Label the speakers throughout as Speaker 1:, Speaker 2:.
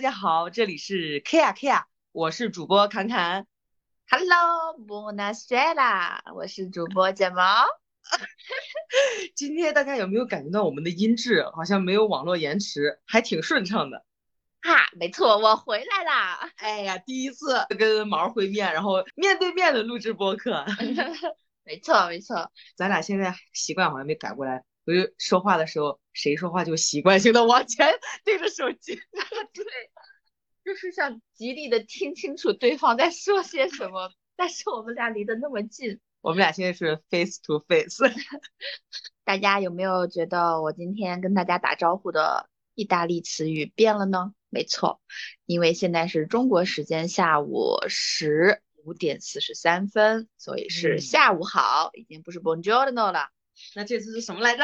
Speaker 1: 家好，这里是 Kia Kia，我是主播侃侃。
Speaker 2: Hello，莫纳塞啦，我是主播睫毛。
Speaker 1: 今天大家有没有感觉到我们的音质好像没有网络延迟，还挺顺畅的？
Speaker 2: 哈，没错，我回来啦。
Speaker 1: 哎呀，第一次跟毛会面，然后面对面的录制播客，
Speaker 2: 没错，没错。
Speaker 1: 咱俩现在习惯好像没改过来，我就说话的时候，谁说话就习惯性的往前对着手机。
Speaker 2: 对，就是想极力的听清楚对方在说些什么，但是我们俩离得那么近。
Speaker 1: 我们俩现在是 face to face。
Speaker 2: 大家有没有觉得我今天跟大家打招呼的意大利词语变了呢？没错，因为现在是中国时间下午十五点四十三分，所以是
Speaker 1: 嗯
Speaker 2: 下午好，已经不是 Buongiorno 了
Speaker 1: 那这次是什么来着？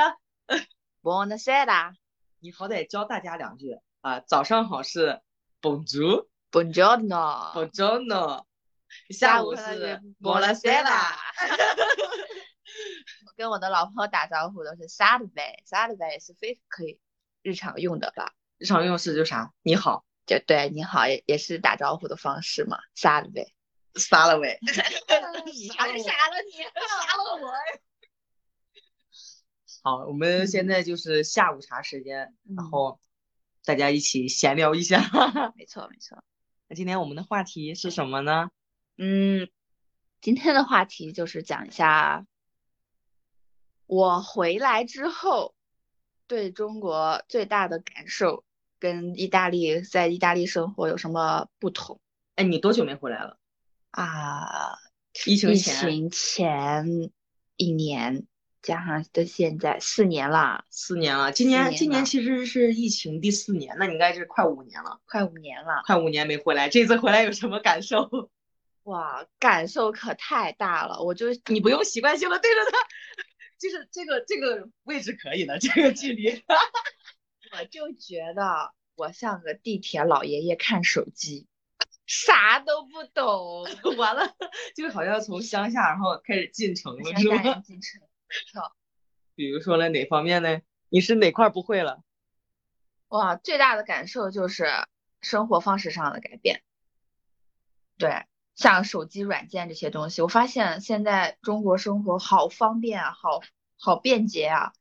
Speaker 2: ，Buonasera。
Speaker 1: 你好歹教大家两句啊！早上好是 Bonjour。
Speaker 2: Buongiorno，
Speaker 1: 好真呢，
Speaker 2: 下
Speaker 1: 下
Speaker 2: 午
Speaker 1: 午
Speaker 2: 看到
Speaker 1: 是
Speaker 2: 你
Speaker 1: b o l 塞
Speaker 2: Buonasera
Speaker 1: 啦。
Speaker 2: 我跟我的老朋友打招呼都是 Salve，Salve 也是非常可以日常用的吧？
Speaker 1: 日常用是就啥？你好
Speaker 2: 就对，你好也也是打招呼的方式嘛，Salve。
Speaker 1: s a l v e
Speaker 2: 傻了你，傻了我。
Speaker 1: 好，我们现在就是下午茶时间，然
Speaker 2: 嗯
Speaker 1: 后大家一起闲聊一下。
Speaker 2: 没错没错，
Speaker 1: 那今天我们的话题是什么呢？
Speaker 2: 嗯，今天的话题就是讲一下我回来之后对中国最大的感受，跟意大利在意大利生活有什么不同
Speaker 1: 哎，你多久没回来了？
Speaker 2: 啊？
Speaker 1: 疫情
Speaker 2: 疫
Speaker 1: 前
Speaker 2: 情前一年加上到现在四年啦，
Speaker 1: 四年了，今
Speaker 2: 四
Speaker 1: 年
Speaker 2: 年
Speaker 1: 今年
Speaker 2: 了
Speaker 1: 其实是疫情第四年，那你应该是快五年了，
Speaker 2: 快五年了。
Speaker 1: 快五年没回来，这次回来有什么感受？
Speaker 2: 哇，感受可太大了！我就
Speaker 1: 你不用习惯性的对着它， 就是这个这个位置可以的，这个距离。
Speaker 2: 我就觉得我像个地铁老爷爷看手机，啥都不懂。
Speaker 1: 完了，就是好像从乡下然后开始进城了，
Speaker 2: 乡
Speaker 1: 是
Speaker 2: 下
Speaker 1: 吗
Speaker 2: 人？进城，
Speaker 1: 比如说了哪方面呢？你是哪块儿不会了？
Speaker 2: 哇，最大的感受就是生活方式上的改变。对，像手机软件这些东西，我发现现在中国生活好方便啊，好好便捷啊。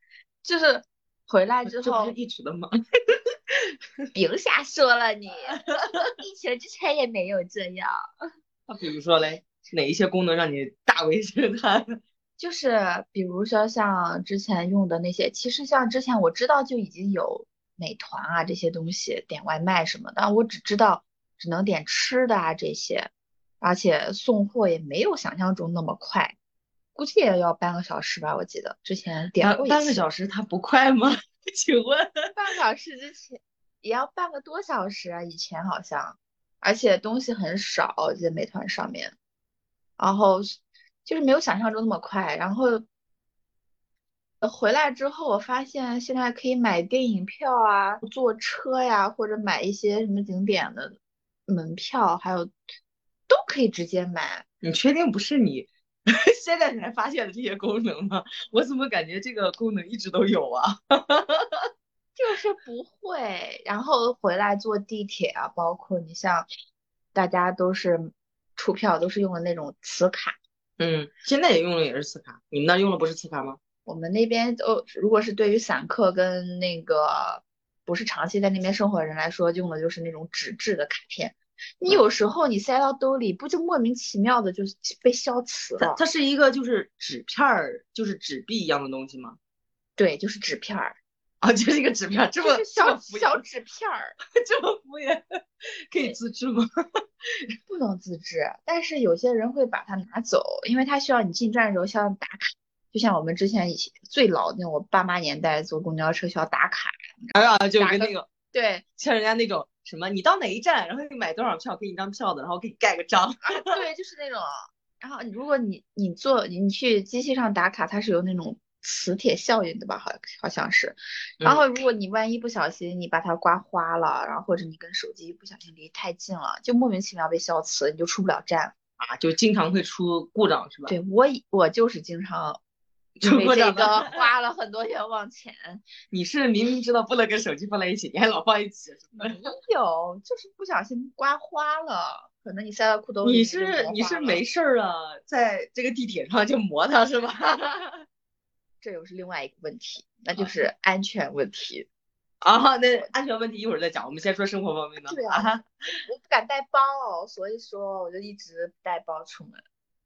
Speaker 2: 就是回来之
Speaker 1: 这不呃是
Speaker 2: 后，
Speaker 1: 一直的吗？
Speaker 2: 别瞎说了你，疫情之前也没有这样。
Speaker 1: 那比如说嘞，哪一些功能让你大为 震撼？
Speaker 2: 就是比如说像之前用的那些，其实像之前我知道就已经有美团啊这些东西，点外卖什么的，我只知道只能点吃的啊这些，而且送货也没有想象中那么快，估计也要半个小时吧，我记得之前点
Speaker 1: 半
Speaker 2: 过一
Speaker 1: 半个
Speaker 2: 次
Speaker 1: 小时它不快吗？ 请问？
Speaker 2: 半个小时之前也要半个多小时啊，以前好像，而且东西很少，我记得美团上面，然后是就是没有想象中那么快。然后呃回来之后，我发现现在可以买电影票啊，坐车呀，或者买一些什么景点的门票，还有都可以直接买。
Speaker 1: 你确定不是你 现在才发现的这些功能吗？我怎么感觉这个功能一直都有啊？
Speaker 2: 就是不会，然后回来坐地铁啊，包括你像大家都是出票都是用的那种磁卡，
Speaker 1: 嗯，现在也用的也是磁卡，你们那儿用的不是磁卡吗？
Speaker 2: 我们那边哦，如果是对于散客跟那个不是长期在那边生活的人来说，用的就是那种纸质的卡片。你有时候你塞到兜里，不就莫名其妙的就被消磁
Speaker 1: 它
Speaker 2: 了？
Speaker 1: 它是一个就是纸片儿，就是纸币一样的东西吗？
Speaker 2: 对，就是纸片儿，
Speaker 1: 啊，就是一个纸片儿，这
Speaker 2: 就
Speaker 1: 么
Speaker 2: 是
Speaker 1: 这么
Speaker 2: 小
Speaker 1: 敷衍
Speaker 2: 小 纸片儿，
Speaker 1: 这么敷衍，可以自制吗？
Speaker 2: 不能自制。但是有些人会把它拿走，因为他需要你进站的时候像打卡，就像我们之前以前最老那种我爸妈年代坐公交车需要打卡，
Speaker 1: 啊，就跟那个
Speaker 2: 对，
Speaker 1: 像人家那种什么，你到哪一站，然后你买多少票，给你一张票子，然后给你盖个章。
Speaker 2: 啊对，就是那种。然后如果你你做你去机器上打卡，它是有那种磁铁效应的吧？好好像是。然
Speaker 1: 嗯
Speaker 2: 后如果你万一不小心你把它刮花了，然后或者你跟手机不小心离太近了，就莫名其妙被消磁，你就出不了站。
Speaker 1: 啊，就经常会出故障是吧？
Speaker 2: 对我以我就是经常因为
Speaker 1: 过
Speaker 2: 这
Speaker 1: 长
Speaker 2: 个
Speaker 1: 大
Speaker 2: 花了很多冤枉 钱。
Speaker 1: 你是明明知道不能跟手机放在一起，你还老放一起，是吗
Speaker 2: 有，就是不小心刮花了，可能你塞到裤兜里
Speaker 1: 你
Speaker 2: 就是磨
Speaker 1: 你
Speaker 2: 花
Speaker 1: 是
Speaker 2: 了
Speaker 1: 没事儿啊，在这个地铁上就磨它是吧？
Speaker 2: 这又是另外一个问题，那就
Speaker 1: 啊
Speaker 2: 是安全问题。
Speaker 1: 啊，那安全问题一会儿再讲，我们先说生活方面的。
Speaker 2: 对啊， 我不敢带包，所以说我就一直不带包出门。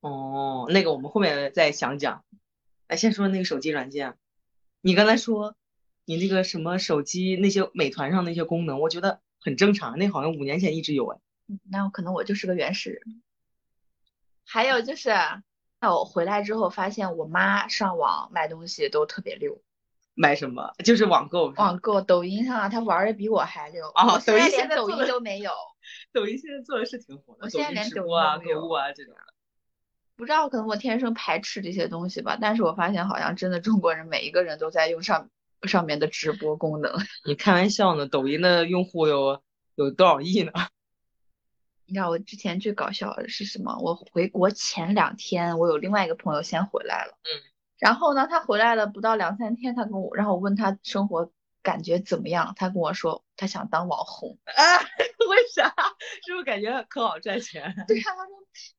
Speaker 1: 哦，那个我们后面再详讲。哎，先说那个手机软件，你刚才说你那个什么手机那些美团上那些功能，我觉得很正常，那好像五年前一直有哎。
Speaker 2: 嗯那可能我就是个原始人。还有就是，啊那我回来之后发现我妈上网买东西都特别溜，
Speaker 1: 买什么？就是网购是吧。
Speaker 2: 网购、抖音上啊，她玩的比我还溜。
Speaker 1: 哦
Speaker 2: 我
Speaker 1: 抖音
Speaker 2: 在
Speaker 1: 现
Speaker 2: 连
Speaker 1: 在
Speaker 2: 抖
Speaker 1: 做
Speaker 2: 音
Speaker 1: 的
Speaker 2: 都没有，
Speaker 1: 抖音现在做的是挺火的，
Speaker 2: 我
Speaker 1: 抖
Speaker 2: 现在
Speaker 1: 音
Speaker 2: 连
Speaker 1: 直
Speaker 2: 抖
Speaker 1: 播
Speaker 2: 音
Speaker 1: 啊、
Speaker 2: 都没
Speaker 1: 购物啊这种。
Speaker 2: 不知道可能我天生排斥这些东西吧，但是我发现好像真的中国人每一个人都在用上上面的直播功能。
Speaker 1: 你开玩笑呢？抖音的用户有有多少亿呢？
Speaker 2: 你知道我之前最搞笑的是什么？我回国前两天，我有另外一个朋友先回来了，
Speaker 1: 嗯，
Speaker 2: 然后呢，他回来了不到两三天，他跟我，然后我问他生活感觉怎么样，他跟我说他想当网红，
Speaker 1: 啊，为啥？是不是感觉可好赚钱？
Speaker 2: 对啊，他说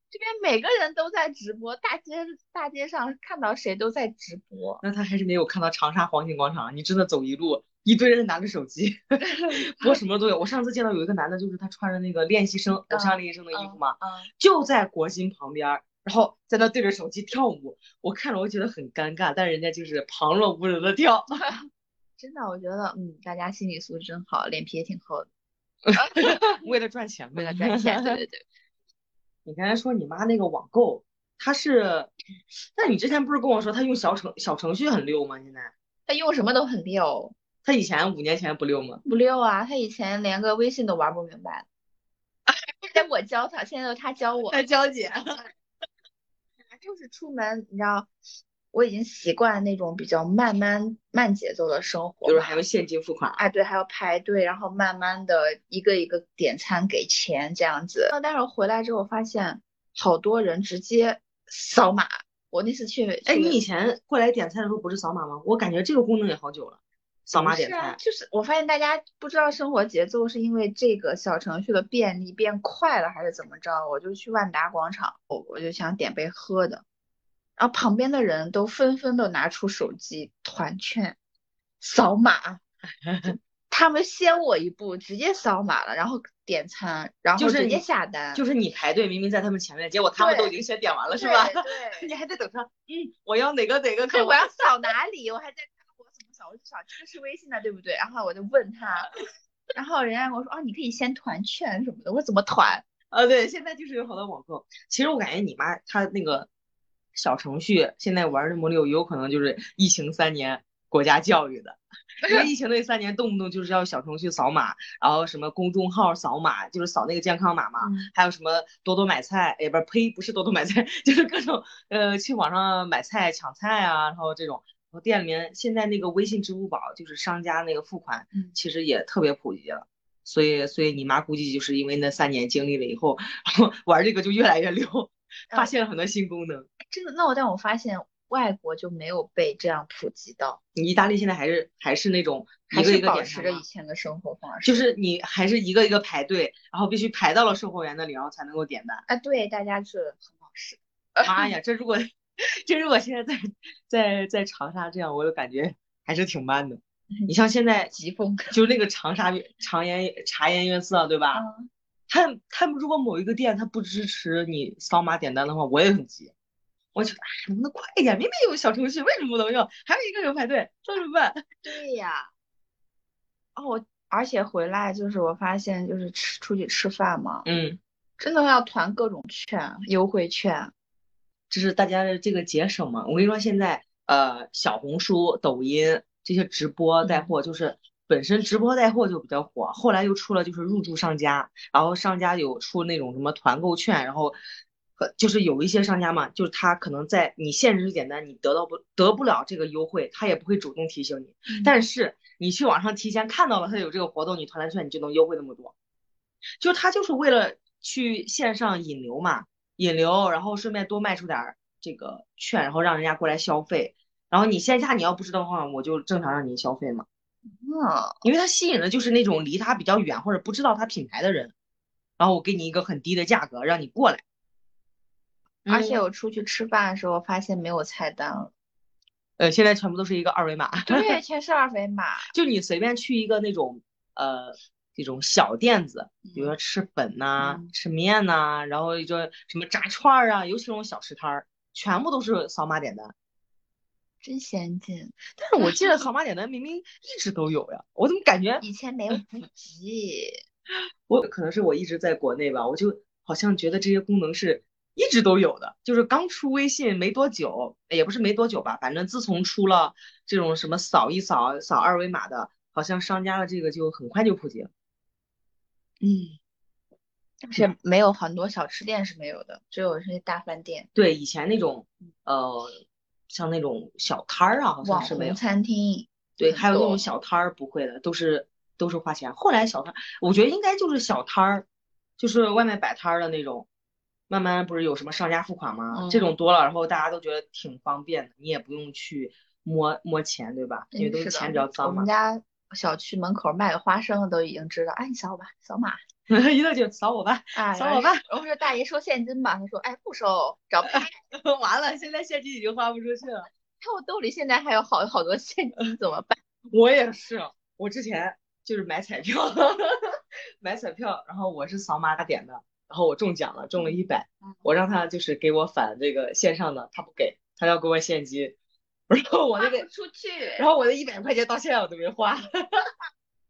Speaker 2: 这边每个人都在直播，大街大街上看到谁都在直播，
Speaker 1: 那他还是没有看到长沙黄金广场，啊你真的走一路，一堆人拿着手机， 不过什么都有。我上次见到有一个男的，就是他穿着那个练习生、偶像练习生的衣服嘛，
Speaker 2: 啊，
Speaker 1: 就在国新旁边儿，然后在那对着手机跳舞。我看着我觉得很尴尬，但人家就是旁若无人的跳。
Speaker 2: 真的，我觉得嗯，大家心理素质真好，脸皮也挺厚的，
Speaker 1: 为了赚钱，
Speaker 2: 为了赚钱，对 对对，
Speaker 1: 你刚才说你妈那个网购，她是，那你之前不是跟我说她用小程小程序很溜吗？现在
Speaker 2: 他用什么都很溜，
Speaker 1: 她以前五年前不溜吗？
Speaker 2: 不溜啊，他以前连个微信都玩不明白。先我教他，现在都他教我。
Speaker 1: 娇姐，
Speaker 2: 就是出门，你知道，我已经习惯了那种比较慢慢慢节奏的生活
Speaker 1: 就是
Speaker 2: 嘛
Speaker 1: 还有现金付款啊，
Speaker 2: 哎，对，还要排队，然后慢慢的一个一个点餐给钱这样子。那但是我回来之后发现，好多人直接扫码。我那次去，
Speaker 1: 哎，
Speaker 2: 去
Speaker 1: 你以前过来点菜的时候不是扫码吗？我感觉这个功能也好久了，扫
Speaker 2: 不
Speaker 1: 码
Speaker 2: 是
Speaker 1: 点
Speaker 2: 啊
Speaker 1: 菜。
Speaker 2: 就是我发现大家不知道生活节奏是因为这个小程序的便利变快了，还是怎么着？我就去万达广场，我我就想点杯喝的，然后旁边的人都纷纷的拿出手机团券，扫码，他们先我一步，直接扫码了，然后点餐，然后
Speaker 1: 就是
Speaker 2: 直接
Speaker 1: 你
Speaker 2: 下单，
Speaker 1: 就是你排队明明在他们前面，结果他们
Speaker 2: 对
Speaker 1: 都已经先点完了，是吧？
Speaker 2: 对对
Speaker 1: 你还在等他，嗯，我要哪个哪个
Speaker 2: 对，
Speaker 1: 可
Speaker 2: 我要扫哪里？我还在看我怎么扫，我就扫这个是微信的，对不对？然后我就问他，然后人家跟我说，哦，你可以先团券什么的。我说怎么团？
Speaker 1: 呃，对，现在就是有好多网购。其实我感觉你妈她那个小程序现在玩的么溜，有可能就是疫情三年国家教育的，因为疫情那三年动不动就是要小程序扫码，然后什么公众号扫码，就是扫那个健康码嘛，
Speaker 2: 嗯
Speaker 1: 还有什么多多买菜，哎，不是呸，不是多多买菜， 就是各种呃去网上买菜抢菜啊，然后这种。然后店里面现在那个微信、支付宝，就是商家那个付款
Speaker 2: 嗯，
Speaker 1: 其实也特别普及了。所以，所以你妈估计就是因为那三年经历了以后， 然后玩这个就越来越
Speaker 2: 嗯
Speaker 1: 溜，发现了很多新功能。
Speaker 2: 哎真的，那我但我发现外国就没有被这样普及到，
Speaker 1: 你意大利现在还是还是那种一
Speaker 2: 还
Speaker 1: 个一
Speaker 2: 是
Speaker 1: 个
Speaker 2: 保
Speaker 1: 点
Speaker 2: 持
Speaker 1: 餐
Speaker 2: 着
Speaker 1: 吗
Speaker 2: 以前的生活方式。
Speaker 1: 就是你还是一个一个排队，然后必须排到了售货员那里，然后才能够点单。
Speaker 2: 啊，对，大家是很老实。
Speaker 1: 妈哎呀，这如果这如果现在在在在长沙这样，我就感觉还是挺慢的。你 像现在
Speaker 2: 疾风
Speaker 1: 就是那个长沙长颜茶颜悦色，对吧？
Speaker 2: 啊，
Speaker 1: 他他们如果某一个店他不支持你扫码点单的话，我也很急。我觉得，哎，能不能快一点？明明有小程序，为什么不能用？还有一个人排队，这怎么办？
Speaker 2: 对呀。哦，我而且回来就是我发现就是吃出去吃饭嘛，
Speaker 1: 嗯，
Speaker 2: 真的要团各种券、优惠券。
Speaker 1: 这是大家的这个节省嘛。我跟你说，现在呃，小红书、抖音这些直播带货，就是本身直播带货就比较火，后来又出了就是入驻商家，然后商家有出那种什么团购券，然后。呃，就是有一些商家嘛，就是他可能在你限制是简单，你得到不得不了这个优惠，他也不会主动提醒你。但是你去网上提前看到了它有这个活动，你团团券你就能优惠那么多，就它就是为了去线上引流嘛，引流，然后顺便多卖出点儿这个券，然后让人家过来消费。然后你线下你要不知道的话，我就正常让你消费嘛，
Speaker 2: 嗯，
Speaker 1: 因为它吸引的就是那种离它比较远或者不知道它品牌的人，然后我给你一个很低的价格让你过来。
Speaker 2: 而且
Speaker 1: 嗯
Speaker 2: 我出去吃饭的时候发现没有菜单了，
Speaker 1: 呃，现在全部都是一个二维码，
Speaker 2: 对，全是二维码。
Speaker 1: 就你随便去一个那种呃这种小店子，比如说吃粉呐、
Speaker 2: 嗯
Speaker 1: 吃面呐、然后就什么炸串儿啊，尤其这种小吃摊儿，全部都是扫码点单。
Speaker 2: 真先进，
Speaker 1: 但是我记得扫码点单明明一直都有呀，我怎么感觉
Speaker 2: 以前没有普及，
Speaker 1: 我可能是我一直在国内吧，我就好像觉得这些功能是一直都有的，就是刚出微信没多久，也不是没多久吧，反正自从出了这种什么扫一扫、扫二维码的，好像商家的这个就很快就普及了。嗯，
Speaker 2: 但是没有很多小吃店是没有的，只有这些大饭店、
Speaker 1: 对，以前那种呃，像那种小摊儿啊，好像
Speaker 2: 网
Speaker 1: 是没
Speaker 2: 红
Speaker 1: 有。
Speaker 2: 餐厅。
Speaker 1: 对，
Speaker 2: 很
Speaker 1: 还有那种
Speaker 2: 多
Speaker 1: 小摊儿不会的，都是都是花钱。后来小摊儿，我觉得应该就是小摊儿，就是外面摆摊儿的那种。慢慢不是有什么商家付款吗？这
Speaker 2: 嗯
Speaker 1: 种多了，然后大家都觉得挺方便的，你也不用去摸摸钱，对吧？因为
Speaker 2: 嗯
Speaker 1: 都
Speaker 2: 是的
Speaker 1: 钱比较脏
Speaker 2: 我
Speaker 1: 嘛
Speaker 2: 们，家小区门口卖个花生的都已经知道，哎，你扫吧，扫码。
Speaker 1: 一个劲儿扫我吧，
Speaker 2: 哎，
Speaker 1: 扫
Speaker 2: 然
Speaker 1: 我
Speaker 2: 后
Speaker 1: 吧。
Speaker 2: 我说大爷收现金吧，他说哎不收，找拍。
Speaker 1: 完了，现在现金已经花不出去了。
Speaker 2: 看我兜里现在还有好好多现金，怎么办？
Speaker 1: 我也是，我之前就是买彩票， 买彩票，然后我是扫码点的，然后我中奖了，中了一百
Speaker 2: 嗯，
Speaker 1: 我让他就是给我返这个线上的，他不给，他要给我现金， 然后我那
Speaker 2: 花
Speaker 1: 个
Speaker 2: 不， 出去，
Speaker 1: 然后我的一百块钱到现在我都没花，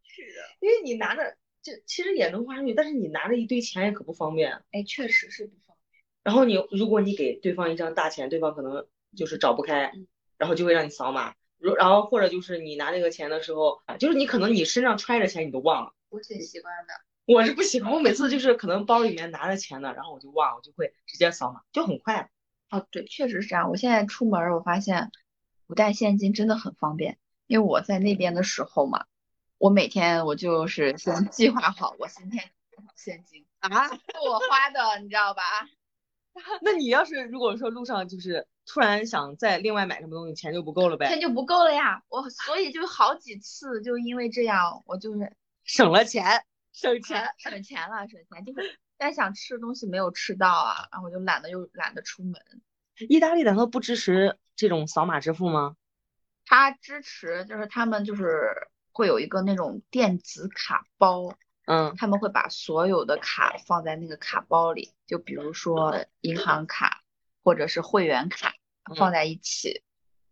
Speaker 2: 是的，
Speaker 1: 因为你拿着就其实也能花出去，但是你拿着一堆钱也可不方便。
Speaker 2: 哎，确实是不方
Speaker 1: 然后你如果你给对方一张大钱，对方可能就是找不开
Speaker 2: 嗯，
Speaker 1: 然后就会让你扫码。如然后或者就是你拿那个钱的时候，啊就是你可能你身上揣着钱你都忘了。
Speaker 2: 便，我挺习惯的。
Speaker 1: 我是不喜欢，我每次就是可能包里面拿着钱呢，然后我就忘，我就会直接扫码，就很快。
Speaker 2: 哦，对，确实是这样。我现在出门儿，我发现不带现金真的很方便，因为我在那边的时候嘛，我每天我就是先计划好我今天多少现金啊，我花的，你知道吧？
Speaker 1: 那你要是如果说路上就是突然想再另外买什么东西，钱就不够了呗，
Speaker 2: 钱就不够了呀。我所以就好几次就因为这样，我就是
Speaker 1: 省了钱，省钱。
Speaker 2: 啊省钱了，省钱就是但想吃的东西没有吃到啊，然后我就懒得又懒得出门。
Speaker 1: 意大利难道不支持这种扫码支付吗？
Speaker 2: 他支持就是他们就是会有一个那种电子卡包，
Speaker 1: 嗯
Speaker 2: 他们会把所有的卡放在那个卡包里，就比如说银行卡或者是会员卡放在一起。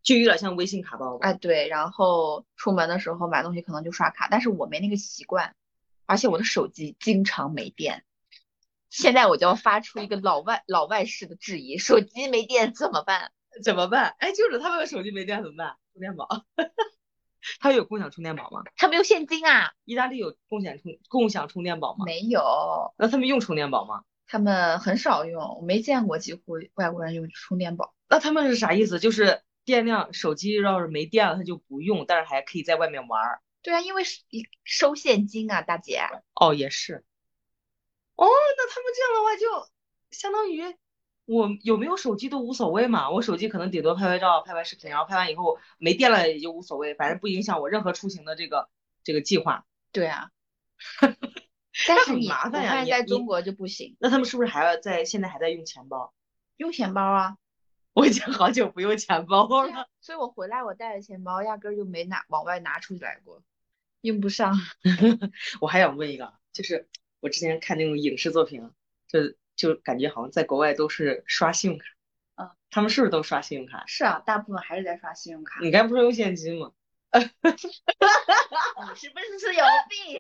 Speaker 1: 就有点像微信卡包吧。
Speaker 2: 哎，对，然后出门的时候买东西可能就刷卡，但是我没那个习惯，而且我的手机经常没电。现在我就要发出一个老外老外式的质疑：手机没电怎么办？
Speaker 1: 怎么办？哎，就是他们手机没电怎么办？充电宝。 他有共享充电宝吗？
Speaker 2: 他没有现金啊？
Speaker 1: 意大利有共享充共享充电宝吗？
Speaker 2: 没有。
Speaker 1: 那他们用充电宝吗？
Speaker 2: 他们很少用，我没见过几乎外国人用充电宝。
Speaker 1: 那他们是啥意思？就是电量，手机要是没电了，他就不用，但是还可以在外面玩儿。
Speaker 2: 对啊，因为是一收现金啊，大姐。
Speaker 1: 哦，也是。哦，那他们这样的话，就相当于我有没有手机都无所谓嘛。我手机可能顶多拍拍照、拍拍视频，然后拍完以后没电了也就无所谓，反正不影响我任何出行的这个这个计划。
Speaker 2: 对 啊，但
Speaker 1: 那
Speaker 2: 是
Speaker 1: 很
Speaker 2: 你
Speaker 1: 麻
Speaker 2: 我
Speaker 1: 烦呀
Speaker 2: 发现
Speaker 1: 你
Speaker 2: 在
Speaker 1: 你
Speaker 2: 中国就不行，
Speaker 1: 那他们是不是还要在现在还在用钱包？
Speaker 2: 用钱包啊。
Speaker 1: 我已经好久不用钱包
Speaker 2: 对
Speaker 1: 了。
Speaker 2: 啊所以我回来我带的钱包压根儿就没拿往外拿出来过，用不上。
Speaker 1: 我还想问一个，啊就是我之前看那种影视作品啊，就就感觉好像在国外都是刷信用卡，
Speaker 2: 嗯，
Speaker 1: 他们是不是都刷信用卡？
Speaker 2: 是啊，大部分还是在刷信用卡。
Speaker 1: 你该不是用现金 吗？
Speaker 2: 你是不是有病？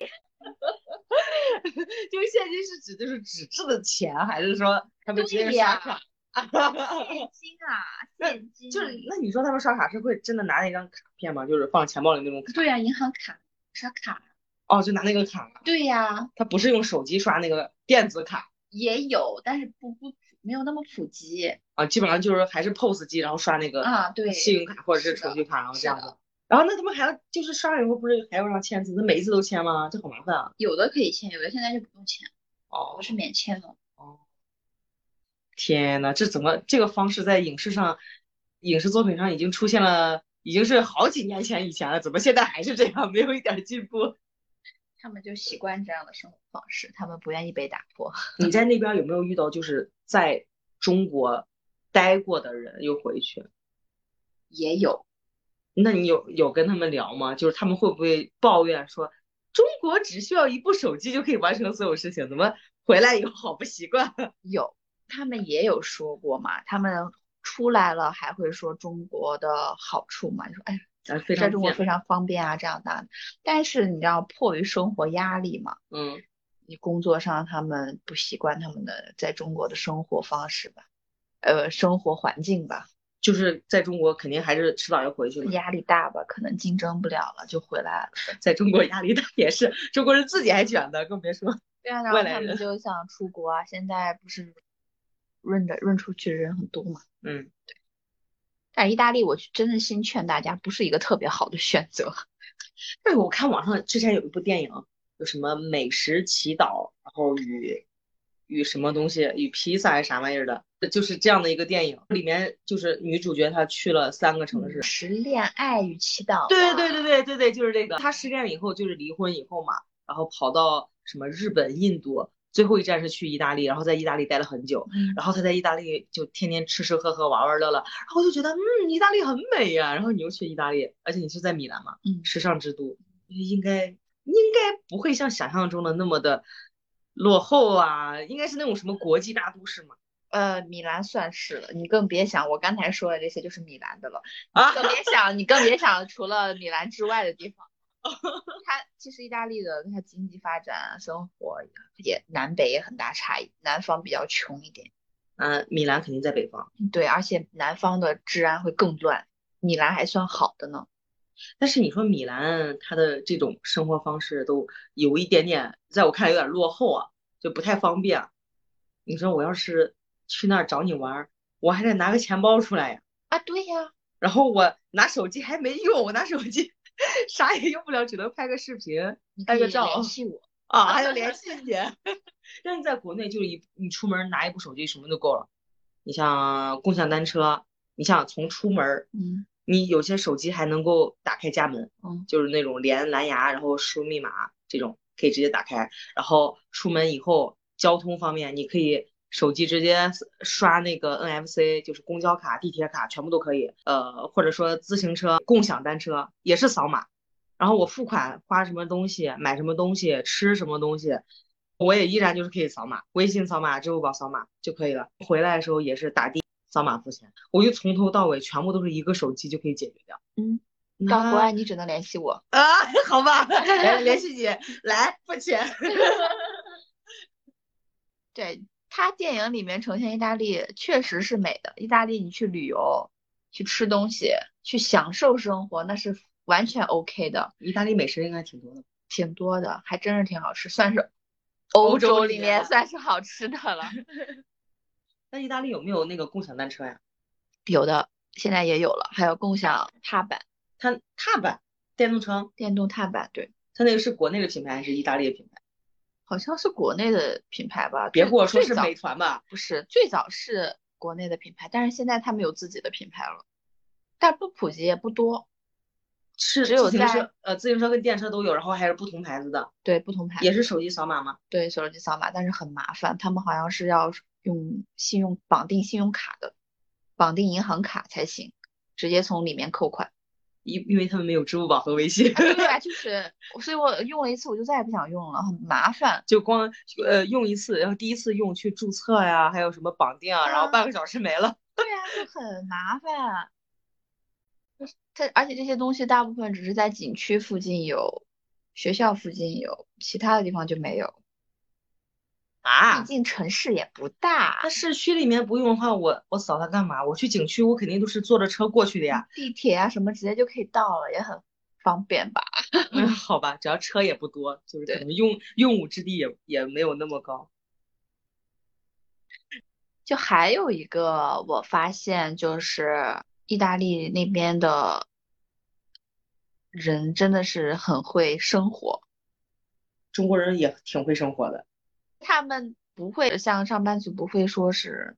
Speaker 1: 用现金是指就是纸质的钱，还是说他们直接
Speaker 2: 对
Speaker 1: 刷
Speaker 2: 呀
Speaker 1: 卡？嗯
Speaker 2: 现金啊，现金
Speaker 1: 就是那你说他们刷卡是会真的拿那张卡片吗？就是放钱包里那种卡？
Speaker 2: 对呀、银行卡刷卡。
Speaker 1: 哦，就拿那个卡，
Speaker 2: 对呀、
Speaker 1: 他不是用手机刷那个电子卡
Speaker 2: 也有，但是不不没有那么普及。
Speaker 1: 啊，基本上就是还是 POS 机，然后刷那个
Speaker 2: 啊，对，
Speaker 1: 信用卡或者是
Speaker 2: 是的
Speaker 1: 储蓄卡，然后
Speaker 2: 是
Speaker 1: 这样
Speaker 2: 的
Speaker 1: 子。然后那他们还要就是刷完以后不是还要让签字？那每一次都签吗？这好麻烦啊！
Speaker 2: 有的可以签，有的现在就不用签，
Speaker 1: 哦
Speaker 2: 不是免签了。
Speaker 1: 哦，天呐，这怎么这个方式在影视上影视作品上已经出现了，已经是好几年前以前了，怎么现在还是这样，没 有一点进步？
Speaker 2: 他们就习惯这样的生活方式，他们不愿意被打破。
Speaker 1: 你在那边有没有遇到就是在中国待过的人又回去？
Speaker 2: 也有，
Speaker 1: 那你有有跟他们聊吗？就是他们会不会抱怨说中国只需要一部手机就可以完成所有事情，怎么回来以后好不习惯？
Speaker 2: 有，他们也有说过嘛，他们出来了还会说中国的好处嘛，就说哎，
Speaker 1: 啊，非
Speaker 2: 在
Speaker 1: 常
Speaker 2: 中国
Speaker 1: 见
Speaker 2: 非常方便啊，这样那的。但是你知道，迫于生活压力嘛，
Speaker 1: 嗯，
Speaker 2: 你工作上他们不习惯他们的在中国的生活方式吧，呃，生活环境吧，
Speaker 1: 就是在中国肯定还是迟早要回去嘛，
Speaker 2: 压力大吧，可能竞争不了了，就回来了。
Speaker 1: 在中国压力大也是中国人自己还卷的，更别说
Speaker 2: 对啊，然
Speaker 1: 外
Speaker 2: 后
Speaker 1: 来
Speaker 2: 他们
Speaker 1: 人
Speaker 2: 就想出国啊，现在不是润的润出去的人很多嘛。
Speaker 1: 嗯。
Speaker 2: 但意大利，我真的心劝大家，不是一个特别好的选择。
Speaker 1: 对，我看网上之前有一部电影，有什么美食祈祷，然后与与什么东西，与披萨还是啥玩意儿的，就是这样的一个电影。里面就是女主角她去了三个城市。
Speaker 2: 是恋爱与祈祷。
Speaker 1: 对对，对对对对，就是这个。她失恋以后就是离婚以后嘛，然后跑到什么日本、印度，最后一站是去意大利，然后在意大利待了很久。
Speaker 2: 嗯，
Speaker 1: 然后她在意大利就天天吃吃喝喝玩玩乐乐，然后我就觉得嗯，意大利很美呀、然后你又去意大利，而且你是在米兰嘛，
Speaker 2: 嗯
Speaker 1: 时尚之都，应该应该不会像想象中的那么的落后啊，应该是那种什么国际大都市嘛。
Speaker 2: 呃，米兰算是了，你更别想我刚才说的这些就是米兰的了，
Speaker 1: 啊
Speaker 2: 更 别想你更别想除了米兰之外的地方。它其实意大利的它经济发展、啊生活也南北也很大差异，南方比较穷一点，嗯
Speaker 1: 嗯、米兰肯定在北方，
Speaker 2: 对，而且南方的治安会更乱，米兰还算好的呢。
Speaker 1: 但是你说米兰它的这种生活方式都有一点点，在我看来有点落后啊，就不太方便。啊你说我要是去那儿找你玩儿，我还得拿个钱包出来呀、
Speaker 2: 啊，对呀，
Speaker 1: 然后我拿手机还没用，我拿手机啥也用不了，只能拍个视频
Speaker 2: 你可
Speaker 1: 拍
Speaker 2: 以
Speaker 1: 个照
Speaker 2: 联系我。
Speaker 1: 啊，还要联系你。 但是在国内就是一你出门拿一部手机什么都够了，你像共享单车，你像从出门，
Speaker 2: 嗯
Speaker 1: 你有些手机还能够打开家门，
Speaker 2: 嗯，
Speaker 1: 就是那种连蓝牙，然后输入密码这种可以直接打开。然后出门以后，交通方面你可以手机直接刷那个 NFC，就是公交卡、地铁卡全部都可以。呃，或者说自行车、共享单车也是扫码。然后我付款花什么东西、买什么东西、吃什么东西，我也依然就是可以扫码，微信扫码、支付宝扫码就可以了。回来的时候也是打的扫码付钱，我就从头到尾全部都是一个手机就可以解决掉。啊
Speaker 2: 嗯，到
Speaker 1: 那
Speaker 2: 国外你只能联系我。
Speaker 1: 啊， 好吧，
Speaker 2: 哎
Speaker 1: 来联系你，来付钱。
Speaker 2: 对，它电影里面呈现意大利确实是美的。意大利你去旅游、去吃东西、去享受生活，那是完全 OK 的，
Speaker 1: 意大利美食应该挺多的，
Speaker 2: 挺多的，还真是挺好吃，算是
Speaker 1: 欧
Speaker 2: 欧
Speaker 1: 洲
Speaker 2: 洲
Speaker 1: 里
Speaker 2: 里
Speaker 1: 面
Speaker 2: 面
Speaker 1: 的
Speaker 2: 算是好吃的了。
Speaker 1: 那意大利有没有那个共享单车呀？
Speaker 2: 有的现在也有了，还有共享踏板、
Speaker 1: 它踏板电动车，
Speaker 2: 电动踏板，对，
Speaker 1: 它那个是国内的品牌还是意大利的品牌？
Speaker 2: 好像是国内的品牌吧？
Speaker 1: 别
Speaker 2: 最
Speaker 1: 跟我说
Speaker 2: 最
Speaker 1: 是
Speaker 2: 早
Speaker 1: 美团吧？
Speaker 2: 不是，最早是国内的品牌，但是现在他们有自己的品牌了，但不普及也不多，
Speaker 1: 是
Speaker 2: 只有
Speaker 1: 自行
Speaker 2: 在
Speaker 1: 车，呃，自行车跟电车都有，然后还是不同牌子的，
Speaker 2: 对，不同牌
Speaker 1: 也是手机扫码吗？
Speaker 2: 对手机扫码，但是很麻烦，他们好像是要用信用绑定信用卡的，绑定银行卡才行，直接从里面扣款。
Speaker 1: 因因为他们没有支付宝和微信，
Speaker 2: 啊，对啊，就是，所以我用了一次，我就再也不想用了，很麻烦。
Speaker 1: 就光呃用一次，然后第一次用去注册呀，还有什么绑定啊，然后
Speaker 2: 啊
Speaker 1: 半个小时没了。
Speaker 2: 对啊，就很麻烦。就是它而且这些东西大部分只是在景区附近有，学校附近有，其他的地方就没有。毕
Speaker 1: 啊，
Speaker 2: 竟城市也不大
Speaker 1: 那，市区里面不用的话，我我扫它干嘛？我去景区，我肯定都是坐着车过去的呀。
Speaker 2: 地铁啊什么直接就可以到了，也很方便吧。
Speaker 1: 嗯， 好吧，只要车也不多，就是可
Speaker 2: 对
Speaker 1: 能用用武之地也也没有那么高。
Speaker 2: 就还有一个，我发现就是意大利那边的人真的是很会生活，
Speaker 1: 中国人也挺会生活的，
Speaker 2: 他们不会像上班族不会说是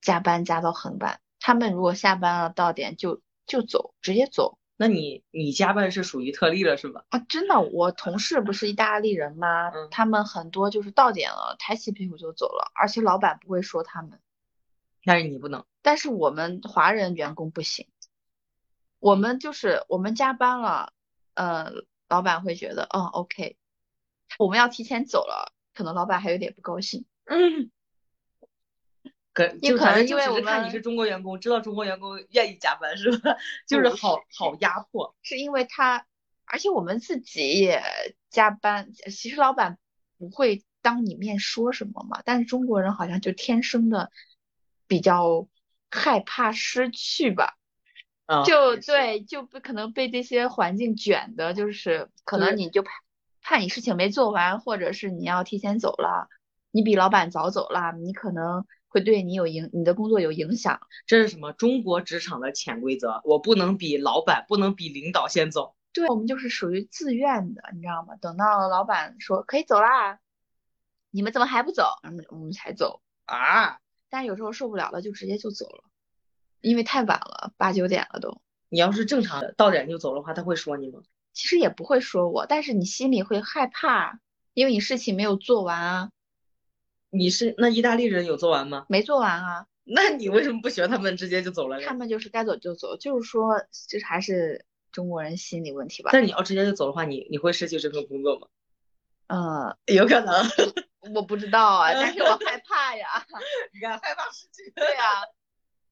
Speaker 2: 加班加到很晚，他们如果下班了到点就就走，直接走
Speaker 1: 那你你加班是属于特例了是吧？
Speaker 2: 啊！真的，我同事不是意大利人吗？
Speaker 1: 嗯
Speaker 2: 他们很多就是到点了，抬起屁股就走了，而且老板不会说他们。
Speaker 1: 但是你不能，
Speaker 2: 但是我们华人员工不行，我们就是我们加班了，呃，老板会觉得，嗯，OK，我们要提前走了，可能老板还有点不高兴。
Speaker 1: 嗯，可
Speaker 2: 也
Speaker 1: 就
Speaker 2: 可
Speaker 1: 反正
Speaker 2: 能因
Speaker 1: 就
Speaker 2: 为
Speaker 1: 只
Speaker 2: 我
Speaker 1: 是看你
Speaker 2: 们
Speaker 1: 是中国员工，知道中国员工愿意加班是吧？ 就是
Speaker 2: 不
Speaker 1: 好
Speaker 2: 嗯是
Speaker 1: 好压迫，
Speaker 2: 是因为他，而且我们自己也加班，其实老板不会当你面说什么嘛，但是中国人好像就天生的比较害怕失去吧。
Speaker 1: 啊，
Speaker 2: 就
Speaker 1: 也是，
Speaker 2: 对，就不可能被这些环境卷的，就是可
Speaker 1: 就是
Speaker 2: 能你就怕怕你事情没做完，或者是你要提前走了，你比老板早走了，你可能会对你有影，你的工作有影响。
Speaker 1: 这是什么？中国职场的潜规则，我不能比老板，不能比领导先走。
Speaker 2: 对，我们就是属于自愿的，你知道吗？等到老板说可以走啦，你们怎么还不走？我们我们才走啊。但有时候受不了了，就直接就走了，因为太晚了，八九点了都。
Speaker 1: 你要是正常的到点就走的话，他会说你吗？
Speaker 2: 其实也不会说我，但是你心里会害怕，因为你事情没有做完啊，
Speaker 1: 你是那意大利人有做完吗？
Speaker 2: 没做完啊，
Speaker 1: 那你为什么不学他们直接就走了嘞？
Speaker 2: 他们就是该走就走，就是说这还是中国人心理问题吧。
Speaker 1: 但你要直接就走的话，你你会失去这份工作吗？
Speaker 2: 嗯，
Speaker 1: 有可能，
Speaker 2: 我不知道啊，但是我
Speaker 1: 嗯
Speaker 2: 害怕呀，
Speaker 1: 你看害怕失去。
Speaker 2: 对呀、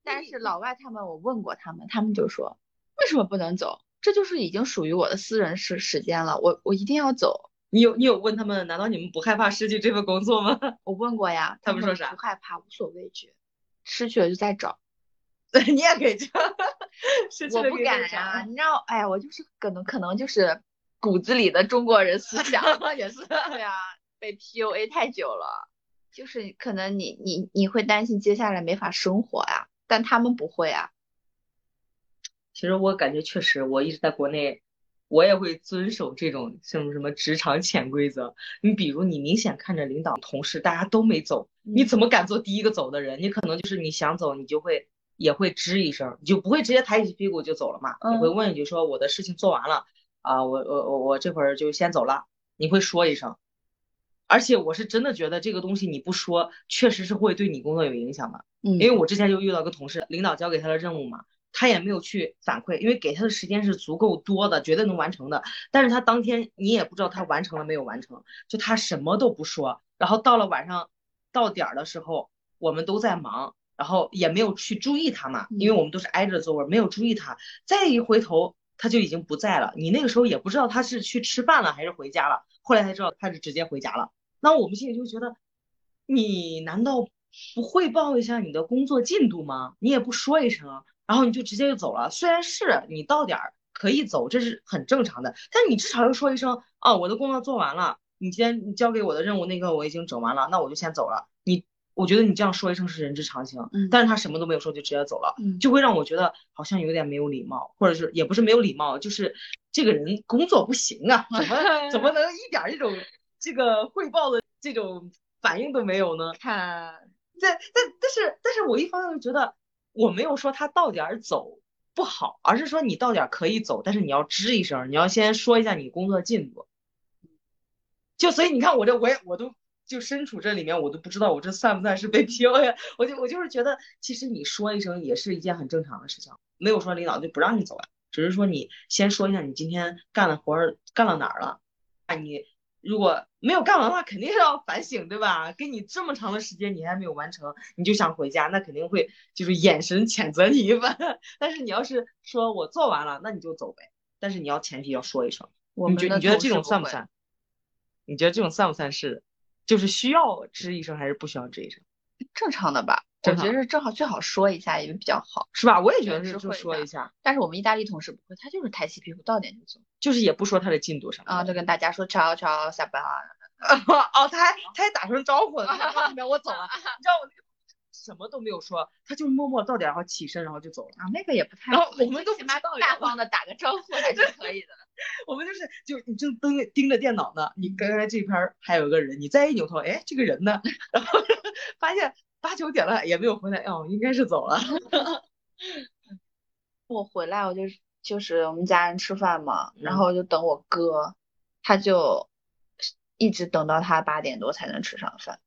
Speaker 2: 但是老外他们，我问过他们，他们就说为什么不能走？这就是已经属于我的私人时时间了，我我一定要走。
Speaker 1: 你有你有问他们，难道你们不害怕失去这份工作吗？
Speaker 2: 我问过呀，
Speaker 1: 他
Speaker 2: 他
Speaker 1: 们说啥
Speaker 2: 不害怕，无所畏惧，失去了就再找。
Speaker 1: 你也可以这样， 失去
Speaker 2: 我
Speaker 1: 了
Speaker 2: 不
Speaker 1: 可以
Speaker 2: 敢
Speaker 1: 再找
Speaker 2: 呀、你知道，哎呀，我就是可能可能就是骨子里的中国人思想 也是， 对呀、被 PUA 太久了，就是可能你你你会担心接下来没法生活呀、但他们不会啊，
Speaker 1: 其实我感觉确实，我一直在国内，我也会遵守这种什么什么职场潜规则。你比如，你明显看着领导、同事大家都没走，你
Speaker 2: 嗯
Speaker 1: 怎么敢做第一个走的人？你可能就是你想走，你就会也会吱一声，你就不会直接抬起屁股就走了嘛？你会
Speaker 2: 嗯
Speaker 1: 问一句说我的事情做完了啊，我我我我这会儿就先走了，你会说一声。而且我是真的觉得这个东西你不说，确实是会对你工作有影响的。因
Speaker 2: 嗯
Speaker 1: 为我之前就遇到一个同事，领导交给他的任务嘛，他也没有去反馈，因为给他的时间是足够多的，绝对能完成的。但是他当天你也不知道他完成了没有完成，就他什么都不说。然后到了晚上到点儿的时候，我们都在忙，然后也没有去注意他嘛，因为
Speaker 2: 嗯
Speaker 1: 我们都是挨着座位，没有注意他。再一回头，他就已经不在了。你那个时候也不知道他是去吃饭了还是回家了，后来才知道他是直接回家了。那我们心里就觉得，你难道不汇报一下你的工作进度吗？你也不说一声啊，然后你就直接就走了。虽然是你到点儿可以走，这是很正常的，但你至少要说一声哦，我的工作做完了，你今天你交给我的任务那个我已经整完了，那我就先走了。你，我觉得你这样说一声是人之常情，
Speaker 2: 嗯
Speaker 1: 但是他什么都没有说就直接走了。
Speaker 2: 嗯
Speaker 1: 就会让我觉得好像有点没有礼貌，或者是也不是没有礼貌，就是这个人工作不行啊，怎么怎么能一点儿这种这个汇报的这种反应都没有呢？
Speaker 2: 看，
Speaker 1: 但但但是但是我一方面又觉得我没有说他到点儿走不好，而是说你到点儿可以走，但是你要吱一声，你要先说一下你工作进度。就所以你看我这我也我都就身处这里面，我都不知道我这算不算是被 PUA，我就我就是觉得其实你说一声也是一件很正常的事情，没有说领导就不让你走啊，只是说你先说一下你今天干的活儿干到哪儿了，啊你。如果没有干完的话，肯定是要反省，对吧？给你这么长的时间，你还没有完成，你就想回家，那肯定会就是眼神谴责你一番。 但是你要是说我做完了，那你就走呗。但是你要前提要说一声，
Speaker 2: 我
Speaker 1: 你
Speaker 2: 们
Speaker 1: 觉你
Speaker 2: 的
Speaker 1: 觉得
Speaker 2: 同
Speaker 1: 这
Speaker 2: 事
Speaker 1: 种
Speaker 2: 不
Speaker 1: 算不
Speaker 2: 会，
Speaker 1: 算？你觉得这种算不算是，就是需要吱一声还是不需要吱一声？
Speaker 2: 正常的吧？我
Speaker 1: 正
Speaker 2: 觉
Speaker 1: 常
Speaker 2: 得正好最好说一下也比较好，
Speaker 1: 是吧？我也觉
Speaker 2: 对，
Speaker 1: 得是，
Speaker 2: 是
Speaker 1: 就
Speaker 2: 会
Speaker 1: 说一
Speaker 2: 的。
Speaker 1: 下，
Speaker 2: 但是我们意大利同事不会，他就是抬起屁股到点就走
Speaker 1: 就是也不说他的进度什么
Speaker 2: 啊，
Speaker 1: 的。
Speaker 2: 就跟大家说悄悄下班啊。
Speaker 1: 哦，他还他还打声招呼呢，他 说你们我走了， 你知道我那个什么都没有说，他就默默到点儿然后起身然后就走了，
Speaker 2: 啊，那个也不太
Speaker 1: 然后
Speaker 2: 会，
Speaker 1: 我们
Speaker 2: 最
Speaker 1: 都
Speaker 2: 起
Speaker 1: 不
Speaker 2: 码
Speaker 1: 知道
Speaker 2: 大
Speaker 1: 呀。
Speaker 2: 方的打个招呼还是可以的。
Speaker 1: 我们就是就是你正盯着盯着电脑呢，你刚才这边儿还有个人，你再一扭头，哎，这个人 呢？然后发现八九点了也没有回来，哦，应该是走了。
Speaker 2: 我回来我就就是我们家人吃饭嘛，然
Speaker 1: 嗯
Speaker 2: 后就等我哥，他就一直等到他八点多才能吃上饭，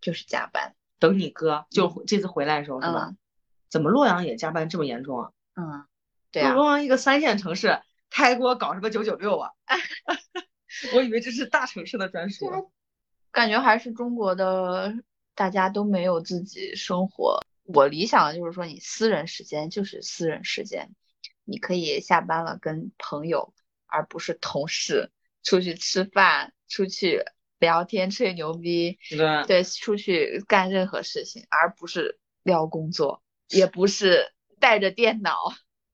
Speaker 2: 就是加班。
Speaker 1: 等你哥，就这次回来的时候是吧？
Speaker 2: 嗯
Speaker 1: 怎么洛阳也加班这么严重啊？
Speaker 2: 嗯，对啊，
Speaker 1: 洛阳一个三线城市，他还给我搞什么九九六啊？ 我以为这是大城市的专属。啊
Speaker 2: 感觉还是中国的大家都没有自己生活。我理想的就是说，你私人时间就是私人时间，你可以下班了跟朋友，而不是同事出去吃饭、出去聊天、吹牛逼，
Speaker 1: 对，
Speaker 2: 对，啊出去干任何事情，而不是聊工作，也不是带着电脑。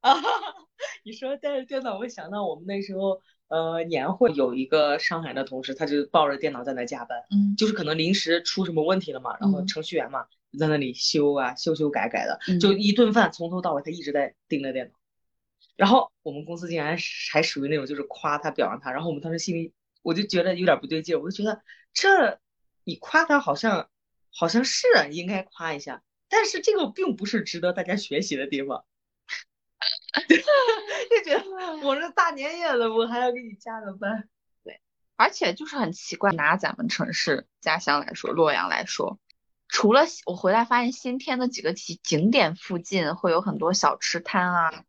Speaker 1: 啊， 你说带着电脑，我想到我们那时候，呃，年会有一个上海的同事，他就抱着电脑在那加班，
Speaker 2: 嗯
Speaker 1: 就是可能临时出什么问题了嘛，然后
Speaker 2: 嗯
Speaker 1: 程序员嘛就在那里修啊，修修改改的，
Speaker 2: 嗯
Speaker 1: 就一顿饭从头到尾他一直在盯着电脑。然后我们公司竟然是还属于那种就是夸他表扬他，然后我们当时心里我就觉得有点不对劲儿，我就觉得这你夸他好像好像是啊应该夸一下，但是这个并不是值得大家学习的地方。 就觉得我这大年夜了，我还要给你加个班。
Speaker 2: 而且就是很奇怪，拿咱们城市家乡来说，洛阳来说，除了我回来发现新添的几个景景点附近会有很多小吃摊啊，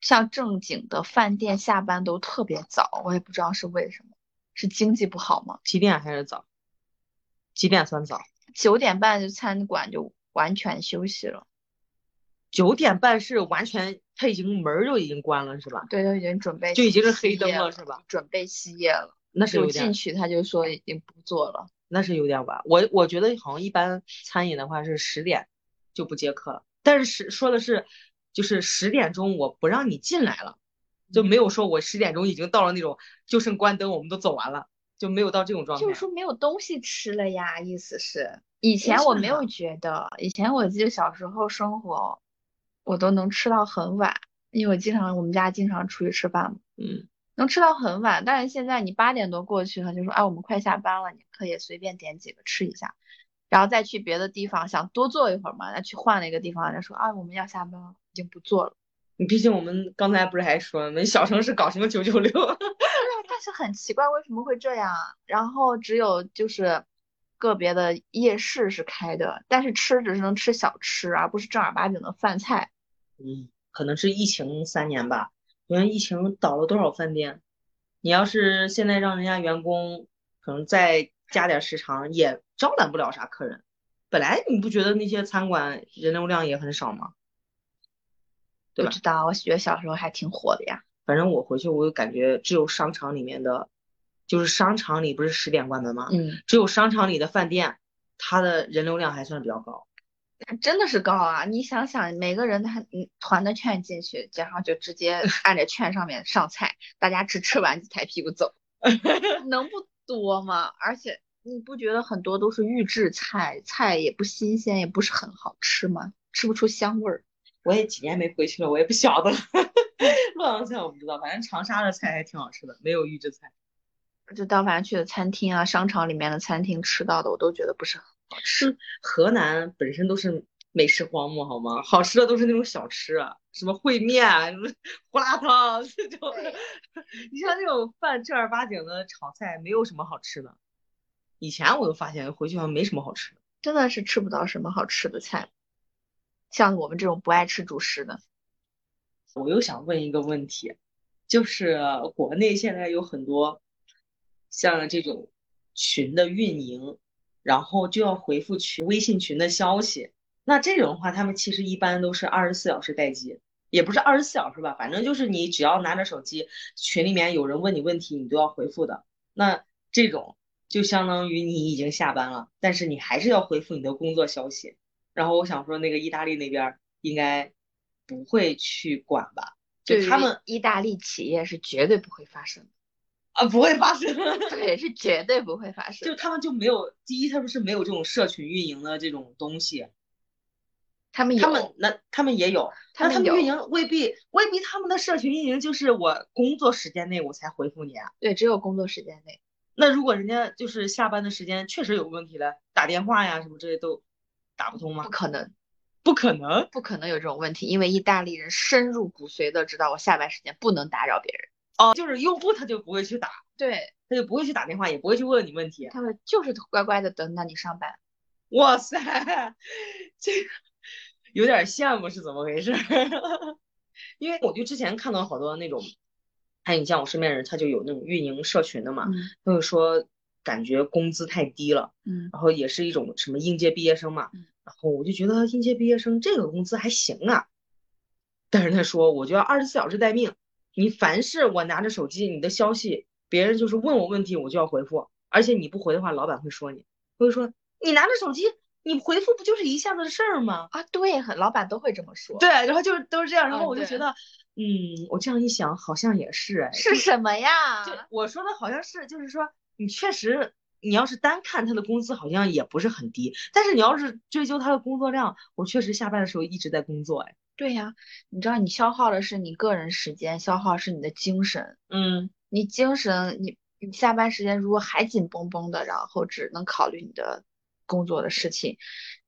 Speaker 2: 像正经的饭店下班都特别早，我也不知道是为什么，是经济不好吗？
Speaker 1: 几点还是早？几点算早？
Speaker 2: 九点半就餐馆就完全休息了，
Speaker 1: 九点半是完全他已经门儿就已经关了是吧？
Speaker 2: 对，都已经准备
Speaker 1: 就已经是
Speaker 2: 熄
Speaker 1: 黑灯
Speaker 2: 业
Speaker 1: 了是吧？
Speaker 2: 准备熄业了，
Speaker 1: 那是
Speaker 2: 就
Speaker 1: 有点
Speaker 2: 进，去他就说已经不做了。
Speaker 1: 那是有点晚。我我觉得好像一般餐饮的话是十点就不接客了，但是是说的是就是十点钟我不让你进来了，就
Speaker 2: 嗯
Speaker 1: 没有说我十点钟已经到了那种就剩关灯我们都走完了，就没有到这种状态。
Speaker 2: 就是说没有东西吃了呀，意思是以前
Speaker 1: 是
Speaker 2: 我没有
Speaker 1: 吗
Speaker 2: 觉得，以前我记得小时候生活，我都能吃到很晚，因为我经常我们家经常出去吃饭嘛，
Speaker 1: 嗯，
Speaker 2: 能吃到很晚。但是现在你八点多过去，他就说，哎，我们快下班了，你可以随便点几个吃一下，然后再去别的地方，想多坐一会儿嘛，那去换了一个地方，人家说，啊，我们要下班了，已经不坐了。
Speaker 1: 你毕竟我们刚才不是还说了吗，我们小城市搞什么九九六？
Speaker 2: 对啊，但是很奇怪，为什么会这样啊？然后只有就是个别的夜市是开的，但是吃只是能吃小吃，而不是正儿八经的饭菜。
Speaker 1: 嗯，可能是疫情三年吧，你看疫情倒了多少饭店？你要是现在让人家员工可能再加点时长，也招揽不了啥客人。本来你不觉得那些餐馆人流量也很少吗？对
Speaker 2: 不
Speaker 1: 吧
Speaker 2: 知道，我觉得小时候还挺火的呀。
Speaker 1: 反正我回去我就感觉只有商场里面的，就是商场里不是十点关门吗？
Speaker 2: 嗯，
Speaker 1: 只有商场里的饭店，它的人流量还算比较高。
Speaker 2: 真的是高啊！你想想，每个人他嗯团的券进去，然后就直接按着券上面上菜，大家只吃完就抬屁股走，能不多吗？而且你不觉得很多都是预制菜，菜也不新鲜，也不是很好吃吗？吃不出香味儿。
Speaker 1: 我也几年没回去了，我也不晓得了。 洛阳菜我不知道，反正长沙的菜还挺好吃的，没有预制菜。
Speaker 2: 就到反正去的餐厅啊、商场里面的餐厅吃到的，我都觉得不是很好吃。
Speaker 1: 河南本身都是美食荒漠，好吗？好吃的都是那种小吃啊，什么烩面、什么胡辣汤 这种。你像那种饭正儿八经的炒菜，没有什么好吃的。以前我就发现回去好像没什么好吃的。
Speaker 2: 真的是吃不到什么好吃的菜，像我们这种不爱吃主食的，
Speaker 1: 我又想问一个问题，就是国内现在有很多像这种群的运营，然后就要回复群微信群的消息。那这种的话，他们其实一般都是二十四小时待机，也不是二十四小时吧，反正就是你只要拿着手机，群里面有人问你问题，你都要回复的。那这种就相当于你已经下班了，但是你还是要回复你的工作消息。然后我想说，那个意大利那边儿应该不会去管吧？就
Speaker 2: 对于
Speaker 1: 他们
Speaker 2: 意大利企业是绝对不会发生的，
Speaker 1: 啊，不会发生。
Speaker 2: 对，是绝对不会发生
Speaker 1: 就
Speaker 2: 的。
Speaker 1: 他们就没有，第一，他们是没有这种社群运营的这种东西，
Speaker 2: 他们有，
Speaker 1: 他们那他们也有，
Speaker 2: 他
Speaker 1: 那他
Speaker 2: 们
Speaker 1: 们运
Speaker 2: 有
Speaker 1: 营未必未必他们的社群运营就是我工作时间内我才回复你啊。
Speaker 2: 对，只有工作时间内，
Speaker 1: 那如果人家就是下班的时间确实有问题了，打电话呀什么这些都打不通吗
Speaker 2: 不？可能。
Speaker 1: 不可能，
Speaker 2: 不可能有这种问题，因为意大利人深入骨髓的知道我下班时间不能打扰别人。
Speaker 1: 哦，就是用户他就不会去打，
Speaker 2: 对，
Speaker 1: 他就不会去打电话，也不会去问你问题。
Speaker 2: 他们就是乖乖的等到你上班。
Speaker 1: 哇塞，这个有点羡慕是怎么回事？ 因为我就之前看到好多那种，哎，你像我身边人，他就有那种运营社群的嘛，
Speaker 2: 嗯
Speaker 1: 他就说感觉工资太低了，
Speaker 2: 嗯
Speaker 1: 然后也是一种什么应届毕业生嘛
Speaker 2: 嗯，
Speaker 1: 然后我就觉得应届毕业生这个工资还行啊，但是他说我就要二十四小时待命，你凡是我拿着手机你的消息，别人就是问我问题，我就要回复，而且你不回的话，老板会说你，会说你拿着手机，你回复不就是一下子的事儿吗？
Speaker 2: 啊，对，很老板都会这么说。
Speaker 1: 对，然后就是都是这样，然
Speaker 2: 嗯
Speaker 1: 后我就觉
Speaker 2: 对
Speaker 1: 得，嗯，我这样一想，好像也是，哎，
Speaker 2: 是什么呀？
Speaker 1: 就我说的好像是，就是说你确实，你要是单看他的工资，好像也不是很低，但是你要是追究他的工作量，我确实下班的时候一直在工作，哎，
Speaker 2: 对呀、你知道你消耗的是你个人时间，消耗是你的精神。
Speaker 1: 嗯，
Speaker 2: 你精神，你你下班时间如果还紧绷绷的，然后只能考虑你的工作的事情，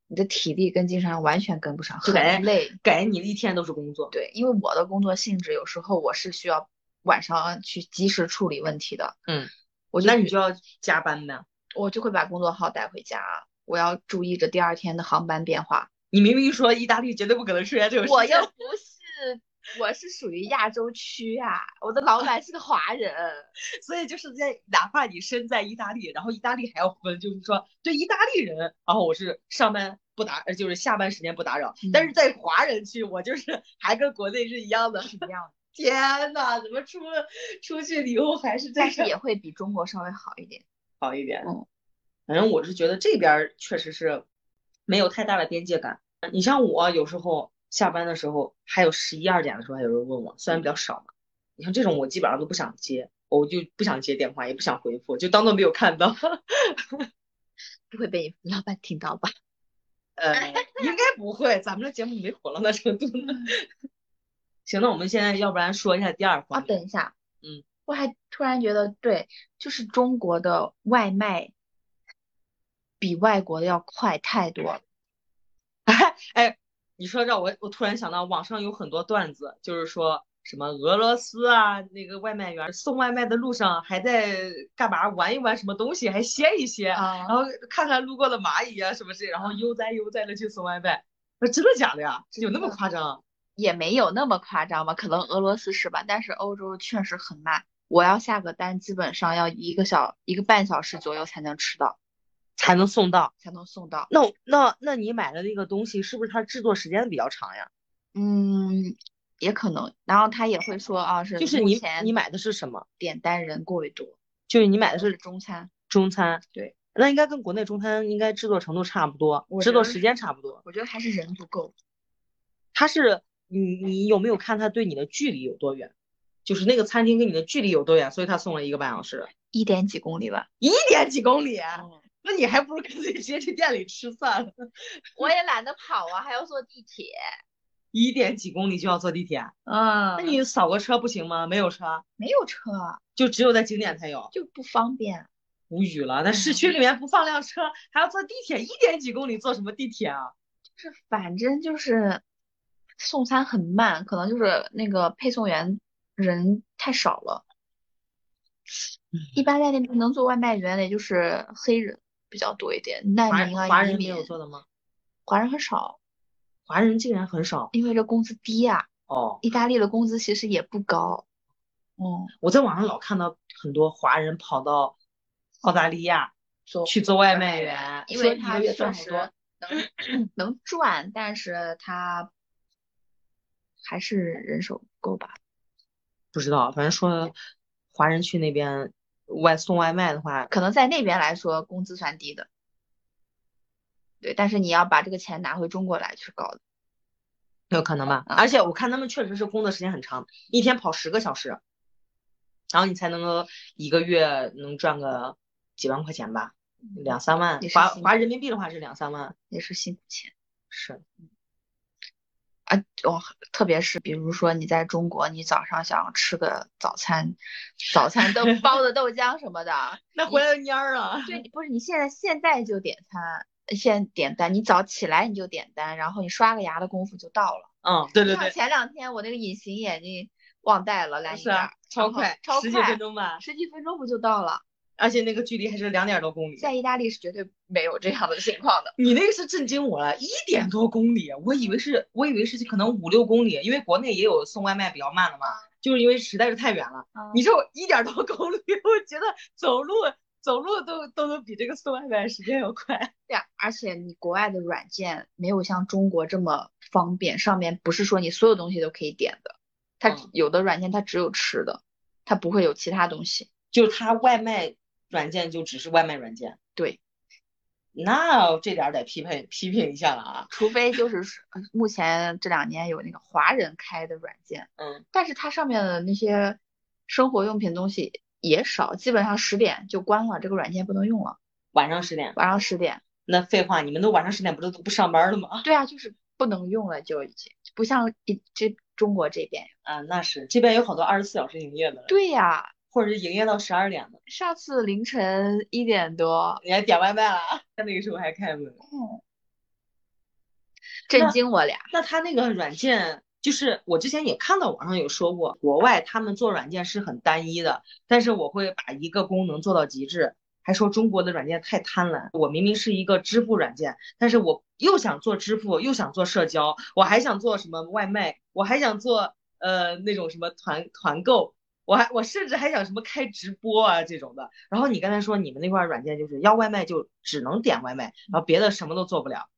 Speaker 2: 你的体力跟精神完全跟不上，
Speaker 1: 就
Speaker 2: 很
Speaker 1: 感觉
Speaker 2: 累。
Speaker 1: 感觉你一天都是工作，
Speaker 2: 对，因为我的工作性质，有时候我是需要晚上去及时处理问题的。
Speaker 1: 嗯，
Speaker 2: 我就
Speaker 1: 那你
Speaker 2: 觉
Speaker 1: 就要加班呗，
Speaker 2: 我就会把工作号带回家，我要注意着第二天的航班变化。
Speaker 1: 你明明一说意大利绝对不可能出现这种事
Speaker 2: 我
Speaker 1: 情
Speaker 2: 又，不是，我是属于亚洲区啊，我的老板是个华人。
Speaker 1: 所以就是在哪怕你身在意大利，然后意大利还要分，就是说对意大利人，然后我是上班不打，呃就是下班时间不打扰，
Speaker 2: 嗯
Speaker 1: 但是在华人区，我就是还跟国内是一样的。
Speaker 2: 是一样的，
Speaker 1: 天呐，怎么出出去旅游还是这
Speaker 2: 但是
Speaker 1: 样
Speaker 2: 也会比中国稍微好一点。
Speaker 1: 好一点？
Speaker 2: 嗯，
Speaker 1: 反正我是觉得这边儿确实是没有太大的边界感。你像我有时候下班的时候，还有十一二点的时候，还有人问我，虽然比
Speaker 2: 嗯
Speaker 1: 较少嘛，你像这种我基本上都不想接，我就不想接电话，也不想回复，就当做没有看到。
Speaker 2: 不会被老板听到吧？
Speaker 1: 呃，应该不会，咱们这节目没火到那程度 呢。行，那我们现在要不然说一下第二
Speaker 2: 啊，
Speaker 1: 方面。
Speaker 2: 等一下，
Speaker 1: 嗯，
Speaker 2: 我还突然觉得，对，就是中国的外卖比外国的要快太多了。
Speaker 1: 哎，你说这我我突然想到，网上有很多段子，就是说什么俄罗斯啊，那个外卖员送外卖的路上还在干嘛玩一玩什么东西，还歇一歇，
Speaker 2: 啊
Speaker 1: 然后看看路过的蚂蚁啊什么之类，然后悠哉悠哉的去送外卖。呃真的假的呀？有那么
Speaker 2: 真的
Speaker 1: 夸张？
Speaker 2: 也没有那么夸张吧，可能俄罗斯是吧，但是欧洲确实很慢。我要下个单，基本上要一个小一个半小时左右才能吃到，
Speaker 1: 才能送到？
Speaker 2: 才能送到。
Speaker 1: 那我那那你买的那个东西是不是它制作时间比较长呀？
Speaker 2: 嗯，也可能。然后他也会说啊，是
Speaker 1: 就是
Speaker 2: 目
Speaker 1: 你
Speaker 2: 前
Speaker 1: 你买的是什么？
Speaker 2: 点单人过于多，
Speaker 1: 就是你买的
Speaker 2: 都是
Speaker 1: 是
Speaker 2: 中餐。
Speaker 1: 中餐，
Speaker 2: 对，
Speaker 1: 那应该跟国内中餐应该制作程度差不多
Speaker 2: 我，
Speaker 1: 制
Speaker 2: 觉
Speaker 1: 作
Speaker 2: 得
Speaker 1: 时
Speaker 2: 是
Speaker 1: 间差不多。
Speaker 2: 我觉得还是人不够。
Speaker 1: 他是你你有没有看他对你的距离有多远？就是那个餐厅跟你的距离有多远，所以他送了一个半小时，
Speaker 2: 一点几公里吧。
Speaker 1: 一点几公里，啊那你还不如干脆直接去店里吃算了。
Speaker 2: 我也懒得跑啊，还要坐地铁。
Speaker 1: 一点几公里就要坐地铁，啊
Speaker 2: 嗯
Speaker 1: 那你扫个车不行吗？没有车，
Speaker 2: 没有车啊
Speaker 1: 就只有在景点才有。
Speaker 2: 就不方便。啊
Speaker 1: 无语了，那市区里面不放辆车，还要坐地铁，一点几公里坐什么地铁啊？
Speaker 2: 就是反正就是送餐很慢，可能就是那个配送员人太少了。一般在那边能做外卖员的，也就是黑人比较多一点，
Speaker 1: 华
Speaker 2: 难
Speaker 1: 人
Speaker 2: 民啊、
Speaker 1: 华
Speaker 2: 移
Speaker 1: 人没
Speaker 2: 民
Speaker 1: 有做的吗？
Speaker 2: 华人很少，
Speaker 1: 华人竟然很少
Speaker 2: 因为这工资低啊。
Speaker 1: 哦！
Speaker 2: 意大利的工资其实也不高。嗯，
Speaker 1: 我在网上老看到很多华人跑到澳大利亚，
Speaker 2: 做
Speaker 1: 去做外卖员，
Speaker 2: 因
Speaker 1: 说
Speaker 2: 为
Speaker 1: 一
Speaker 2: 他
Speaker 1: 个月
Speaker 2: 确
Speaker 1: 赚好
Speaker 2: 实
Speaker 1: 多。
Speaker 2: 能 能赚，但是他还是人手不够吧？
Speaker 1: 不知道，反正说华人去那边外送外卖的话，
Speaker 2: 可能在那边来说工资算低的，对，但是你要把这个钱拿回中国来就是高的。
Speaker 1: 有可能吧。
Speaker 2: 嗯
Speaker 1: 而且我看他们确实是工作时间很长，一天跑十个小时，然后你才能够一个月能赚个几万块钱吧，两三万
Speaker 2: 也。是
Speaker 1: 华
Speaker 2: 辛苦
Speaker 1: 华人民币的话是两三万，
Speaker 2: 也是辛苦钱
Speaker 1: 是
Speaker 2: 啊！哦，特别是比如说你在中国，你早上想吃个早餐，早餐豆包子豆浆什么的，
Speaker 1: 那回来就蔫儿了。
Speaker 2: 对，不是你现在现在就点餐，呃现在点单，你早起来你就点单，然后你刷个牙的功夫就到了。
Speaker 1: 嗯，对对
Speaker 2: 像
Speaker 1: 对，
Speaker 2: 前两天我那个隐形眼镜忘带了，蓝
Speaker 1: 是
Speaker 2: 牙
Speaker 1: 啊，超快，
Speaker 2: 超
Speaker 1: 十几
Speaker 2: 快
Speaker 1: 分钟吧，
Speaker 2: 十几分钟不就到了？
Speaker 1: 而且那个距离还是两点多公里。
Speaker 2: 在意大利是绝对没有这样的情 况的。
Speaker 1: 你那个是震惊我了，一点多公里，我以为是，我以为是可能五六公里，因为国内也有送外卖比较慢的嘛，就是因为实在是太远了。你这一点多公里，我觉得走路走路都都能比这个送外卖时间要快。
Speaker 2: 对啊，而且你国外的软件没有像中国这么方便，上面不是说你所有东西都可以点的，它
Speaker 1: 嗯
Speaker 2: 有的软件它只有吃的，它不会有其他东西。
Speaker 1: 就是它外卖软件就只是外卖软件，
Speaker 2: 对，
Speaker 1: 那这点儿得批评批评一下了啊。
Speaker 2: 除非就是说呃目前这两年有那个华人开的软件，
Speaker 1: 嗯，
Speaker 2: 但是它上面的那些生活用品东西也少，基本上十点就关了，这个软件不能用了，
Speaker 1: 晚上十点，
Speaker 2: 晚上十点。
Speaker 1: 那废话，你们都晚上十点不都都不上班了吗？
Speaker 2: 对啊，就是不能用了，就已经不像一这中国这边。
Speaker 1: 啊，那是这边有好多二十四小时营业的，
Speaker 2: 对呀、
Speaker 1: 或者是营业到十二点的，
Speaker 2: 上次凌晨一点多，
Speaker 1: 你还点外卖了啊？那个时候还开门。
Speaker 2: 嗯，震
Speaker 1: 那
Speaker 2: 惊我俩。
Speaker 1: 那它那个软件，就是我之前也看到网上有说过，国外他们做软件是很单一的，但是我会把一个功能做到极致。还说中国的软件太贪婪，我明明是一个支付软件，但是我又想做支付，又想做社交，我还想做什么外卖，我还想做呃那种什么团团购，我还我甚至还想什么开直播啊这种的。然后你刚才说你们那块儿软件就是要外卖就只能点外卖，然后别的什么都做不了。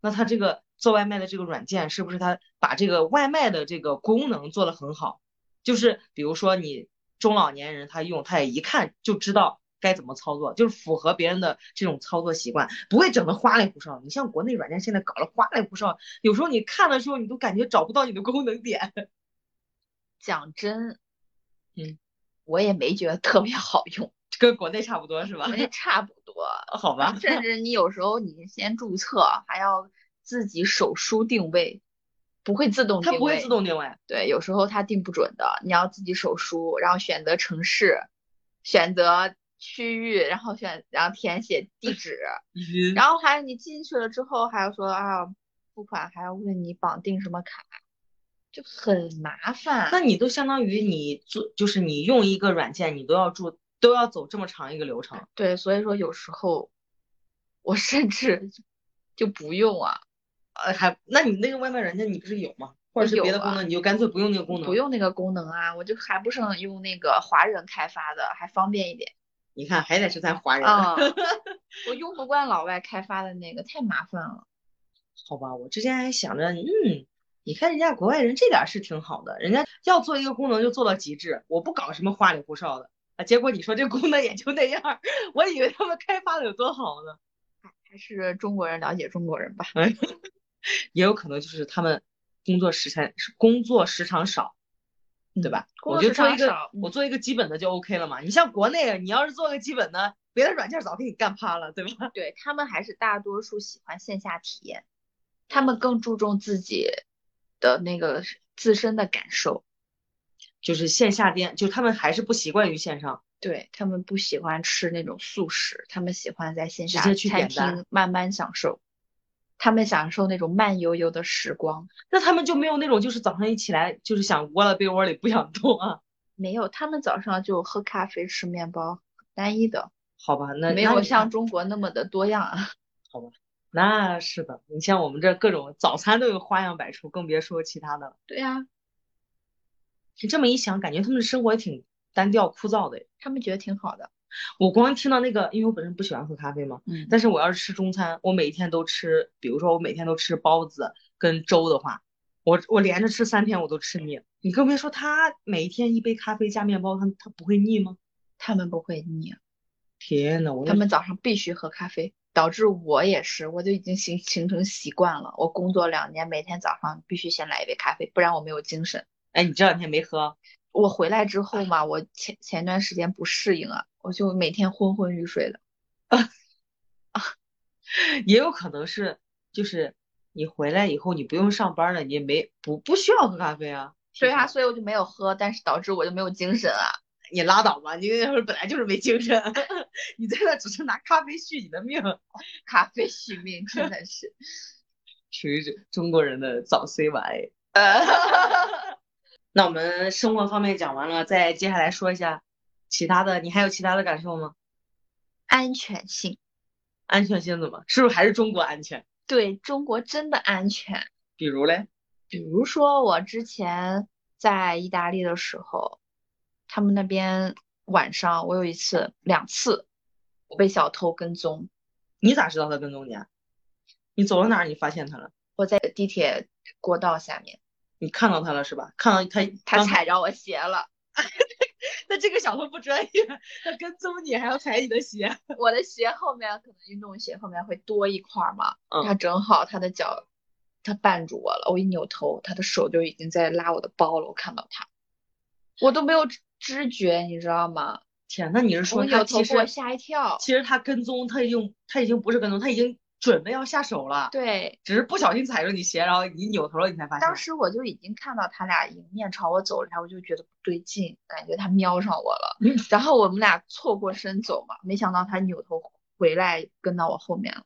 Speaker 1: 那它这个做外卖的这个软件，是不是它把这个外卖的这个功能做得很好？就是比如说你中老年人他用，他也一看就知道该怎么操作，就是符合别人的这种操作习惯，不会整的花里胡哨。你像国内软件现在搞得花里胡哨，有时候你看的时候你都感觉找不到你的功能点。
Speaker 2: 讲真，
Speaker 1: 嗯，
Speaker 2: 我也没觉得特别好用，
Speaker 1: 跟国内差不多是吧？
Speaker 2: 也差不多。
Speaker 1: 好吧，
Speaker 2: 甚至你有时候你先注册，还要自己手输定位，不会自动定
Speaker 1: 它
Speaker 2: 位。
Speaker 1: 不会自动定位。
Speaker 2: 对，有时候它定不准的，你要自己手输，然后选择城市，选择区域，然后选，然后填写 地址，然后还有你进去了之后，还要说啊付款，还要问你绑定什么卡，就很麻烦。
Speaker 1: 那你都相当于你做，就是你用一个软件，你都要注，都要走这么长一个流程。
Speaker 2: 对，所以说有时候我甚至就就不用啊，
Speaker 1: 呃，还，那你那个外卖软件你不是有吗？或者是
Speaker 2: 有
Speaker 1: 别的功
Speaker 2: 啊
Speaker 1: 能，你就干脆不用那个功能。
Speaker 2: 不。用那个功能啊，我就还不胜用那个华人开发的，还方便一点。
Speaker 1: 你看，还得是咱华人。
Speaker 2: 啊 我用不惯老外开发的那个，太麻烦了。
Speaker 1: 好吧，我之前还想着，嗯，你看人家国外人这点儿是挺好的，人家要做一个功能就做到极致，我不搞什么花里胡哨的啊。结果你说这功能也就那样儿，我以为他们开发的有多好呢。
Speaker 2: 还是中国人了解中国人吧。
Speaker 1: 哎，也有可能就是他们工作时间工作时长少，对吧？
Speaker 2: 嗯工
Speaker 1: 我
Speaker 2: 作
Speaker 1: 就
Speaker 2: 时
Speaker 1: 做一
Speaker 2: 长
Speaker 1: 个
Speaker 2: 少
Speaker 1: 我
Speaker 2: 嗯
Speaker 1: 做一个基本的就 OK 了嘛。你像国内，你要是做个基本的，别的软件早给你干趴了，对吧？
Speaker 2: 对他们还是大多数喜欢线下体验，他们更注重自己的那个是自身的感受。
Speaker 1: 就是线下店，就他们还是不习惯于线上。
Speaker 2: 对他们不喜欢吃那种速食，他们喜欢在线
Speaker 1: 直
Speaker 2: 下
Speaker 1: 接去
Speaker 2: 餐
Speaker 1: 点单
Speaker 2: 厅慢慢享受，他们享受那种慢悠悠的时光。
Speaker 1: 那他们就没有那种就是早上一起来就是想窝在被窝里不想动啊？
Speaker 2: 没有，他们早上就喝咖啡、吃面包，单一的，
Speaker 1: 好吧，那呃那
Speaker 2: 没有
Speaker 1: 你
Speaker 2: 像
Speaker 1: 看
Speaker 2: 中国那么的多样啊。
Speaker 1: 那是的，你像我们这各种早餐都有花样百出，更别说其他的了。
Speaker 2: 对啊呀、
Speaker 1: 你这么一想，感觉他们的生活也挺单调枯燥的耶。
Speaker 2: 他们觉得挺好的。
Speaker 1: 我光听到那个，因为我本身不喜欢喝咖啡嘛，
Speaker 2: 嗯，
Speaker 1: 但是我要是吃中餐，我每天都吃，比如说我每天都吃包子跟粥的话，我我连着吃三天我都吃腻。你更别说他每天一杯咖啡加面包，他他不会腻吗？
Speaker 2: 他们不会腻。啊
Speaker 1: 天呐，我
Speaker 2: 他
Speaker 1: 就
Speaker 2: 们早上必须喝咖啡，导致我也是，我就已经形形成习惯了。我工作两年，每天早上必须先来一杯咖啡，不然我没有精神。
Speaker 1: 哎，你这两天没喝，
Speaker 2: 我回来之后嘛，我前前段时间不适应啊，我就每天昏昏欲睡的。
Speaker 1: 也有可能是就是你回来以后你不用上班了，你也没不不需要喝咖啡啊。
Speaker 2: 对
Speaker 1: 是
Speaker 2: 啊，
Speaker 1: 吧，
Speaker 2: 所以我就没有喝，但是导致我就没有精神啊。
Speaker 1: 你拉倒吧，你那会儿本来就是没精神， 你在那只是拿咖啡续你的命，
Speaker 2: 咖啡续命真的是，
Speaker 1: 属于中中国人的早 C 晚 A。
Speaker 2: 呃，
Speaker 1: 那我们生活方面讲完了，再接下来说一下其他的，你还有其他的感受吗？
Speaker 2: 安全性，
Speaker 1: 安全性怎么？是不是还是中国安全？
Speaker 2: 对中国真的安全。
Speaker 1: 比如嘞，
Speaker 2: 比如说我之前在意大利的时候，他们那边晚上我有一次两次我被小偷跟踪，
Speaker 1: 你咋知道他跟踪你啊？你走到哪儿你发现他了？
Speaker 2: 我在地铁国道下面，
Speaker 1: 你看到他了是吧？看到他，
Speaker 2: 他
Speaker 1: 刚
Speaker 2: 踩着我鞋了，
Speaker 1: 那这个小偷不专业， 他跟踪你还要踩你的鞋。
Speaker 2: 我的鞋后面可能运动鞋后面会多一块儿嘛，
Speaker 1: 嗯
Speaker 2: 他正好他的脚，他绊住我了，我一扭头，他的手就已经在拉我的包了，我看到他，我都没有知知觉，你知道吗？
Speaker 1: 天，那你是
Speaker 2: 我
Speaker 1: 说他
Speaker 2: 扭
Speaker 1: 其
Speaker 2: 头
Speaker 1: 实
Speaker 2: 给我吓一跳，
Speaker 1: 其实他跟踪他已经他已经不是跟踪，他已经准备要下手了，
Speaker 2: 对，
Speaker 1: 只是不小心踩着你鞋，然后你扭头了，你才发现。
Speaker 2: 当时我就已经看到他俩迎面朝我走来，我就觉得不对劲，感觉他瞄上我了。然后我们俩错过身走嘛，没想到他扭头回来跟到我后面了，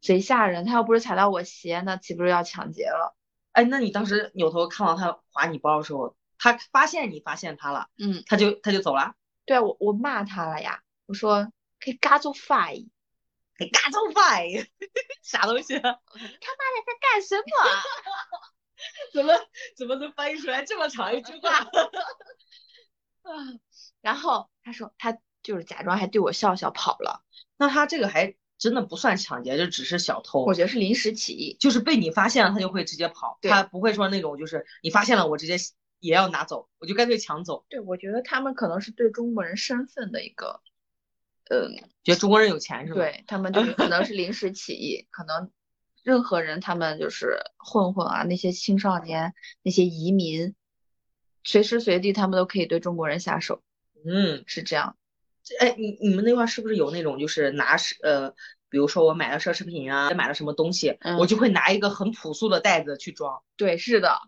Speaker 2: 贼吓人！他要不是踩到我鞋，那岂不是要抢劫了？
Speaker 1: 哎，那你当时扭头看到他划你包的时候，他发现你发现他了，
Speaker 2: 嗯，
Speaker 1: 他就他就走了，
Speaker 2: 对啊，我我骂他了呀，我说可以嘎做 fine，
Speaker 1: 给嘎造饭， 啥东西啊？
Speaker 2: 他妈的在干什么？
Speaker 1: 怎么怎么能翻译出来这么长一句话？
Speaker 2: 啊然后他说他就是假装还对我笑笑跑了，
Speaker 1: 那他这个还真的不算抢劫，就只是小偷
Speaker 2: 我。觉得是临时起意。
Speaker 1: 就是被你发现了，他就会直接跑，
Speaker 2: 对
Speaker 1: 他不会说那种就是你发现了我直接也要拿走，我就干脆抢走。
Speaker 2: 对，我觉得他们可能是对中国人身份的一个，嗯，
Speaker 1: 觉得中国人有钱是吧？，
Speaker 2: 对他们就是可能是临时起意，可能任何人他们就是混混啊，那些青少年，那些移民，随时随地他们都可以对中国人下手，
Speaker 1: 嗯，
Speaker 2: 是这样。
Speaker 1: 这哎，你你们那块儿是不是有那种就是拿是呃，比如说我买了奢侈品啊，买了什么东西，
Speaker 2: 嗯
Speaker 1: 我就会拿一个很朴素的袋子去装。
Speaker 2: 对，是的，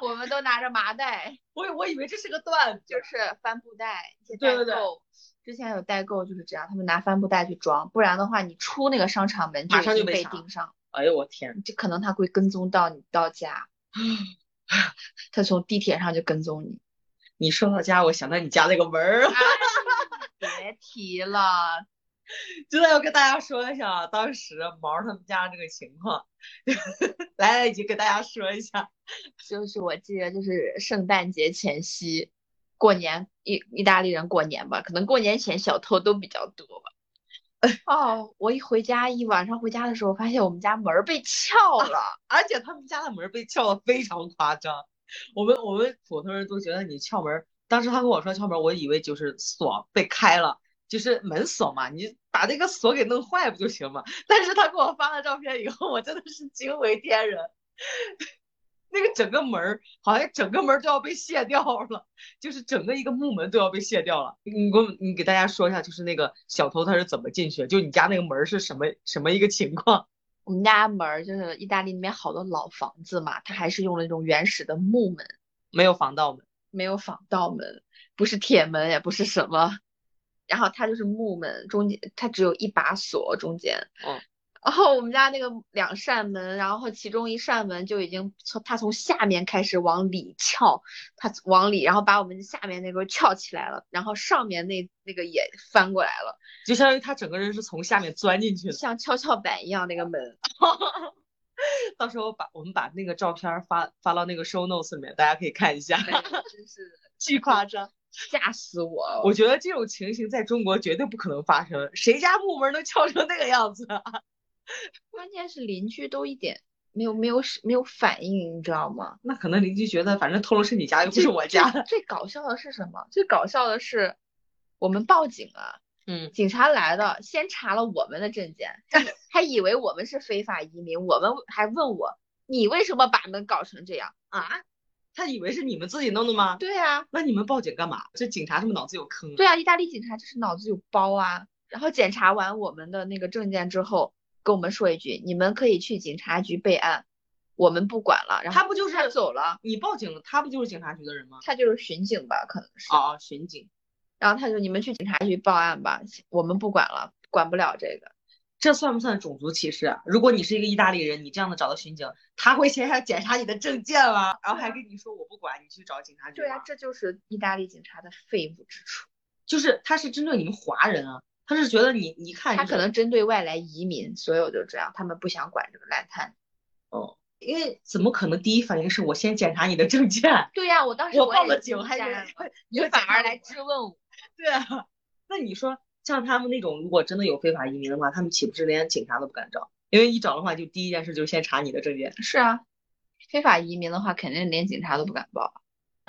Speaker 2: 我们都拿着麻袋，
Speaker 1: 我以我以为这是个段子，
Speaker 2: 就是帆布袋，一些
Speaker 1: 对
Speaker 2: 代
Speaker 1: 对对
Speaker 2: 购。之前有代购就是这样，他们拿帆布袋去装，不然的话，你出那个商场门
Speaker 1: 马
Speaker 2: 已
Speaker 1: 上就
Speaker 2: 经
Speaker 1: 被
Speaker 2: 被
Speaker 1: 查
Speaker 2: 盯上。
Speaker 1: 哎呦我天，
Speaker 2: 就可能他会跟踪到你到家， 他从地铁上就跟踪 你。
Speaker 1: 你说到家，我想到你家那个门儿。
Speaker 2: 别提了，
Speaker 1: 真的要跟大家说一下，啊当时毛儿他们家这个情况， 来来，已经给大家说一下。
Speaker 2: 就是我记得就是圣诞节前夕，过年意意大利人过年吧，可能过年前小偷都比较多吧。 哦，我一回家一晚上回家的时候，发现我们家门儿被撬了，
Speaker 1: 而且他们家的门儿被撬得非常夸张。我们我们普通人都觉得你撬门儿，当时他跟我说撬门儿，我以为就是锁被开了，就是门锁嘛，你把那个锁给弄坏不就行嘛？但是他给我发了照片以后，我真的是惊为天人。那个整个门儿好像整个门儿都要被卸掉了，就是整个一个木门都要被卸掉了。你给我你给大家说一下，就是那个小偷他是怎么进去的？就你家那个门儿是什么什么一个情况？
Speaker 2: 我们家门儿就是意大利那边好多老房子嘛，它还是用了那种原始的木门。
Speaker 1: 没有防盗门。
Speaker 2: 没有防盗门，不是铁门，也不是什么，然后它就是木门，中间它只有一把锁中间。
Speaker 1: 嗯。
Speaker 2: 然后我们家那个两扇门，然后其中一扇门就已经从它从下面开始往里撬，它往里，然后把我们下面那个撬起来了，然后上面那那个也翻过来了，
Speaker 1: 就相当于他整个人是从下面钻进去的。
Speaker 2: 像跷跷板一样那个门。
Speaker 1: 到时候把我们把那个照片儿发发到那个 show notes 里面，大家可以看一下，
Speaker 2: 哎呀真是
Speaker 1: 巨夸张。
Speaker 2: 吓死我了！
Speaker 1: 我觉得这种情形在中国绝对不可能发生，谁家木门能撬成那个样子啊？
Speaker 2: 关键是邻居都一点没有没有没有反应，你知道吗？
Speaker 1: 那可能邻居觉得反正偷了是你家，又不是我家。
Speaker 2: 最。最搞笑的是什么？最搞笑的是，我们报警了，
Speaker 1: 嗯，
Speaker 2: 警察来了，先查了我们的证件， 还还以为我们是非法移民，我们还问我你为什么把门搞成这样啊？
Speaker 1: 他以为是你们自己弄的吗？
Speaker 2: 对啊，
Speaker 1: 那你们报警干嘛？这警察是不是脑子有坑啊？
Speaker 2: 对啊，意大利警察就是脑子有包啊。然后检查完我们的那个证件之后，跟我们说一句，你们可以去警察局备案。我们不管了，然后
Speaker 1: 他不就是
Speaker 2: 他走了，
Speaker 1: 你报警，他不就是警察局的人吗？
Speaker 2: 他就是巡警吧，可能是，
Speaker 1: 哦哦，巡警，
Speaker 2: 然后他就你们去警察局报案吧，我们不管了，管不了这个，
Speaker 1: 这算不算种族歧视啊？如果你是一个意大利人，你这样的找到巡警，他会先还检查你的证件吗？然后还跟你说我不管，你去找警察局吧。
Speaker 2: 啊对啊呀、这就是意大利警察的废物之处，
Speaker 1: 就是他是针对你们华人啊，他是觉得你你一看
Speaker 2: 他
Speaker 1: 就是
Speaker 2: 哎可能针对外来移民，所有就这样，他们不想管这个烂摊。
Speaker 1: 因为怎么可能第一反应是我先检查你的证件？
Speaker 2: 对呀、我当时
Speaker 1: 我
Speaker 2: 也
Speaker 1: 报了
Speaker 2: 是
Speaker 1: 警
Speaker 2: 这
Speaker 1: 还有
Speaker 2: 样
Speaker 1: 人
Speaker 2: 的
Speaker 1: 会
Speaker 2: 你
Speaker 1: 有
Speaker 2: 反
Speaker 1: 检查
Speaker 2: 而来
Speaker 1: 我
Speaker 2: 质问我，
Speaker 1: 对啊，那你说像他们那种，如果真的有非法移民的话，他们岂不是连警察都不敢找？因为一找的话，就第一件事就是先查你的证件。
Speaker 2: 是啊，非法移民的话，肯定连警察都不敢报。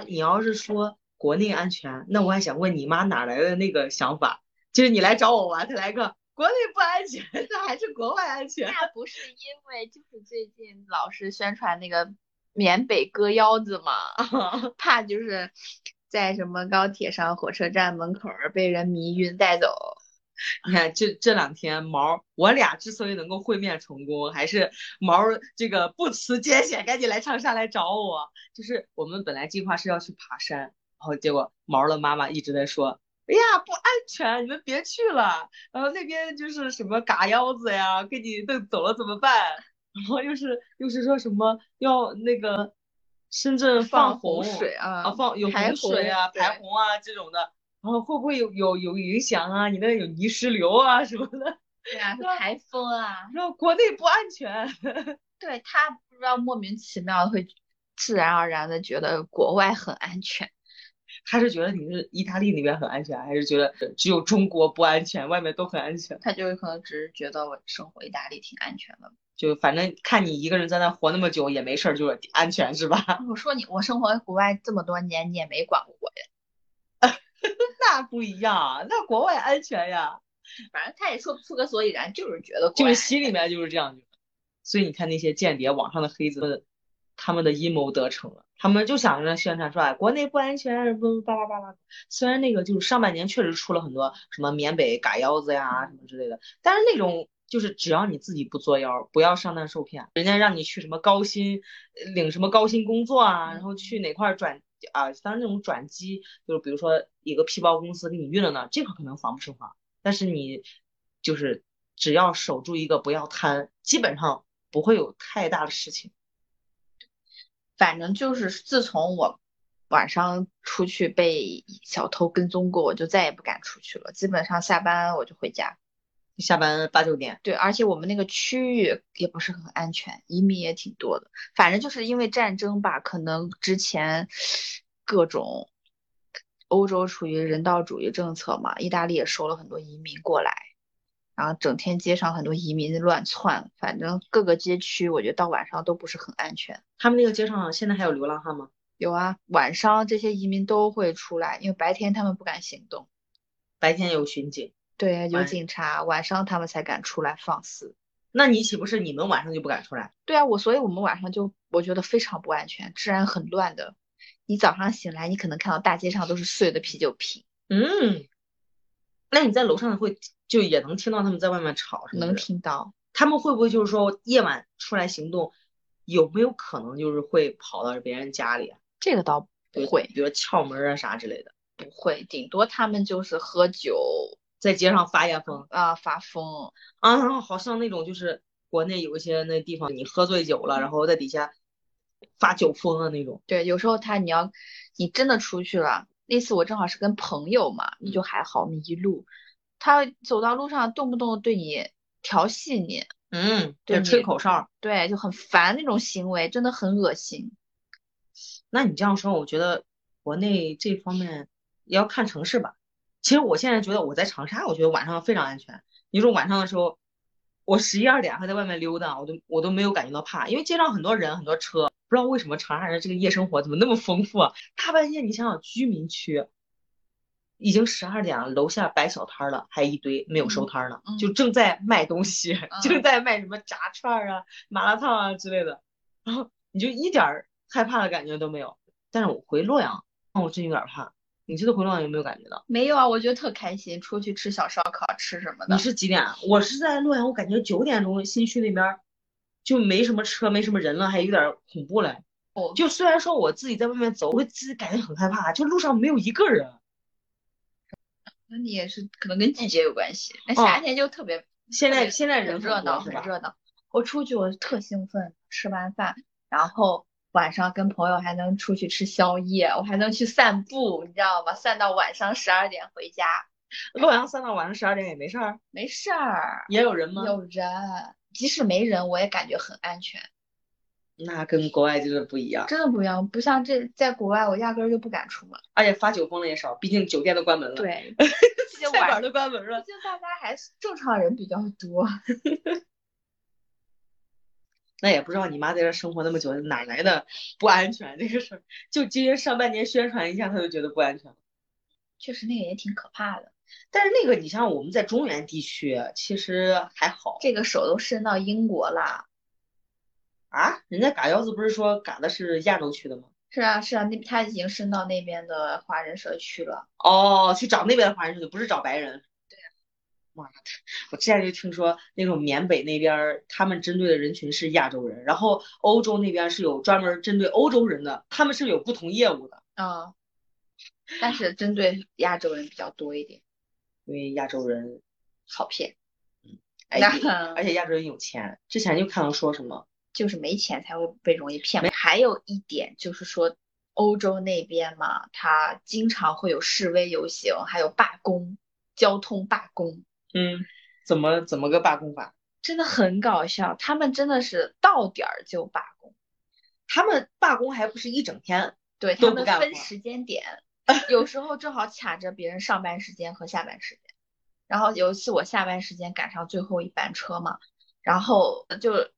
Speaker 1: 你要是说国内安全，那我还想问你妈哪来的那个想法？就是你来找我玩，她来个国内不安全， 那还是国外安全。
Speaker 2: 那不是因为就是最近老是宣传那个缅北割腰子嘛， 怕就是在什么高铁上、火车站门口儿被人迷晕带走。
Speaker 1: 你看这这两天毛儿，我俩之所以能够会面成功，还是毛儿这个不辞艰险，赶紧来长沙来找我。就是我们本来计划是要去爬山，然后结果毛儿的妈妈一直在说。哎呀，不安全，你们别去了。然后那边就是什么嘎腰子呀，给你弄走了怎么办？ 然后又是又是说什么要那个深圳
Speaker 2: 放
Speaker 1: 洪
Speaker 2: 洪水啊
Speaker 1: 啊，放有
Speaker 2: 排
Speaker 1: 洪水
Speaker 2: 洪
Speaker 1: 啊、
Speaker 2: 对
Speaker 1: 排洪啊这种的。然后会不会有有有影响啊？你那有泥石流啊什么的？
Speaker 2: 对啊，是
Speaker 1: 对啊
Speaker 2: 台风啊，
Speaker 1: 然后国内不安全，
Speaker 2: 对他不知道莫名其妙地会自然而然的觉得国外很安全。
Speaker 1: 他是觉得你是意大利那边很安全，还是觉得只有中国不安全，外面都很安全？
Speaker 2: 他就可能只是觉得我生活意大利挺安全的。
Speaker 1: 就反正看你一个人在那活那么久也没事儿，就是安全是吧？
Speaker 2: 我说你，我生活在国外这么多年，你也没管过我呀。
Speaker 1: 那不一样，那国外安全呀，
Speaker 2: 反正他也说不出个所以然，就是觉得
Speaker 1: 就是
Speaker 2: 心
Speaker 1: 心里面就是这样觉得。所以你看那些间谍网上的黑子，他们的阴谋得逞了，他们就想着宣传说，哎，国内不安全，不巴拉巴拉。虽然那个就是上半年确实出了很多什么缅北嘎腰子呀什么之类的，但是那种就是只要你自己不作妖，不要上当受骗，人家让你去什么高薪呃领什么高薪工作啊，然后去哪块儿转啊，当然那种转机就是比如说一个皮包公司给你运到那儿，这个可能防不胜防，但是你就是只要守住一个不要贪，基本上不会有太大的事情。
Speaker 2: 反正就是自从我晚上出去被小偷跟踪过，我就再也不敢出去了。基本上下班我就回家。
Speaker 1: 下班八九点，
Speaker 2: 对，而且我们那个区域也不是很安全，移民也挺多的。反正就是因为战争吧，可能之前各种欧洲处于人道主义政策嘛，意大利也收了很多移民过来，然后整天街上很多移民乱窜，反正各个街区我觉得到晚上都不是很安全。
Speaker 1: 他们那个街上现在还有流浪汉吗？
Speaker 2: 有啊，晚上这些移民都会出来，因为白天他们不敢行动，
Speaker 1: 白天有巡警，
Speaker 2: 对，有
Speaker 1: 晚
Speaker 2: 警察，晚上他们才敢出来放肆。
Speaker 1: 那你岂不是你们晚上就不敢出来？
Speaker 2: 对啊，我所以我们晚上就我觉得非常不安全，治安很乱的。你早上醒来，你可能看到大街上都是碎的啤酒瓶，
Speaker 1: 嗯，那你在楼上会就也能听到他们在外面吵什么
Speaker 2: 能
Speaker 1: 的。
Speaker 2: 听到。
Speaker 1: 他们会不会就是说夜晚出来行动，有没有可能就是会跑到别人家里啊？
Speaker 2: 这个倒
Speaker 1: 比
Speaker 2: 不
Speaker 1: 如
Speaker 2: 会，
Speaker 1: 比如撬门啊啥之类的，
Speaker 2: 不会，顶多他们就是喝酒
Speaker 1: 在街上发夜疯
Speaker 2: 啊、发疯，
Speaker 1: 啊，然后好像那种就是国内有一些那地方，你喝醉酒了，然后在底下发酒疯啊那种。
Speaker 2: 对，有时候他你要你真的出去了，那次我正好是跟朋友嘛，
Speaker 1: 嗯
Speaker 2: 就还好，我们一路，他走到路上动不动对你调戏你，
Speaker 1: 嗯，
Speaker 2: 对
Speaker 1: 就吹
Speaker 2: 你
Speaker 1: 口哨。
Speaker 2: 对，就很烦那种行为，真的很恶心。
Speaker 1: 那你这样说，我觉得国内这方面也要看城市吧。其实我现在觉得我在长沙，我觉得晚上非常安全。你说晚上的时候，我十一二点还在外面溜达，我都我都没有感觉到怕，因为街上很多人，很多车。不知道为什么长沙人这个夜生活怎么那么丰富啊？大半夜你想想，居民区已经十二点了，楼下摆小摊儿了，还一堆没有收
Speaker 2: 嗯
Speaker 1: 摊儿呢，
Speaker 2: 嗯
Speaker 1: 就正在卖东西，正在卖什么炸串儿啊、麻辣烫啊之类的。然后你就一点儿害怕的感觉都没有。但是我回洛阳，哦那我真有点怕。你这次回洛阳有没有感觉到？
Speaker 2: 没有啊，我觉得特开心，出去吃小烧烤，吃什么的
Speaker 1: 你。是几点啊？我是在洛阳，我感觉九点钟新区那边儿就没什么车，没什么人了，还有点儿恐怖了。
Speaker 2: 哦
Speaker 1: 就虽然说我自己在外面走，我会自己感觉很害怕，就路上没有一个人。
Speaker 2: 那你也是可能跟季节有关系。那夏天就特别、
Speaker 1: 哦现在
Speaker 2: 对
Speaker 1: 现在人很
Speaker 2: 很热
Speaker 1: 多
Speaker 2: 闹，
Speaker 1: 是
Speaker 2: 很
Speaker 1: 吧？
Speaker 2: 热闹。我出去我特兴奋，吃完饭，然后晚上跟朋友还能出去吃宵夜，我还能去散步，你知道吗？散到晚上十二点回家，
Speaker 1: 如果晚上三到晚上十二点也没事儿，
Speaker 2: 没事儿，
Speaker 1: 也有人吗？
Speaker 2: 有人，即使没人我也感觉很安全，
Speaker 1: 那跟国外就是不一样，
Speaker 2: 真的不一样。不像这在国外，我压根儿就不敢出门。
Speaker 1: 而且发酒疯的也少，毕竟酒店都关门了，，
Speaker 2: 对，毕竟
Speaker 1: 饭
Speaker 2: 晚
Speaker 1: 馆
Speaker 2: 上，
Speaker 1: 都关门
Speaker 2: 毕
Speaker 1: 了。
Speaker 2: 竟大家还是正常人比较多。
Speaker 1: 那也不知道你妈在这生活那么久，哪来的不安全这个事儿？就今年上半年宣传一下，她就觉得不安全。
Speaker 2: 确实那个也挺可怕的，
Speaker 1: 但是那个，你像我们在中原地区，其实还好
Speaker 2: 这个手都伸到英国了。
Speaker 1: 啊。人家嘎腰子不是说嘎的是亚洲区的吗？
Speaker 2: 是啊，是啊，那他已经伸到那边的华人社区了。
Speaker 1: 哦，去找那边的华人去，不是找白人。对。啊妈的，我之前就听说那种缅北那边儿，他们针对的人群是亚洲人，然后欧洲那边是有专门针对欧洲人的，他们是有不同业务的。
Speaker 2: 嗯，但是针对亚洲人比较多一点，
Speaker 1: 因为亚洲人，
Speaker 2: 好骗。
Speaker 1: 哎，
Speaker 2: 那
Speaker 1: 而且亚洲人有钱。之前就看到说什么，
Speaker 2: 就是没钱才会被容易骗嘛。还有一点就是说，欧洲那边嘛，他经常会有示威游行，还有罢工，交通罢工，
Speaker 1: 嗯，怎么怎么个罢工法？
Speaker 2: 真的很搞笑。他们真的是到点儿就罢工，
Speaker 1: 他们罢工还不是一整天，
Speaker 2: 对
Speaker 1: 都
Speaker 2: 他
Speaker 1: 不
Speaker 2: 们
Speaker 1: 干
Speaker 2: 分
Speaker 1: 活
Speaker 2: 时 间点，有时候正好卡着别人上班时间和下班时间。然后有一次我下班时间赶上最后一班车嘛，然后就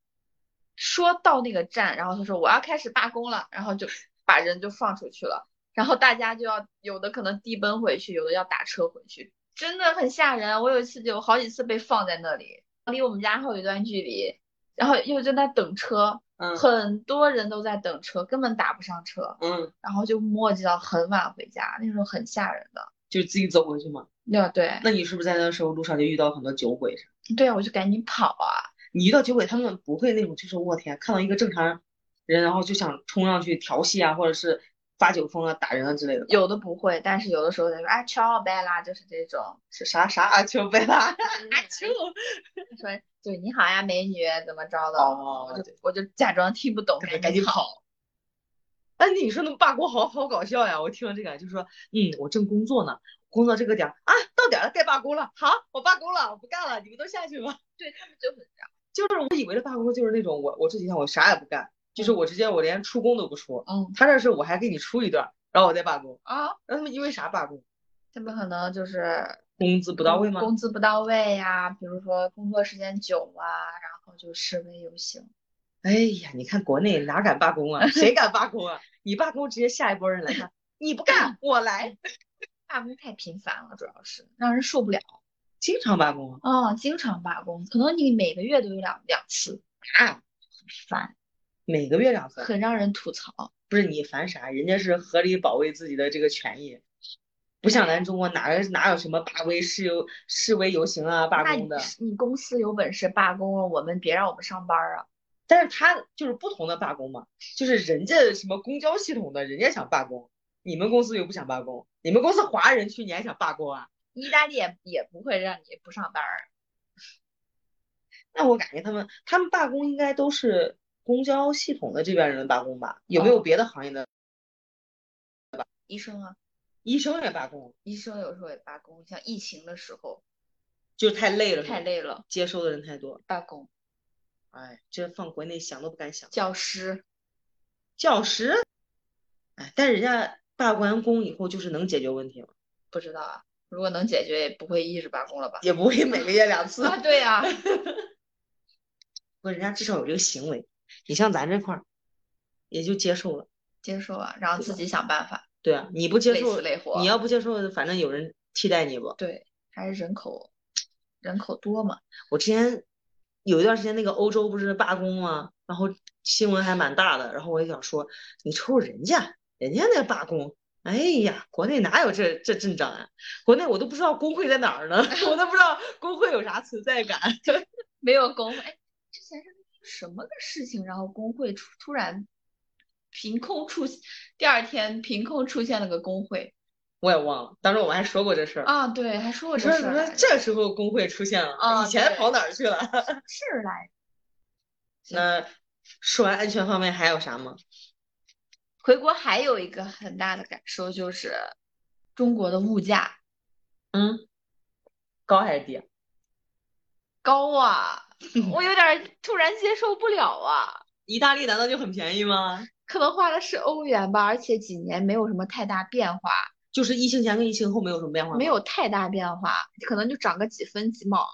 Speaker 2: 说到那个站，然后他说我要开始罢工了，然 后就把人就放出去了，然后大家就要有的可能低奔回去，有的要打车回去，真的很吓人。啊我有一次就有好几次被放在那里，离我们家还有一段距离，然后又正在等车，
Speaker 1: 嗯
Speaker 2: 很多人都在等车，根本打不上车，
Speaker 1: 嗯，
Speaker 2: 然后就磨叽到很晚回家，那时候很吓人的。
Speaker 1: 就自己走回去嘛。
Speaker 2: 对对
Speaker 1: 那你是不是在那时候路上就遇到很多酒鬼啥？
Speaker 2: 对啊，我就赶紧跑啊。
Speaker 1: 你遇到酒鬼，他们不会那种，就是我天，看到一个正常人，然后就想冲上去调戏啊，或者是发酒疯啊、打人啊之类的。
Speaker 2: 有的不会，但是有的时候他说啊，乔贝拉就是这种，
Speaker 1: 是啥啥啊阿丘贝拉？ 阿丘
Speaker 2: 嗯，说 对你好呀，美女，怎么着的？
Speaker 1: 哦
Speaker 2: 我就我就假装听不懂，
Speaker 1: 赶紧
Speaker 2: 赶
Speaker 1: 赶紧
Speaker 2: 跑。
Speaker 1: 跑。哎，你说那罢工好好搞笑呀！我听了这个就说，嗯，我正工作呢，工作这个点儿啊，到点儿了该罢工了，好，我罢工了，我不干了，你们都下去吧。
Speaker 2: 对他们就很
Speaker 1: 就是我以为的罢工就是那种我我这几天我啥也不干，就是我直接我连出工都不出，
Speaker 2: 嗯
Speaker 1: 他这是我还给你出一段儿，然后我再罢工。
Speaker 2: 啊，
Speaker 1: 那他们因为啥罢工？
Speaker 2: 他们可能就是
Speaker 1: 工资不到位吗？
Speaker 2: 工资不到位呀、比如说工作时间久啊，然后就示威游行。
Speaker 1: 哎呀，你看国内哪敢罢工啊？谁敢罢工啊？你罢工，直接下一波人来干。你不干，我来。
Speaker 2: 罢工太频繁了，主要是让人受不了。
Speaker 1: 经常罢工啊
Speaker 2: 嗯，经常罢工，可能你每个月都有两两次，
Speaker 1: 啊，
Speaker 2: 烦，
Speaker 1: 每个月两次。
Speaker 2: 很让人吐槽。
Speaker 1: 不是你烦啥？人家是合理保卫自己的这个权益，不像咱中国哪哪有什么罢威示游示威游行啊罢
Speaker 2: 那
Speaker 1: 工
Speaker 2: 你
Speaker 1: 的。
Speaker 2: 你公司有本事罢工了，我们别让我们上班儿啊！
Speaker 1: 但是他就是不同的罢工嘛，就是人家什么公交系统的，人家想罢工，你们公司又不想罢工，你们公司华人去年想罢工啊？
Speaker 2: 意大利也也不会让你不上班儿，
Speaker 1: 那我感觉他们他们罢工应该都是公交系统的这边人的罢工吧？有没
Speaker 2: 哦
Speaker 1: 有别的行业的？
Speaker 2: 医生啊，
Speaker 1: 医生也罢工，
Speaker 2: 医生有时候也罢工，像疫情的时候
Speaker 1: 就是太累了，
Speaker 2: 太，累了，
Speaker 1: 接收的人太多。
Speaker 2: 罢工。
Speaker 1: 哎，这放国内想都不敢想。
Speaker 2: 教师
Speaker 1: 教师，哎，但人家罢完工以后就是能解决问题了，
Speaker 2: 不知道啊，如果能解决，也不会一直罢 工了吧？
Speaker 1: 也不会每个月两次。
Speaker 2: 啊，对呀、
Speaker 1: 不，人家至少有这个行为。你像咱这块儿，也就接受了。
Speaker 2: 接受啊，然后自己想办法，
Speaker 1: 对啊，你不接
Speaker 2: 累
Speaker 1: 受
Speaker 2: 死，累活
Speaker 1: 你要不接受，反正有人替代你不？
Speaker 2: 对，还是人口人口多嘛，
Speaker 1: 我之前有一段时间，那个欧洲不是罢工吗？然后新闻还蛮大的。然后我也想说，你瞅瞅人家，人家那罢工，哎呀，国内哪有这这阵仗啊？国内我都不知道工会在 哪儿呢，我都不知道工会有啥存在感。
Speaker 2: 没有工会。哎，之前是什么个事情，然后工会出突然凭空出，第二天凭空出现了个工会
Speaker 1: 我也忘了，当时我们还说过这事儿。
Speaker 2: 啊，对，还说
Speaker 1: 我
Speaker 2: 过这
Speaker 1: 说
Speaker 2: 事
Speaker 1: 什
Speaker 2: 儿
Speaker 1: 么
Speaker 2: 来着
Speaker 1: 哦这时候工会出现了，
Speaker 2: 啊
Speaker 1: 以前
Speaker 2: 对
Speaker 1: 跑哪儿去了？
Speaker 2: 事儿来着。
Speaker 1: 那说完安全方面还有啥吗？
Speaker 2: 回国还有一个很大的感受就是中国的物价
Speaker 1: 嗯，高啊还是低？
Speaker 2: 高啊， 我有点儿突然接受不了啊。
Speaker 1: 意大利难道就很便宜吗？
Speaker 2: 可能花的是欧元吧，而且几年没有什么太大变化，
Speaker 1: 就是疫情前跟疫情后没有什么变化吗
Speaker 2: 没有太大变化，可能就涨个几分几毛。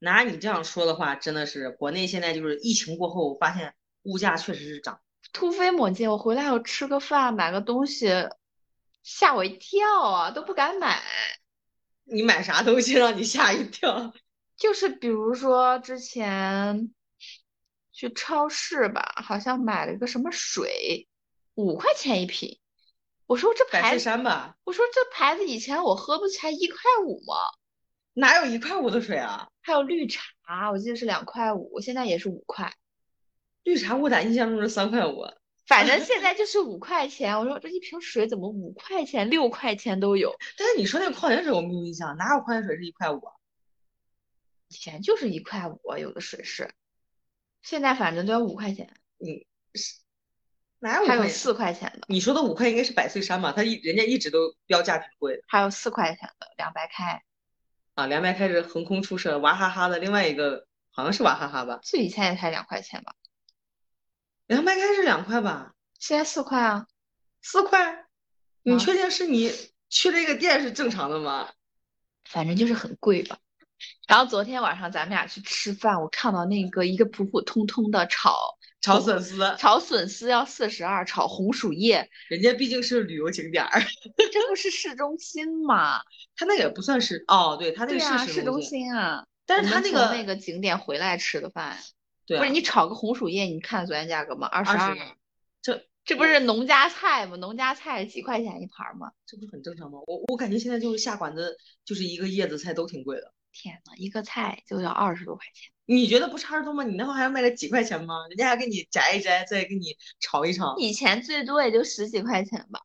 Speaker 1: 拿你这样说的话，真的是国内现在就是疫情过后，发现物价确实是涨。
Speaker 2: 突飞猛进，我回来我吃个饭买个东西，吓我一跳啊，都不敢买。
Speaker 1: 你买啥东西让你吓一跳？
Speaker 2: 就是比如说之前去超市吧，好像买了一个什么水，五块钱一瓶。我说这
Speaker 1: 百
Speaker 2: 牌
Speaker 1: 岁
Speaker 2: 子，
Speaker 1: 山吧，
Speaker 2: 我说这牌子以前我喝不才一块五吗？
Speaker 1: 哪有一块五的水啊？
Speaker 2: 还有绿茶，我记得是两块五，现在也是五块。
Speaker 1: 绿茶我咋印象中是三块五？
Speaker 2: 反正现在就是五块钱，我说这一瓶水怎么五块钱、六块钱都有？
Speaker 1: 但是你说那个矿泉水我没有印象，哪有矿泉水是一块五啊？
Speaker 2: 以前就是一块五，有的水是，现在反正都要五块钱，
Speaker 1: 哪有五
Speaker 2: 还有
Speaker 1: 块钱？
Speaker 2: 四块钱的，
Speaker 1: 你说的五块应该是百岁山吧？它一人家一直都标价挺贵的
Speaker 2: 还有四块钱的凉白开，
Speaker 1: 啊。凉白开是横空出世了，娃哈哈的另外一个好像是娃哈哈吧？
Speaker 2: 最以前也才两块钱吧，
Speaker 1: 凉白开是两块吧？
Speaker 2: 现在四块啊，
Speaker 1: 四块？你
Speaker 2: 啊
Speaker 1: 确定是你去那个店是正常的吗？
Speaker 2: 反正就是很贵吧。然后昨天晚上咱们俩去吃饭，我看到那个一个普普通通的炒
Speaker 1: 炒笋丝，
Speaker 2: 炒笋丝要四十二，炒红薯叶，
Speaker 1: 人家毕竟是旅游景点儿，
Speaker 2: 这不是市中心吗？
Speaker 1: 他那个也不算是哦，对他那
Speaker 2: 对
Speaker 1: 个
Speaker 2: 啊，
Speaker 1: 是
Speaker 2: 市中，心啊。
Speaker 1: 但是他
Speaker 2: 那
Speaker 1: 个
Speaker 2: 那个景点回来吃的饭，
Speaker 1: 对啊、
Speaker 2: 不是你炒个红薯叶，你看昨天价格吗？二
Speaker 1: 二
Speaker 2: 二
Speaker 1: 十，，这
Speaker 2: 这不是农家菜吗？农家菜几块钱一盘儿吗？
Speaker 1: 这不是很正常吗？我我感觉现在就是下馆子就是一个叶子菜都挺贵的，
Speaker 2: 天呐，一个菜就要二十多块钱，
Speaker 1: 你觉得不差二十多吗？你那会儿还要卖个几块钱吗？人家还给你摘一摘，再给你炒一炒，
Speaker 2: 以前最多也就十几块钱吧。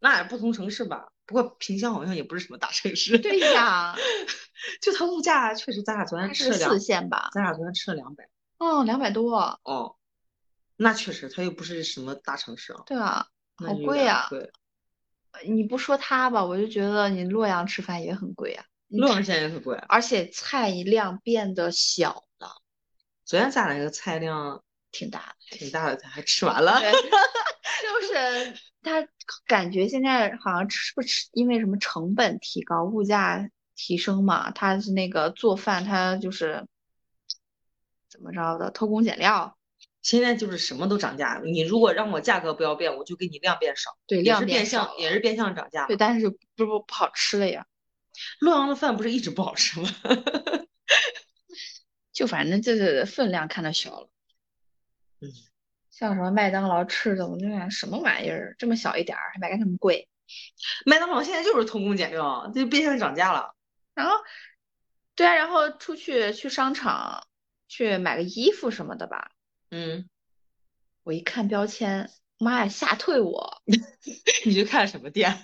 Speaker 1: 那也不同城市吧。不过萍乡好像也不是什么大城市，
Speaker 2: 对，呀，
Speaker 1: 就它物价确实，咱俩昨天
Speaker 2: 它
Speaker 1: 吃
Speaker 2: 是
Speaker 1: 了两
Speaker 2: 四，线吧？
Speaker 1: 咱俩昨天吃了两百，
Speaker 2: 哦，两百多，
Speaker 1: 哦，那确实它又不是什么大城市啊，
Speaker 2: 对啊，
Speaker 1: 那
Speaker 2: 好
Speaker 1: 就有
Speaker 2: 贵
Speaker 1: 点
Speaker 2: 啊
Speaker 1: 贵，
Speaker 2: 你不说它吧，我就觉得你洛阳吃饭也很贵啊，你
Speaker 1: 洛阳
Speaker 2: 看
Speaker 1: 现在也很贵。
Speaker 2: 而且菜量变得小了，
Speaker 1: 昨天咱俩那个菜量
Speaker 2: 挺大的。
Speaker 1: 挺大的，咱还吃完 了。
Speaker 2: 对，就是他感觉现在好像是不是因为什么成本提高、物价提升嘛？他是那个做饭，他就是怎么着的偷工减料，
Speaker 1: 现在就是什么都涨价，你如果让我价格不要变，我就给你量变少，
Speaker 2: 对，
Speaker 1: 也
Speaker 2: 量
Speaker 1: 是
Speaker 2: 变
Speaker 1: 变
Speaker 2: 少
Speaker 1: 相，也是变相涨价
Speaker 2: 对，。但是不不不好吃了呀，
Speaker 1: 洛阳的饭不是一直不好吃吗？
Speaker 2: 就反正就是分量看着小了。
Speaker 1: 嗯，
Speaker 2: 像什么麦当劳吃的，我就想什么玩意儿，这么小一点儿还买个那么贵。
Speaker 1: 麦当劳现在就是偷工减料，就变相涨价了。
Speaker 2: 然后，对啊，然后出去去商场去买个衣服什么的吧。
Speaker 1: 嗯，
Speaker 2: 我一看标签，妈呀，吓退我！
Speaker 1: 你就看什么店，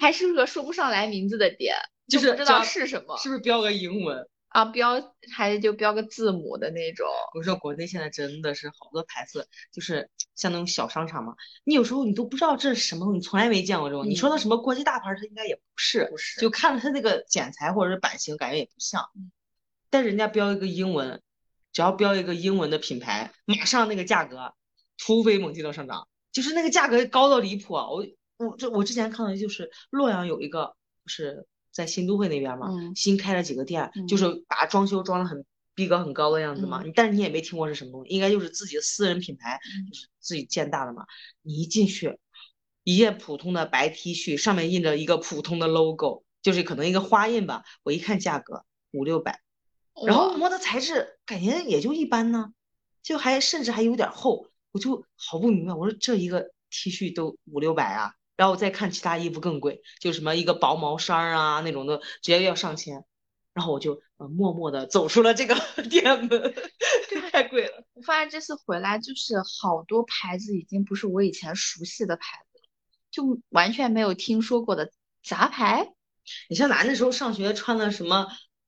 Speaker 2: 还是个说不上来名字的店，
Speaker 1: 就
Speaker 2: 不
Speaker 1: 是
Speaker 2: 知
Speaker 1: 只
Speaker 2: 道
Speaker 1: 要
Speaker 2: 是什么
Speaker 1: 是不是标个英文？
Speaker 2: 啊，标还是就标个字母的那种。
Speaker 1: 我说国内现在真的是好多牌子，就是像那种小商场嘛，你有时候你都不知道这是什么，你从来没见过这种。
Speaker 2: 嗯
Speaker 1: 你说的什么国际大牌儿，它应该也不是，
Speaker 2: 不是
Speaker 1: 就看了它那个剪裁或者是版型，感觉也不像。但人家标一个英文，只要标一个英文的品牌，马上那个价格突飞猛进的上涨，就是那个价格高到离谱啊！我我这我之前看到就是洛阳有一个就是在新都会那边嘛，
Speaker 2: 嗯
Speaker 1: 新开了几个店，就
Speaker 2: 嗯
Speaker 1: 是把装修装的很逼格很高的样子嘛。
Speaker 2: 嗯
Speaker 1: 你但是你也没听过是什么东西，应该就是自己的私人品牌，
Speaker 2: 嗯
Speaker 1: 就是自己建大的嘛。你一进去，一件普通的白 T 恤，上面印着一个普通的 logo，就是可能一个花印吧。我一看价格五六百，然后
Speaker 2: 哇
Speaker 1: 摸的材质感觉也就一般呢，就还甚至还有点厚，我就好不明白，我说这一个 T 恤都五六百啊，然后我再看其他衣服更贵，就什么一个薄毛衫儿啊那种的，直接要上千，然后我就呃，默默的走出了这个 店门，太贵了。
Speaker 2: 我发现这次回来，就是好多牌子已经不是我以前熟悉的牌子了，就完全没有听说过的杂牌，
Speaker 1: 你像咱那时候上学穿的什么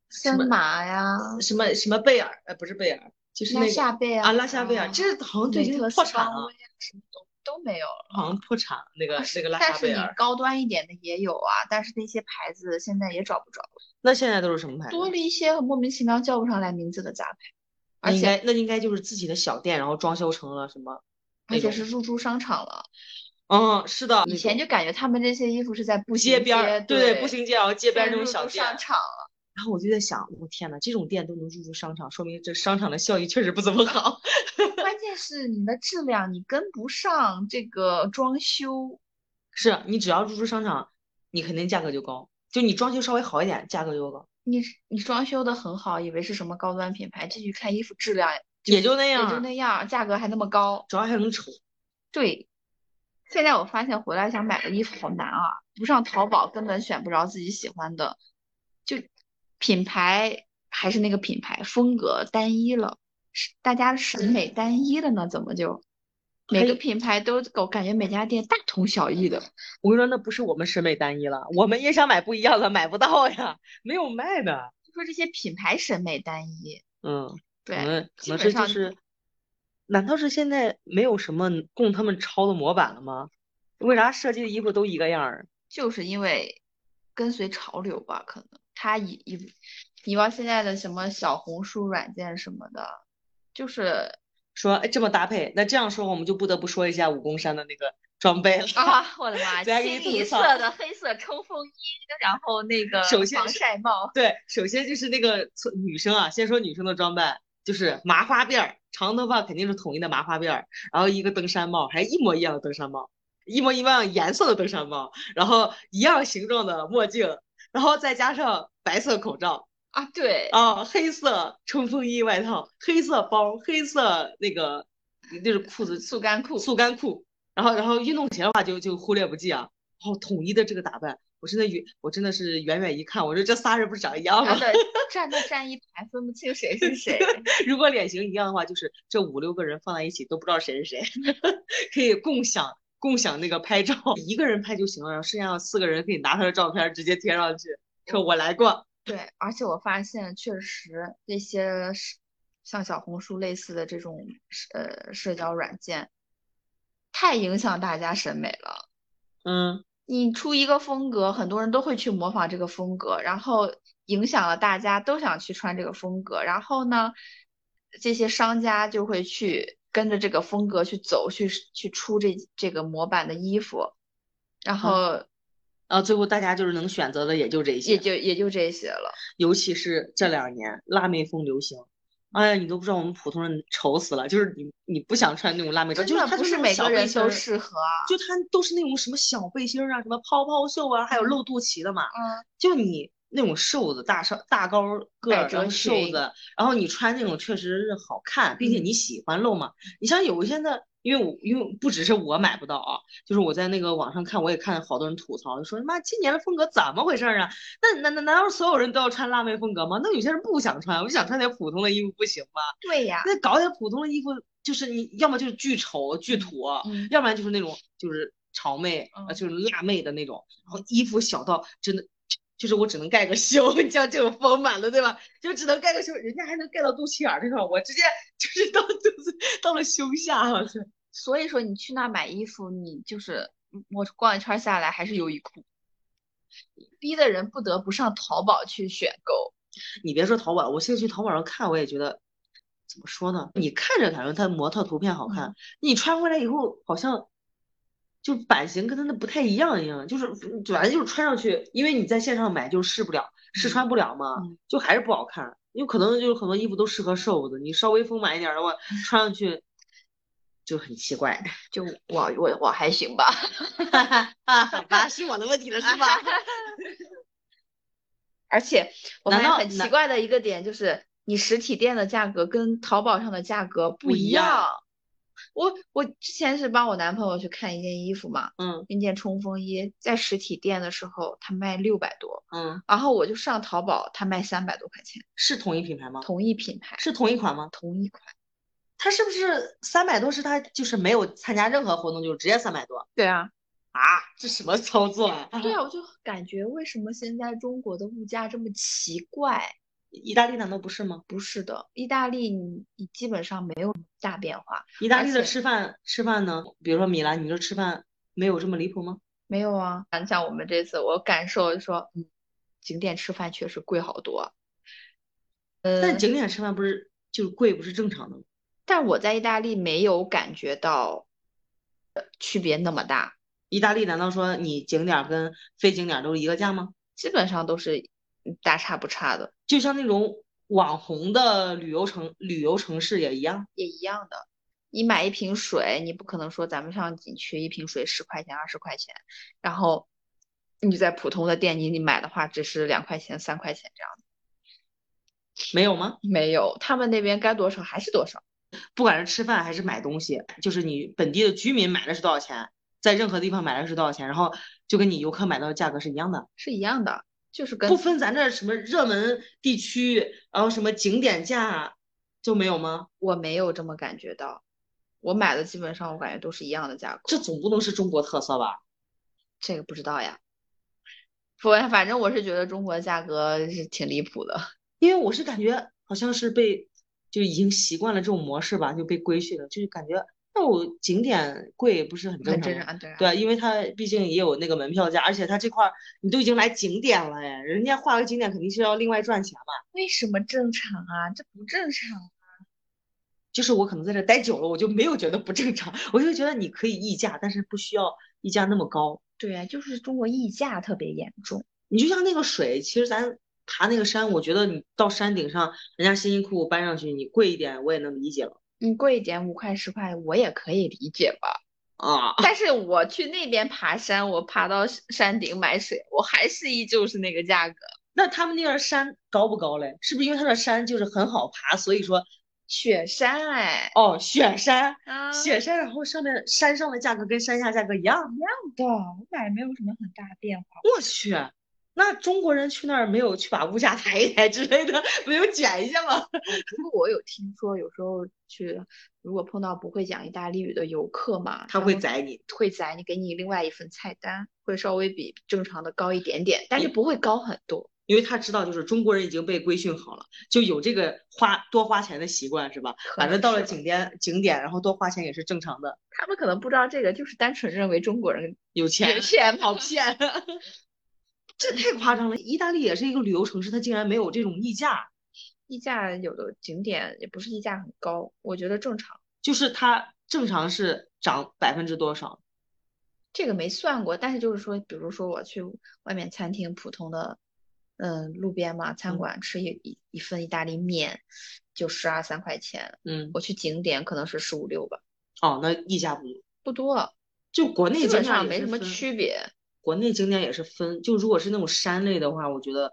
Speaker 1: 什
Speaker 2: 森
Speaker 1: 么
Speaker 2: 马呀、
Speaker 1: 什么什么贝尔，呃，不是贝尔，就是那
Speaker 2: 拉
Speaker 1: 个
Speaker 2: 夏贝
Speaker 1: 啊拉夏贝尔，
Speaker 2: 这
Speaker 1: 这好像都已经
Speaker 2: 特
Speaker 1: 破
Speaker 2: 斯
Speaker 1: 产
Speaker 2: 邦
Speaker 1: 了
Speaker 2: 威，啊什么都都没有了。
Speaker 1: 好像破产了那个那个拉
Speaker 2: 啊但
Speaker 1: 夏
Speaker 2: 是
Speaker 1: 贝
Speaker 2: 你
Speaker 1: 尔。
Speaker 2: 高端一点的也有啊，但是那些牌子现在也找不着了，
Speaker 1: 那现在都是什么牌
Speaker 2: 多
Speaker 1: 子？啊
Speaker 2: 了一些莫名其妙叫不上来名字的杂牌，
Speaker 1: 那
Speaker 2: 而
Speaker 1: 应
Speaker 2: 且
Speaker 1: 该那应该就是自己的小店，然后装修成了什么
Speaker 2: 而
Speaker 1: 那
Speaker 2: 且
Speaker 1: 种？
Speaker 2: 是入驻商场了。
Speaker 1: 嗯，是的，
Speaker 2: 以前就感觉他们这些衣服是在步
Speaker 1: 街
Speaker 2: 行
Speaker 1: 边儿，
Speaker 2: 对
Speaker 1: 对，步行街，然后街边儿那
Speaker 2: 入
Speaker 1: 种
Speaker 2: 驻
Speaker 1: 小店。
Speaker 2: 商场了。
Speaker 1: 然后我就在想，我天呐，这种店都能入驻商场，说明这商场的效益确实不怎么好。
Speaker 2: 关键是你的质量你跟不上这个装修，
Speaker 1: 是啊你只要入驻商场，你肯定价格就高，就你装修稍微好一点，价格就高，
Speaker 2: 你你装修的很好，以为是什么高端品牌，进去看衣服质量
Speaker 1: 也就那
Speaker 2: 也
Speaker 1: 样
Speaker 2: 就
Speaker 1: 儿，
Speaker 2: 那样，价格还那么高。
Speaker 1: 主要还能丑。
Speaker 2: 对，现在我发现回来想买个衣服好难啊，不上淘宝根本选不着自己喜欢的，就品牌还是那个品牌，风格单一了，是大家审美单一了呢，怎么就每
Speaker 1: 嘿
Speaker 2: 个品牌都我感觉每家店大同小异的。
Speaker 1: 我跟你说，那不是我们审美单一了，我们也想买不一样的，买不到呀，没有卖的。
Speaker 2: 就说这些品牌审美单一，
Speaker 1: 嗯，可
Speaker 2: 对，
Speaker 1: 能可
Speaker 2: 基
Speaker 1: 能
Speaker 2: 本
Speaker 1: 是就
Speaker 2: 上
Speaker 1: 是，难道是现在没有什么供他们抄的模板了吗？为啥设计的衣服都一个样儿？
Speaker 2: 就是因为跟随潮流吧，可能他以以以往现在的什么小红书软件什么的，就是
Speaker 1: 说哎这么搭配，那这样说我们就不得不说一下武功山的那个装备了。
Speaker 2: 啊，我的妈，
Speaker 1: 昨天给
Speaker 2: 清
Speaker 1: 你吐
Speaker 2: 一
Speaker 1: 槽，
Speaker 2: 色的黑色冲锋衣，然后那个
Speaker 1: 首先
Speaker 2: 防
Speaker 1: 是
Speaker 2: 晒帽，
Speaker 1: 对，首先就是那个从女生啊，先说女生的装扮，就是麻花辫儿，长头发肯定是统一的麻花辫儿，然后一个登山帽，还一模一样的登山帽，一模一样颜色的登山帽，然后一样形状的墨镜，然后再加上白色口罩
Speaker 2: 啊，对，
Speaker 1: 啊，黑色冲锋衣外套，黑色包，黑色那个就是裤子
Speaker 2: 速干裤，
Speaker 1: 速干裤，然后然后运动鞋的话就就忽略不计啊，然后统一的这个打扮，我真的远我真的是远远一看，我说这仨人不是长一样吗
Speaker 2: 男？的站的站一排，分不清谁是谁，
Speaker 1: 如果脸型一样的话，就是这五六个人放在一起都不知道谁是谁， 可以共享共享那个拍照，一个人拍就行了，然后剩下的四个人可以拿他的照片直接贴上去，说我来过。
Speaker 2: 对，而且我发现确实这些是像小红书类似的这种呃社交软件，太影响大家审美了。
Speaker 1: 嗯，
Speaker 2: 你出一个风格，很多人都会去模仿这个风格，然后影响了大家都想去穿这个风格，然后呢，这些商家就会去跟着这个风格去走，去去出这这个模板的衣服，然后
Speaker 1: 然后最后大家就是能选择的也就这
Speaker 2: 也
Speaker 1: 些，
Speaker 2: 就也就这些了。
Speaker 1: 尤其是这两年辣妹风流行。哎呀，你都不知道我们普通人愁死了，就是你你不想穿那种辣妹装，
Speaker 2: 真
Speaker 1: 就是
Speaker 2: 的
Speaker 1: 它
Speaker 2: 不
Speaker 1: 就是那种
Speaker 2: 每
Speaker 1: 小
Speaker 2: 个
Speaker 1: 背
Speaker 2: 人
Speaker 1: 心
Speaker 2: 都
Speaker 1: 儿，
Speaker 2: 适合啊，
Speaker 1: 就它都是那种什么小背心儿啊，什么泡泡袖啊，还有
Speaker 2: 嗯
Speaker 1: 露肚脐的嘛。
Speaker 2: 嗯，
Speaker 1: 就你那种瘦子大瘦大高个
Speaker 2: 百
Speaker 1: 儿，然
Speaker 2: 褶
Speaker 1: 后瘦
Speaker 2: 裙，
Speaker 1: 子，然后你穿那种确实是好看，并且
Speaker 2: 嗯
Speaker 1: 你喜欢露嘛。你像有一些的，因为我因为不只是我买不到啊，就是我在那个网上看，我也看好多人吐槽，就说妈今年的风格怎么回事儿啊？那那那难道所有人都要穿辣妹风格吗？那有些人不想穿，我就想穿点普通的衣服不行吗？
Speaker 2: 对呀，
Speaker 1: 那搞点普通的衣服，就是你要么就是巨丑巨
Speaker 2: 嗯
Speaker 1: 土，
Speaker 2: 嗯
Speaker 1: 要不然就是那种就是潮妹，呃，
Speaker 2: 嗯，
Speaker 1: 就是辣妹的那种，然后衣服小到真的就是我只能盖个袖， 你像这种丰满的，对吧？就只能盖个袖，人家还能盖到肚脐眼儿那块儿，我直接就是到肚子到了胸下了。
Speaker 2: 所以说你去那儿买衣服，你就是我逛一圈儿下来还是优衣库。逼的人不得不上淘宝去选购。
Speaker 1: 你别说淘宝，我现在去淘宝上看，我也觉得怎么说呢？你看着感觉它模特图片好看，
Speaker 2: 嗯，
Speaker 1: 你穿回来以后好像就版型跟它那不太一样一样，就是反正就是穿上去，因为你在线上买就试不了，试
Speaker 2: 嗯
Speaker 1: 穿不了嘛，
Speaker 2: 嗯，
Speaker 1: 就还是不好看。有可能就是很多衣服都适合瘦子，你稍微丰满一点儿的话，
Speaker 2: 嗯
Speaker 1: 穿上去就很奇怪。
Speaker 2: 就我我我还行吧。
Speaker 1: 啊，好吧，是我的问题了是 吧？
Speaker 2: 而且我发
Speaker 1: 难
Speaker 2: 现
Speaker 1: 道
Speaker 2: 很奇
Speaker 1: 难
Speaker 2: 怪的一个点就是，你实体店的价格跟淘宝上的价格不
Speaker 1: 不一
Speaker 2: 一
Speaker 1: 样？
Speaker 2: 样。我我之前是帮我男朋友去看一件衣服嘛，
Speaker 1: 嗯
Speaker 2: 那件冲锋衣在实体店的时候它卖六百多，
Speaker 1: 嗯，
Speaker 2: 然后我就上淘宝，它卖三百多块钱，
Speaker 1: 是同一品牌吗？
Speaker 2: 同一品牌，
Speaker 1: 是同一款吗？
Speaker 2: 同一款。
Speaker 1: 它是不是三百多？是它就是没有参加任何活动，就直接三百多
Speaker 2: 对啊，
Speaker 1: 啊？这什么操作啊？
Speaker 2: 对啊，我就感觉为什么现在中国的物价这么奇怪？
Speaker 1: 意大利难道不是吗？
Speaker 2: 不是的，意大利你你基本上没有大变化，
Speaker 1: 意大利的
Speaker 2: 而且
Speaker 1: 吃饭吃饭呢？比如说米兰，你说吃饭没有这么离谱吗？
Speaker 2: 没有啊。像像我们这次，我感受说，嗯，景点吃饭确实贵好多。啊呃
Speaker 1: 但景点吃饭不是就是贵，不是正常的吗？
Speaker 2: 但我在意大利没有感觉到呃区别那么大，
Speaker 1: 意大利难道说你景点儿跟非景点儿都是一个价吗？
Speaker 2: 基本上都是嗯大差不差的，
Speaker 1: 就像那种网红的旅游城旅游城市也一样。
Speaker 2: 也一样的。你买一瓶水，你不可能说咱们上景区一瓶水十块钱、二十块钱，然后你在普通的店里你买的话，只是两块钱、三块钱这样。
Speaker 1: 没有吗？
Speaker 2: 没有，他们那边该多少还是多少。
Speaker 1: 不管是吃饭还是买东西，就是你本地的居民买的是多少钱，在任何地方买的是多少钱，然后就跟你游客买到的价格是一样的，
Speaker 2: 是一样的，就是跟
Speaker 1: 不分咱这儿什么热门地区，然后什么景点价就没有吗？
Speaker 2: 我没有这么感觉到，我买的基本上我感觉都是一样的价格，
Speaker 1: 这总不能是中国特色吧？
Speaker 2: 这个不知道呀。反反正我是觉得中国的价格是挺离谱的，
Speaker 1: 因为我是感觉好像是被就已经习惯了这种模式吧，就被规训了，就是感觉那我景点贵不是很正
Speaker 2: 很
Speaker 1: 常
Speaker 2: 正
Speaker 1: 吗？
Speaker 2: 常，对啊。
Speaker 1: 对，因为它毕竟也有那个门票价，而且它这块儿你都已经来景点了，哎，人家划个景点肯定是要另外赚钱嘛。
Speaker 2: 为什么正常啊？这不正常。
Speaker 1: 就是我可能在这待久了，我就没有觉得不正常， 我就觉得你可以议价，但是不需要议价那么高。
Speaker 2: 对啊，就是中国溢价特别严重。
Speaker 1: 你就像那个水，其实咱爬那个山，我觉得你到山顶上，人家辛辛苦苦搬上去，你贵一点我也能理解了
Speaker 2: 嗯，贵一点，五块十块我也可以理解吧。
Speaker 1: 啊。
Speaker 2: 但是我去那边爬山，我爬到山山顶买水，我还是依旧是那个价格。
Speaker 1: 那他们那边山高不高嘞？是不是因为它的山就是很好爬，所以说
Speaker 2: 雪山哎，
Speaker 1: 哦，雪山，
Speaker 2: 啊，
Speaker 1: 雪山，然后上面山上的价格跟山下价格一样。
Speaker 2: 的，我感觉没有什么很大的变化。
Speaker 1: 我去，那中国人去那儿没有去把物价抬一抬之类的， 没有卷一下吗？
Speaker 2: 不过我有听说，有时候去如果碰到不会讲意大利语的游客嘛，
Speaker 1: 他会宰你。
Speaker 2: 会宰你，给你另外一份菜单，会稍微比正常的高一点点，但是
Speaker 1: 你
Speaker 2: 不会高很多。
Speaker 1: 因为他知道，就是中国人已经被规训好了，就有这个花多花钱的习惯，是吧？
Speaker 2: 可
Speaker 1: 反
Speaker 2: 能
Speaker 1: 正到
Speaker 2: 是
Speaker 1: 了
Speaker 2: 吧
Speaker 1: 景点景点，然后多花钱也是正常的，
Speaker 2: 他们可能不知道这个，就是单纯认为中 国人
Speaker 1: 有
Speaker 2: 有
Speaker 1: 钱
Speaker 2: 钱
Speaker 1: 好
Speaker 2: 跑
Speaker 1: 骗。 这太夸张了！意大利也是一个旅游城市，它竟然没有这种溢价，
Speaker 2: 溢价有的景点也不是溢价很高，我觉得正常，
Speaker 1: 就是它正常是涨百分之多少？
Speaker 2: 这个没算过。但是就是说，比如说我去外面餐厅，普通的，嗯，路边嘛，餐
Speaker 1: 嗯
Speaker 2: 馆吃一一一份意大利面，就十二三块钱，
Speaker 1: 嗯，
Speaker 2: 我去景点可能是十五六吧，
Speaker 1: 哦，那溢价不
Speaker 2: 不多，
Speaker 1: 就国内
Speaker 2: 基
Speaker 1: 景
Speaker 2: 本
Speaker 1: 点
Speaker 2: 上
Speaker 1: 也
Speaker 2: 没
Speaker 1: 是
Speaker 2: 什么
Speaker 1: 分
Speaker 2: 区别。
Speaker 1: 国内景点也是分，就如果是那种山类的话，我觉得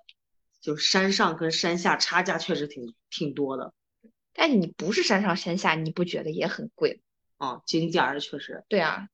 Speaker 1: 就山上跟山下差价确实挺挺多的
Speaker 2: 但你不是山上山下，你不觉得也很贵？
Speaker 1: 啊。景点儿确实，
Speaker 2: 对啊，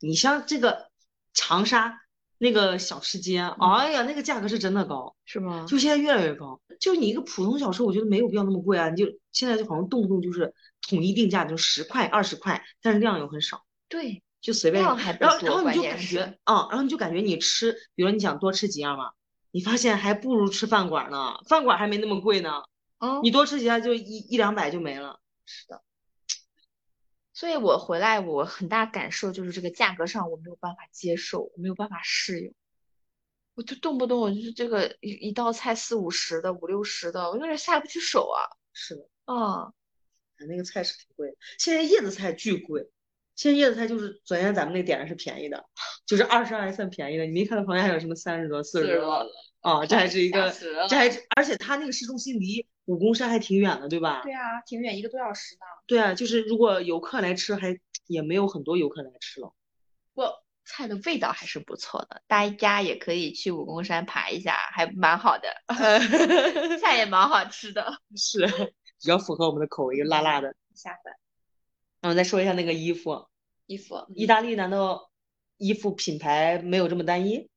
Speaker 1: 你像这个长沙那个小吃街，
Speaker 2: 嗯
Speaker 1: 哎呀，那个价格是真的高，
Speaker 2: 是吗？
Speaker 1: 就现在越来越高。就你一个普通小吃，我觉得没有必要那么贵啊。你就现在就好像动不动就是统一定价，就十块、二十块，但是量又很少，
Speaker 2: 对，
Speaker 1: 就随便。
Speaker 2: 量还不
Speaker 1: 然后，
Speaker 2: 多
Speaker 1: 然后
Speaker 2: 关
Speaker 1: 你就
Speaker 2: 键
Speaker 1: 感
Speaker 2: 是
Speaker 1: 觉啊、然后你就感觉你吃，比如你想多吃几样嘛，你发现还不如吃饭馆呢，饭馆还没那么贵呢。
Speaker 2: 嗯，
Speaker 1: 你多吃几下就一一两百就没了。
Speaker 2: 是的。所以我回来，我很大感受就是这个价格上我没有办法接受，我没有办法适应，我就动不动我就是这个一一道菜四五十的、五六十的，我有点下不去手啊。
Speaker 1: 是的，
Speaker 2: 嗯，
Speaker 1: 哎那个菜是挺贵的，现在叶子菜巨贵。现在叶子菜就是昨天咱们那点儿是便宜的，就是二十二还算便宜的。你没看到旁边还有什么三十多、四十多的啊？这还是一
Speaker 2: 吓
Speaker 1: 个，
Speaker 2: 死人了
Speaker 1: 这还是而且它那个市中心离武功山还挺远的，对吧？
Speaker 2: 对啊，挺远，一个多小时呢。
Speaker 1: 对啊，就是如果游客来吃还，也没有很多游客来吃了。
Speaker 2: 不过菜的味道还是不错的，大家也可以去武功山爬一下，还蛮好 的，菜也蛮好吃的。
Speaker 1: 是比较符合我们的口味，就辣辣的。
Speaker 2: 下饭。
Speaker 1: 嗯，再说一下那个衣服，
Speaker 2: 衣服，嗯
Speaker 1: 意大利难道衣服品牌没有这么单一？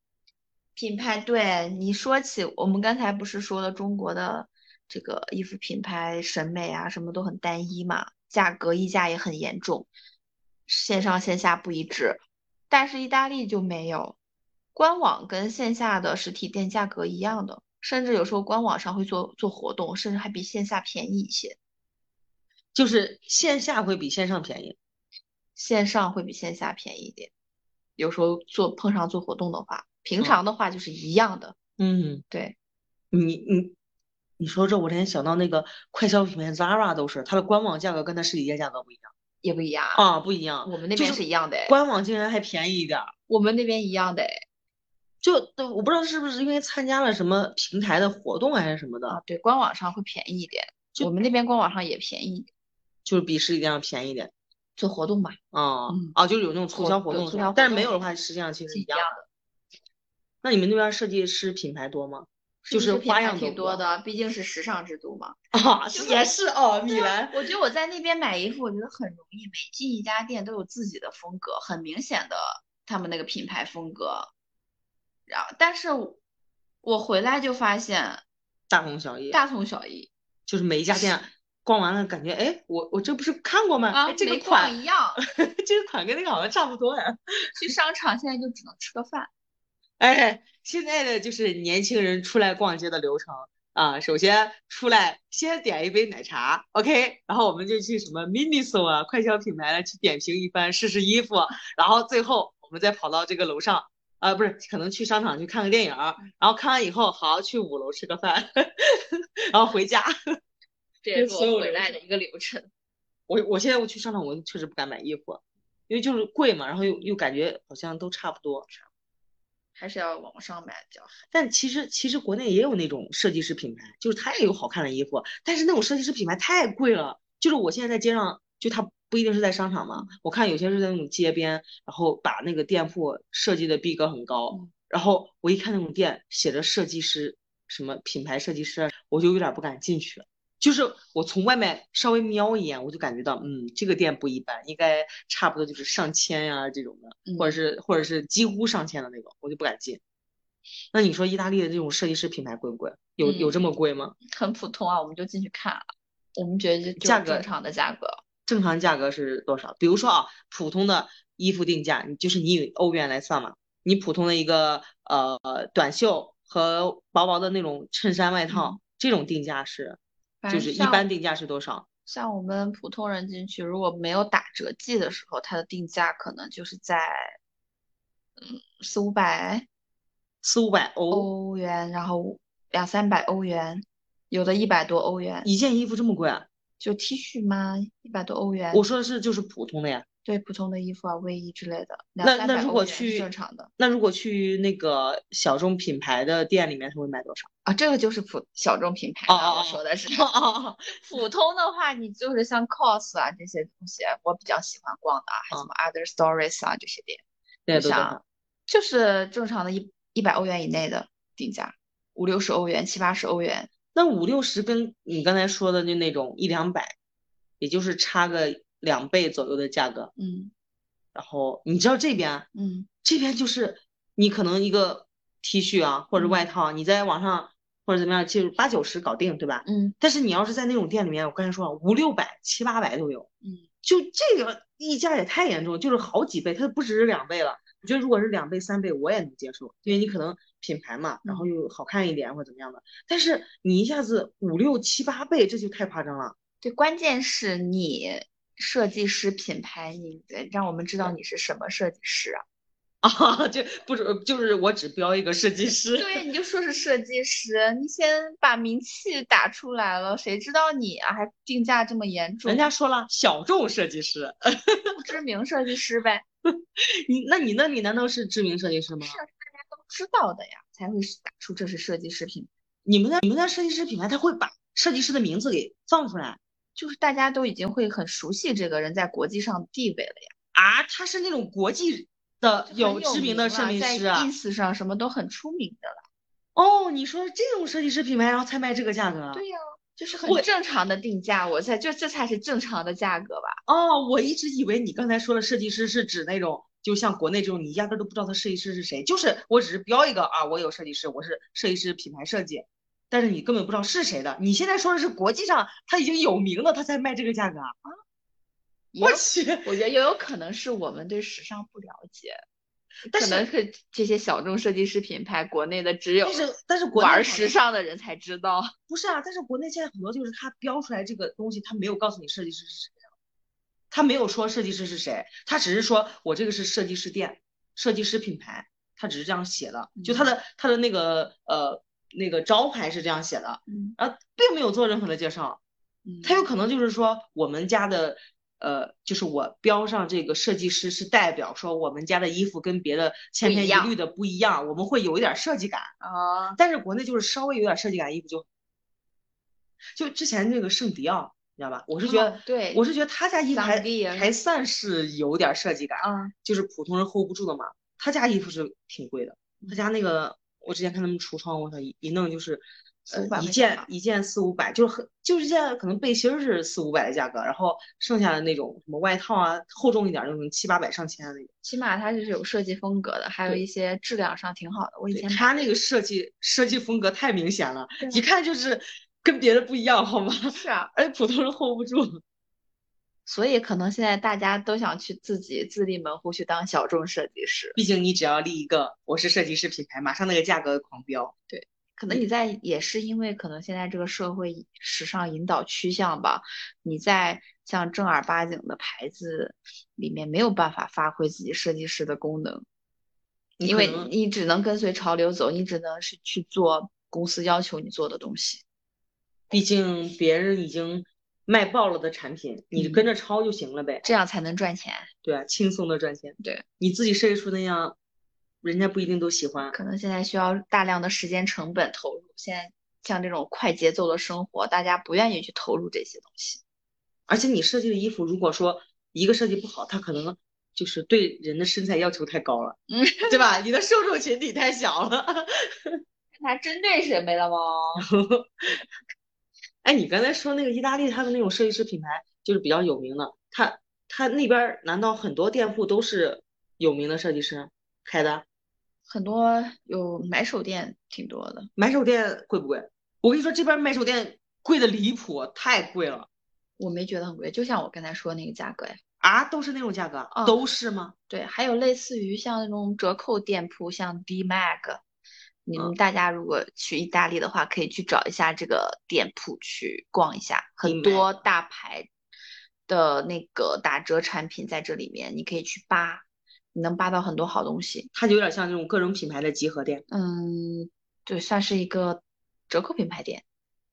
Speaker 2: 品牌，对，你说起，我们刚才不是说了中国的这个衣服品牌审美啊，什么都很单一嘛，价格溢价也很严重，线上线下不一致。但是意大利就没有，官网跟线下的实体店价格一样的，甚至有时候官网上会做做活动，甚至还比线下便宜一些，
Speaker 1: 就是线下会比线上便宜。
Speaker 2: 线上会比线下便宜一点。有时候做碰上做活动的话，平
Speaker 1: 嗯
Speaker 2: 常的话就是一样的，
Speaker 1: 嗯，
Speaker 2: 对。
Speaker 1: 你你你说这，我联想到那个快消品牌 Zara 都是，它的官网价格跟它实体店价格不一样
Speaker 2: 也不一样。
Speaker 1: 啊，不一样，
Speaker 2: 我们那
Speaker 1: 就
Speaker 2: 边是一样的诶，哎
Speaker 1: 官网竟然还便宜一点儿。
Speaker 2: 我们那边一样的诶。
Speaker 1: 就对，我不知道是不是因为参加了什么平台的活动还是什么
Speaker 2: 啊，
Speaker 1: 的，
Speaker 2: 对，官网上会便宜一点，
Speaker 1: 就
Speaker 2: 我们那边官网上也便宜一点，
Speaker 1: 就是比实体店要便宜一点。
Speaker 2: 做活动嘛，
Speaker 1: 啊、
Speaker 2: 嗯
Speaker 1: 啊，就是有那种促
Speaker 2: 活
Speaker 1: 销活
Speaker 2: 对
Speaker 1: 动
Speaker 2: 促
Speaker 1: 是
Speaker 2: 销
Speaker 1: 吧
Speaker 2: 活
Speaker 1: 但是没
Speaker 2: 动
Speaker 1: 有的话，实际上其实
Speaker 2: 是
Speaker 1: 一
Speaker 2: 一
Speaker 1: 样
Speaker 2: 样
Speaker 1: 的。那你们那边设计师品牌多吗？就
Speaker 2: 设计
Speaker 1: 是
Speaker 2: 师品
Speaker 1: 花
Speaker 2: 牌
Speaker 1: 样
Speaker 2: 挺
Speaker 1: 多不多
Speaker 2: 多的，毕竟是时尚之都嘛。
Speaker 1: 啊，
Speaker 2: 就是
Speaker 1: 也是哦，米
Speaker 2: 对啊
Speaker 1: 兰。
Speaker 2: 我觉得我在那边买衣服，我觉得很容易，每进一家店都有自己的风格，很明显的他们那个品牌风格。然后，但是我我回来就发现
Speaker 1: 大同小异，
Speaker 2: 大同小异
Speaker 1: 就是每一家店逛完了，感觉哎，我我这不是看过吗？
Speaker 2: 啊
Speaker 1: 哎，这个
Speaker 2: 没逛
Speaker 1: 款，
Speaker 2: 一样。
Speaker 1: 这个款跟那个好像差不多呀。
Speaker 2: 去商场现在就只能吃 个饭，
Speaker 1: 哎，现在的就是年轻人出来逛街的流程啊，首先出来先点一杯奶茶，OK，然后我们就去什么 Miniso 啊，快消品牌了去点评一番，试试衣服，然后最后我们再跑到这个楼上，啊，不是，可能去商场去看个电影儿，然后看完以后，好，去五楼吃个饭， 然后回家。
Speaker 2: 这
Speaker 1: 也是我回来
Speaker 2: 的一个流程。
Speaker 1: 我我现在我去商场，我确实不敢买衣服，因为就是贵嘛，然后又又感觉好像都差不多。
Speaker 2: 还是要网上买比较好。
Speaker 1: 但其实其实国内也有那种设计师品牌，就是它也有好看的衣服，但是那种设计师品牌太贵了。就是我现在在街上，就它不一定是在商场嘛，我看有些是在那种街边，然后把那个店铺设计的逼格很高
Speaker 2: 嗯，
Speaker 1: 然后我一看那种店写着设计师什么品牌设计师，啊我就有点不敢进去。就是我从外面稍微瞄一眼，我就感觉到，嗯，这个店不一般，应该差不多就是上千呀、这种的，或
Speaker 2: 嗯
Speaker 1: 者是或者是几乎上千的那种，我就不敢进。那你说意大利的这种设计师品牌贵不贵？有有
Speaker 2: 嗯
Speaker 1: 这么贵吗？
Speaker 2: 很普通啊，我们就进去看了，我们觉得就就
Speaker 1: 价
Speaker 2: 是
Speaker 1: 格
Speaker 2: 正常的价格，
Speaker 1: 正常价格是多少？比如说啊，普通的衣服定价，你就是你以欧元来算嘛，你普通的一个呃短袖和薄薄的那种衬衫外套，这种定价是
Speaker 2: 嗯反
Speaker 1: 就
Speaker 2: 正
Speaker 1: 是一
Speaker 2: 像
Speaker 1: 般定价是多少？
Speaker 2: 像我们普通人进去，如果没有打折季的时候，它的定价可能就是在嗯四五百
Speaker 1: 四五百欧
Speaker 2: 欧元，然后两三百欧元，有的一百多欧元，
Speaker 1: 一件衣服这么贵啊？
Speaker 2: 就 T 恤嘛，一百多欧元
Speaker 1: 我，说的是就是普通的呀。
Speaker 2: 对普通的衣服啊、卫衣之类的，两
Speaker 1: 那
Speaker 2: 三
Speaker 1: 那
Speaker 2: 百
Speaker 1: 如
Speaker 2: 欧
Speaker 1: 果
Speaker 2: 元是
Speaker 1: 去
Speaker 2: 正常的
Speaker 1: 那如果去那个小众品牌的店里面，他会卖多少？
Speaker 2: 啊，这个就是普小众品牌
Speaker 1: 哦
Speaker 2: 了，
Speaker 1: 哦
Speaker 2: 我
Speaker 1: 哦
Speaker 2: 说的是。
Speaker 1: 哦哦
Speaker 2: 普通的话，你就是像 COS 啊这些东西，我比较喜欢逛的啊，
Speaker 1: 嗯
Speaker 2: 还有什么 Other Stories 啊这些店，
Speaker 1: 对，
Speaker 2: 就
Speaker 1: 都多少
Speaker 2: 像？就是正常的一一百欧元以内的定价，五六十欧元、七八十欧元，
Speaker 1: 那五六十跟你刚才说的就那种一两百，也就是差个两倍左右的价格。
Speaker 2: 嗯
Speaker 1: 然后你知道这边啊，
Speaker 2: 嗯，
Speaker 1: 这边就是你可能一个 T 恤啊或者
Speaker 2: 嗯
Speaker 1: 外套啊，你在网上或者怎么样，就是八九十搞定，对吧？
Speaker 2: 嗯
Speaker 1: 但是你要是在那种店里面，我刚才说了，啊五六百、七八百都有，
Speaker 2: 嗯，
Speaker 1: 就这个溢价也太严重，就是好几倍，它不只是两倍了。我觉得如果是两倍、三倍，我也能接受，因为你可能品牌嘛，然后
Speaker 2: 嗯
Speaker 1: 又好看一点或者怎么样的。但是你一下子五六七八倍，这就太夸张了。
Speaker 2: 对，关键是你设计师品牌，你得让我们知道你是什么设计师啊？
Speaker 1: 啊，这不是就是我只标一个设计师，
Speaker 2: 对，你就说是设计师，你先把名气打出来了，谁知道你啊还定价这么严重？
Speaker 1: 人家说了小众设计师，
Speaker 2: 不知名设计师呗。
Speaker 1: 你那你那你难道是知名设计师吗？
Speaker 2: 是大家都知道的呀，才会是打出这是设计师品牌，
Speaker 1: 你
Speaker 2: 啊
Speaker 1: 们那你们那设计师品牌，他会把设计师的名字给放出来
Speaker 2: 就是大家都已经会很熟悉这个人在国际上的地位了呀。
Speaker 1: 啊？他是那种国际的
Speaker 2: 就
Speaker 1: 有
Speaker 2: 很
Speaker 1: 知名的设计
Speaker 2: 名啊
Speaker 1: 师
Speaker 2: 在
Speaker 1: 啊？
Speaker 2: ins 上什么都很出名的了。
Speaker 1: 哦，你说这种设计师品牌，然后才卖这个价格啊？
Speaker 2: 对呀、就是很正常的定价，我才这这才是正常的价格吧？
Speaker 1: 哦，我一直以为你刚才说的设计师是指那种，就像国内这种，你压根儿都不知道他设计师是谁，就是我只是标一个啊，我有设计师，我是设计师品牌设计，但是你根本不知道是谁的。你现在说的是国际上他已经有名了，他才卖这个价格啊？
Speaker 2: 也
Speaker 1: 我
Speaker 2: 有
Speaker 1: 去，
Speaker 2: 我觉得也有可能是我们对时尚不了解，
Speaker 1: 但
Speaker 2: 可能
Speaker 1: 是
Speaker 2: 是这些小众设计师品牌，国内的只有
Speaker 1: 但是但是国内
Speaker 2: 玩
Speaker 1: 好
Speaker 2: 时
Speaker 1: 像
Speaker 2: 尚的人才知道。
Speaker 1: 不是啊，但是国内现在很多就是他标出来这个东西，他没有告诉你设计师是谁啊，他没有说设计师是谁，他只是说我这个是设计师店、设计师品牌，他只是这样写的，就
Speaker 2: 嗯
Speaker 1: 他的他的那个呃那个招牌是这样写的，
Speaker 2: 嗯，
Speaker 1: 然后并没有做任何的介绍，他有可能就是说我们家的。呃，就是我标上这个设计师是代表说我们家的衣服跟别的千
Speaker 2: 不一
Speaker 1: 篇一
Speaker 2: 样
Speaker 1: 律的不一样，我们会有一点儿设计感。
Speaker 2: 啊，
Speaker 1: 但是国内就是稍微有点设计感，衣服就就之前那个圣迪奥，你知道吧？我是觉得，
Speaker 2: 哦对
Speaker 1: 我是觉得他家衣服还
Speaker 2: 桑迪啊
Speaker 1: 还算是有点设计感，
Speaker 2: 啊，
Speaker 1: 就是普通人 hold 不住的嘛。他家衣服是挺贵的，他家那个我之前看他们橱窗，我操，一一弄就是。
Speaker 2: 四
Speaker 1: 呃
Speaker 2: 五百，
Speaker 1: 一
Speaker 2: 块钱
Speaker 1: 件
Speaker 2: 吧
Speaker 1: 一件四五百，就是很就是现在可能背心儿是四五百的价格，然后剩下的那种什么外套啊，厚重一点儿，就可能七八百上千的那种。
Speaker 2: 起码它是有设计风格的，还有
Speaker 1: 对
Speaker 2: 一些质量上挺好的。我以
Speaker 1: 对
Speaker 2: 前
Speaker 1: 他那个设计设计风格太明显了，
Speaker 2: 对啊
Speaker 1: 一看就是跟别的不一样，好吗？
Speaker 2: 是啊，
Speaker 1: 而且普通人 hold 不住。
Speaker 2: 所以可能现在大家都想去自己自立门户去当小众设计师。
Speaker 1: 毕竟你只要立一个我是设计师品牌，马上那个价格狂飙。
Speaker 2: 可能你在也是因为可能现在这个社会时尚引导趋向吧，你在像正儿八经的牌子里面没有办法发挥自己设计师的功能，
Speaker 1: 你
Speaker 2: 因
Speaker 1: 可
Speaker 2: 为
Speaker 1: 能
Speaker 2: 你只能跟随潮流走，你只能是去做公司要求你做的东西。
Speaker 1: 毕竟别人已经卖爆了的产品，你就跟
Speaker 2: 嗯
Speaker 1: 着抄就行了呗。
Speaker 2: 这样才能赚钱。
Speaker 1: 对啊，轻松的赚钱。
Speaker 2: 对，
Speaker 1: 你自己设计出那样，人家不一定都喜欢。
Speaker 2: 可能现在需要大量的时间成本投入，现在像这种快节奏的生活，大家不愿意去投入这些东西。
Speaker 1: 而且你设计的衣服，如果说一个设计不好，它可能就是对人的身材要求太高了，
Speaker 2: 嗯，
Speaker 1: 对吧？你的受众群体太小了。
Speaker 2: 那针对谁没了吗？
Speaker 1: 哎，你刚才说那个意大利，它的那种设计师品牌就是比较有名的，它它那边儿难道很多店铺都是有名的设计师开的？
Speaker 2: 很多有买手店挺多的，
Speaker 1: 买手店贵不贵？我跟你说，这边买手店贵的离谱，太贵了
Speaker 2: 我没觉得很贵，就像我刚才说那个价格呀。
Speaker 1: 啊！都是那种价格，
Speaker 2: 哦
Speaker 1: 都是吗？
Speaker 2: 对，还有类似于像那种折扣店铺，像 DMAG，你们
Speaker 1: 嗯
Speaker 2: 大家如果去意大利的话，可以去找一下这个店铺去逛一下，很
Speaker 1: DMAG
Speaker 2: 多大牌的那个打折产品在这里面，你可以去扒，你能扒到很多好东西。
Speaker 1: 它就有点像这种各种品牌的集合店，
Speaker 2: 嗯，对，算是一个折扣品牌店，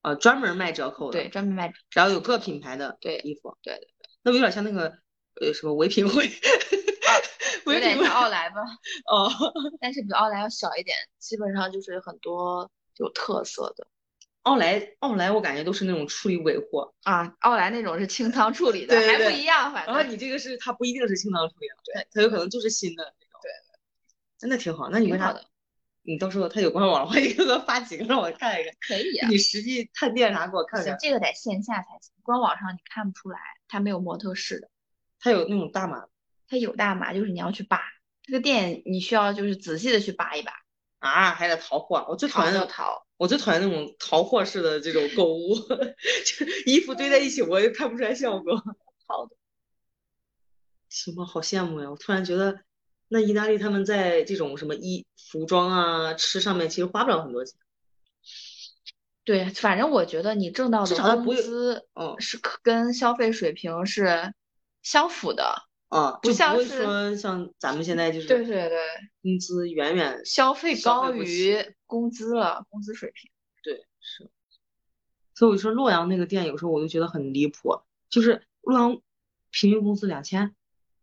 Speaker 1: 呃，专门卖折扣的，
Speaker 2: 对，，专门卖，
Speaker 1: 然后有各品牌的
Speaker 2: 对
Speaker 1: 衣服，
Speaker 2: 对对
Speaker 1: 那不有点像那个呃什么唯品会，
Speaker 2: 有
Speaker 1: 唯
Speaker 2: 点
Speaker 1: 品会
Speaker 2: 像奥莱吧，
Speaker 1: 哦，
Speaker 2: 但是比奥莱要小一点，基本上就是很多有特色的。
Speaker 1: 奥莱奥莱我感觉都是那种处理尾货，
Speaker 2: 啊，奥莱那种是清仓处理的，
Speaker 1: 对对
Speaker 2: 还不
Speaker 1: 对
Speaker 2: 一样，反
Speaker 1: 然
Speaker 2: 正
Speaker 1: 后你这个是它不一定是清仓处理的，对，它有可能就是新的那种。对，那挺好。那你
Speaker 2: 挺
Speaker 1: 为
Speaker 2: 好
Speaker 1: 啥
Speaker 2: 的？
Speaker 1: 你到时候它有官网的话，你给我发几个让我看一看。
Speaker 2: 可以啊
Speaker 1: 你实际探店啥给我看
Speaker 2: 行
Speaker 1: 看，。
Speaker 2: 这个得线下才行，官网上你看不出来，它没有模特式的，
Speaker 1: 它有那种大码
Speaker 2: 它有大码，就是你要去扒这个店，你需要就是仔细的去扒一扒，
Speaker 1: 啊，还得淘货。我最讨
Speaker 2: 淘
Speaker 1: 厌那
Speaker 2: 要
Speaker 1: 种，
Speaker 2: 淘。
Speaker 1: 我最讨厌那种淘货式的这种购物， 就是衣服堆在一起，我也看不出来效果。
Speaker 2: 好的，
Speaker 1: 行吧，好羡慕呀！我突然觉得，那意大利他们在这种什么衣服装啊、吃上面，其实花不了很多钱。
Speaker 2: 对，反正我觉得你挣到
Speaker 1: 至
Speaker 2: 的
Speaker 1: 少它不
Speaker 2: 工
Speaker 1: 会
Speaker 2: 资
Speaker 1: 嗯
Speaker 2: 是可跟消费水平是相符的，
Speaker 1: 啊，
Speaker 2: 不
Speaker 1: 就
Speaker 2: 像
Speaker 1: 不会
Speaker 2: 是
Speaker 1: 说像咱们现在就是
Speaker 2: 对对对，
Speaker 1: 工资远远
Speaker 2: 消费
Speaker 1: 消
Speaker 2: 高
Speaker 1: 费不
Speaker 2: 于工资了，工资水平。
Speaker 1: 对是，所以我就说洛阳那个店有时候我就觉得很离谱，就是洛阳平均工资两千，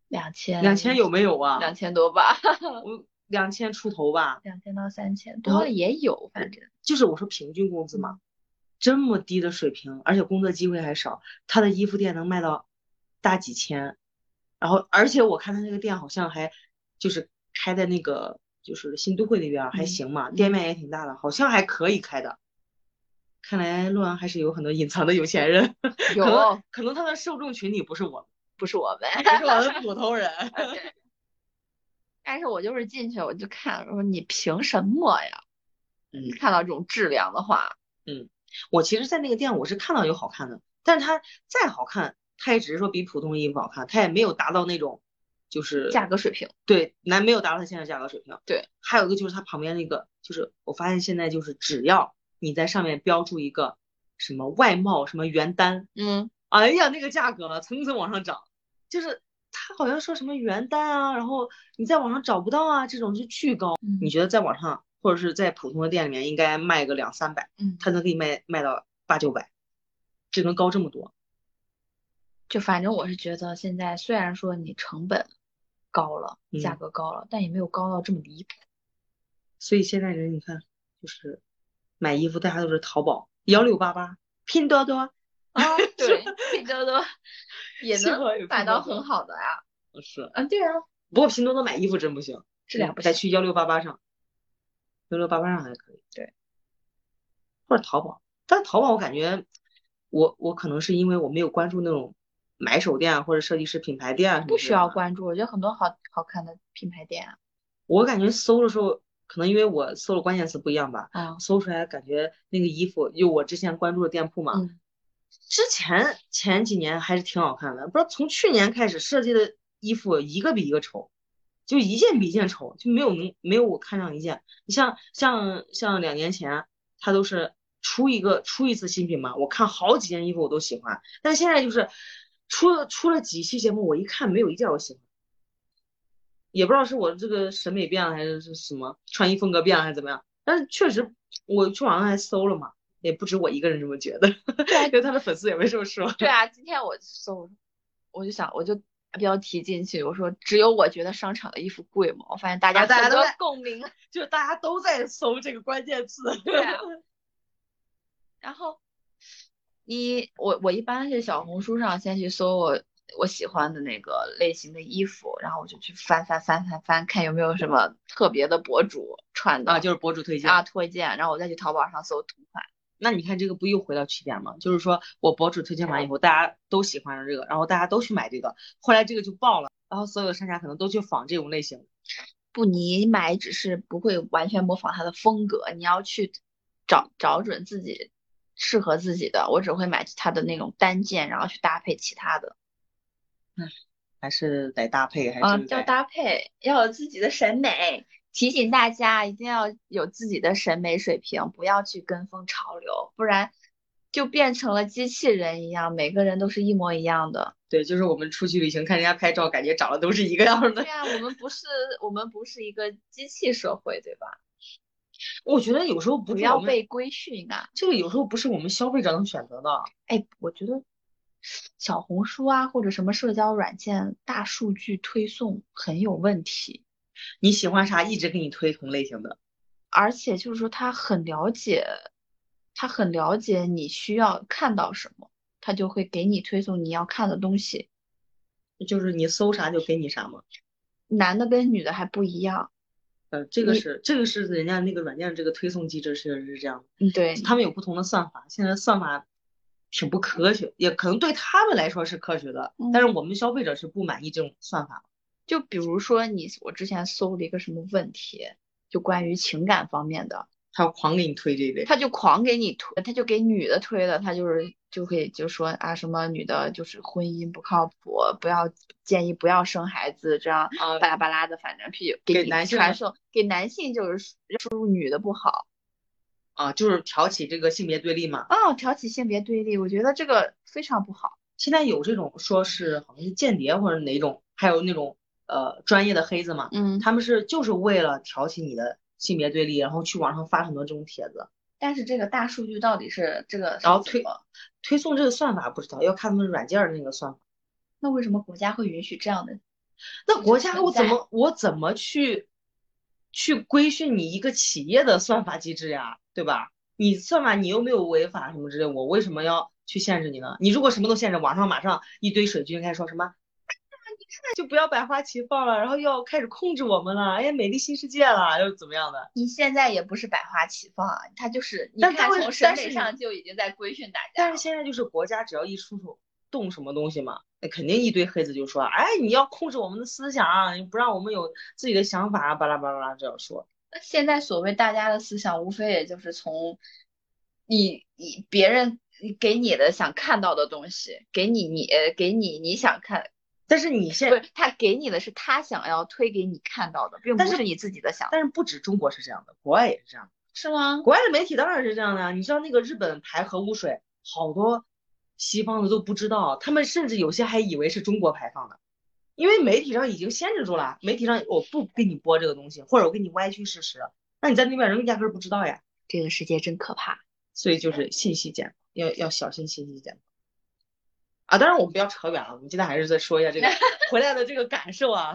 Speaker 2: 两千，
Speaker 1: 两千有没有啊？
Speaker 2: 两千多吧，
Speaker 1: 我两千出头吧，
Speaker 2: 两千到三千
Speaker 1: 然后
Speaker 2: 多了也有，反正。
Speaker 1: 就是我说平均工资嘛，这么低的水平，而且工作机会还少，他的衣服店能卖到大几千，然后而且我看他那个店好像还就是开在那个就是新都会那边儿还
Speaker 2: 嗯
Speaker 1: 行嘛，店面也挺大的，好像还可以开的。看来洛阳还是有很多隐藏的有钱人，可能
Speaker 2: 有哦
Speaker 1: 可能他的受众群体不是 我
Speaker 2: 不是我们，
Speaker 1: 们，不是我们普通人。
Speaker 2: 但是我就是进去我就看，我说你凭什么呀？
Speaker 1: 嗯，
Speaker 2: 看到这种质量的话，
Speaker 1: 我其实，在那个店我是看到有好看的，但是它再好看，它也只是说比普通衣服好看，它也没有达到那种就是
Speaker 2: 价格水平，
Speaker 1: 对，难没有达到它现在价格水平。
Speaker 2: 对，
Speaker 1: 还有一个就是它旁边那个，就是我发现现在就是只要你在上面标注一个什么外贸什么原单，
Speaker 2: 嗯，
Speaker 1: 哎呀，那个价格蹭蹭往上涨，就是它好像说什么原单啊，然后你在网上找不到啊，这种就巨
Speaker 2: 哦
Speaker 1: 高。
Speaker 2: 嗯
Speaker 1: 你觉得在网上或者是在普通的店里面应该卖个两三百，
Speaker 2: 嗯，
Speaker 1: 它能给你卖卖到八九百，只能高这么多。
Speaker 2: 就反正我是觉得现在虽然说你成本高了，价
Speaker 1: 嗯
Speaker 2: 格高了，但也没有高到这么 离谱。
Speaker 1: 所以现在人你看，就是买衣服大家都是淘宝、幺六八八、拼多多。
Speaker 2: 啊，对，拼多多也
Speaker 1: 幸好有
Speaker 2: 能买
Speaker 1: 拼多
Speaker 2: 到
Speaker 1: 多
Speaker 2: 很好的呀。
Speaker 1: 是，
Speaker 2: 嗯，对啊，
Speaker 1: 不过拼多多买衣服真不行，
Speaker 2: 质量不
Speaker 1: 得
Speaker 2: 行。
Speaker 1: 去幺六八八上，幺六八八上还可以。
Speaker 2: 对，
Speaker 1: 或者淘宝，但淘宝我感觉我我可能是因为我没有关注那种买手店啊或者设计师品牌店啊什么
Speaker 2: 不
Speaker 1: 之
Speaker 2: 需
Speaker 1: 类
Speaker 2: 要
Speaker 1: 的
Speaker 2: 关注，我觉得很多好好看的品牌店啊，
Speaker 1: 我感觉搜的时候，可能因为我搜的关键词不一样吧，
Speaker 2: 啊
Speaker 1: 搜出来感觉那个衣服有我之前关注的店铺嘛，
Speaker 2: 嗯，
Speaker 1: 之前前几年还是挺好看的，不知道从去年开始设计的衣服一个比一个丑，就一件比一件丑，就没有能没有我看上一件。你像像像两年前，它都是出一个出一次新品嘛，我看好几件衣服我都喜欢，但现在就是出了出了几期节目，我一看没有一件我喜欢。也不知道是我这个审美变了还是是什么，穿衣风格变了还是怎么样，但是确实我去网上还搜了嘛，也不止我一个人这么觉得， 因为他的粉丝也没这么说。
Speaker 2: 对啊，今天我就搜，我就想，我就标题进去，我说只有我觉得商场的衣服贵吗？我发现大
Speaker 1: 啊
Speaker 2: 家
Speaker 1: 大家
Speaker 2: 很
Speaker 1: 都
Speaker 2: 多
Speaker 1: 在
Speaker 2: 共鸣。
Speaker 1: 就是大家都在搜这个关键词。
Speaker 2: 对啊然后你我我一般是小红书上先去搜我我喜欢的那个类型的衣服，然后我就去翻翻翻翻翻，看有没有什么特别的博主穿 的
Speaker 1: 啊，就是博主推荐
Speaker 2: 啊。推荐，然后我再去淘宝上搜同款。
Speaker 1: 那你看这个不又回到起点吗？就是说我博主推荐完以后，大家都喜欢上这个，然后大家都去买这个，后来这个就爆了，然后所有的商家可能都去仿这种类型。
Speaker 2: 不，你买只是不会完全模仿它的风格，你要去找找准自己适合自己的。我只会买它的那种单件，然后去搭配其他的
Speaker 1: 还是得搭配，还
Speaker 2: 啊，
Speaker 1: 哎是
Speaker 2: 要
Speaker 1: 得
Speaker 2: 搭配，要有自己的审美。提醒大家一定要有自己的审美水平，不要去跟风潮流，不然就变成了机器人一样，每个人都是一模一样的。
Speaker 1: 对，就是我们出去旅行看人家拍照，感觉长得都是一个样
Speaker 2: 对
Speaker 1: 的。
Speaker 2: 啊，我们不是我们不是一个机器社会，对吧？
Speaker 1: 我觉得有时候不
Speaker 2: 不
Speaker 1: 是
Speaker 2: 要
Speaker 1: 我们
Speaker 2: 被规训啊。
Speaker 1: 这个有时候不是我们消费者能选择的。
Speaker 2: 哎，我觉得小红书啊，或者什么社交软件大数据推送很有问题，
Speaker 1: 你喜欢啥，一直给你推同类型的。
Speaker 2: 而且就是说他很了解，他很了解你需要看到什么，他就会给你推送你要看的东西，
Speaker 1: 就是你搜啥就给你啥嘛。
Speaker 2: 男的跟女的还不一样。
Speaker 1: 呃，这个
Speaker 2: 你
Speaker 1: 是这个是人家那个软件这个推送机制是是这样的，
Speaker 2: 嗯，对，
Speaker 1: 他们有不同的算法，现在算法挺不科学，也可能对他们来说是科学的，但是
Speaker 2: 嗯
Speaker 1: 我们消费者是不满意这种算法。
Speaker 2: 就比如说你，我之前搜了一个什么问题，就关于情感方面的，
Speaker 1: 他狂给你推这一类，
Speaker 2: 他就狂给你推，他就给女的推的，他就是就会就说啊什么女的就是婚姻不靠谱，不要建议不要生孩子，这样
Speaker 1: 啊
Speaker 2: 巴拉巴拉的，反正屁
Speaker 1: 给
Speaker 2: 你
Speaker 1: 男性呢
Speaker 2: 传授给男性就是输入女的不好
Speaker 1: 啊，就是挑起这个性别对立嘛。
Speaker 2: 啊，挑起性别对立，我觉得这个非常不好。
Speaker 1: 现在有这种说是好像是间谍或者哪种，还有那种呃专业的黑子嘛，
Speaker 2: 嗯，
Speaker 1: 他们是就是为了挑起你的性别对立，然后去网上发很多这种帖子。
Speaker 2: 但是这个大数据到底是这个是
Speaker 1: 然后
Speaker 2: 怎
Speaker 1: 推
Speaker 2: 么
Speaker 1: 推送这个算法不知道，要看他们软件儿那个算法。
Speaker 2: 那为什么国家会允许这样的？
Speaker 1: 那
Speaker 2: 就
Speaker 1: 国
Speaker 2: 是
Speaker 1: 家
Speaker 2: 存
Speaker 1: 我怎
Speaker 2: 在
Speaker 1: 么我怎么去去规训你一个企业的算法机制呀，对吧？你算法你又没有违法什么之类，我为什么要去限制你呢？你如果什么都限制，网上马上一堆水军开始说什么，啊就不要百花齐放了，然后要开始控制我们了，哎呀，美丽新世界了，又怎么样的？
Speaker 2: 你现在也不是百花齐放啊，他就是你
Speaker 1: 但
Speaker 2: 看
Speaker 1: 他会
Speaker 2: 从审
Speaker 1: 但是
Speaker 2: 美
Speaker 1: 你
Speaker 2: 上就已经在规训大家
Speaker 1: 但是
Speaker 2: 了。
Speaker 1: 现在就是国家只要一出手动什么东西嘛，那肯定一堆黑子就说，哎，你要控制我们的思想，你不让我们有自己的想法，啊巴拉巴拉巴拉这样说。
Speaker 2: 那现在所谓大家的思想，无非也就是从你你别人给你的想看到的东西，给你你给你你想看，
Speaker 1: 但是你现
Speaker 2: 不是他给你的是他想要推给你看到的，并不
Speaker 1: 但是
Speaker 2: 你自己的想法，
Speaker 1: 但是不止中国是这样的，国外也是这样的。
Speaker 2: 是吗？
Speaker 1: 国外的媒体当然是这样的啊，你像那个日本排核污水，好多西方的都不知道，他们甚至有些还以为是中国排放的，因为媒体上已经限制住了，媒体上我不给你播这个东西，或者我给你歪曲事实，那你在那边人压根儿不知道呀，
Speaker 2: 这个世界真可怕。
Speaker 1: 所以就是信息茧，要要小心信息茧。啊，当然我们不要扯远了，我们今天还是再说一下这个回来的这个感受啊，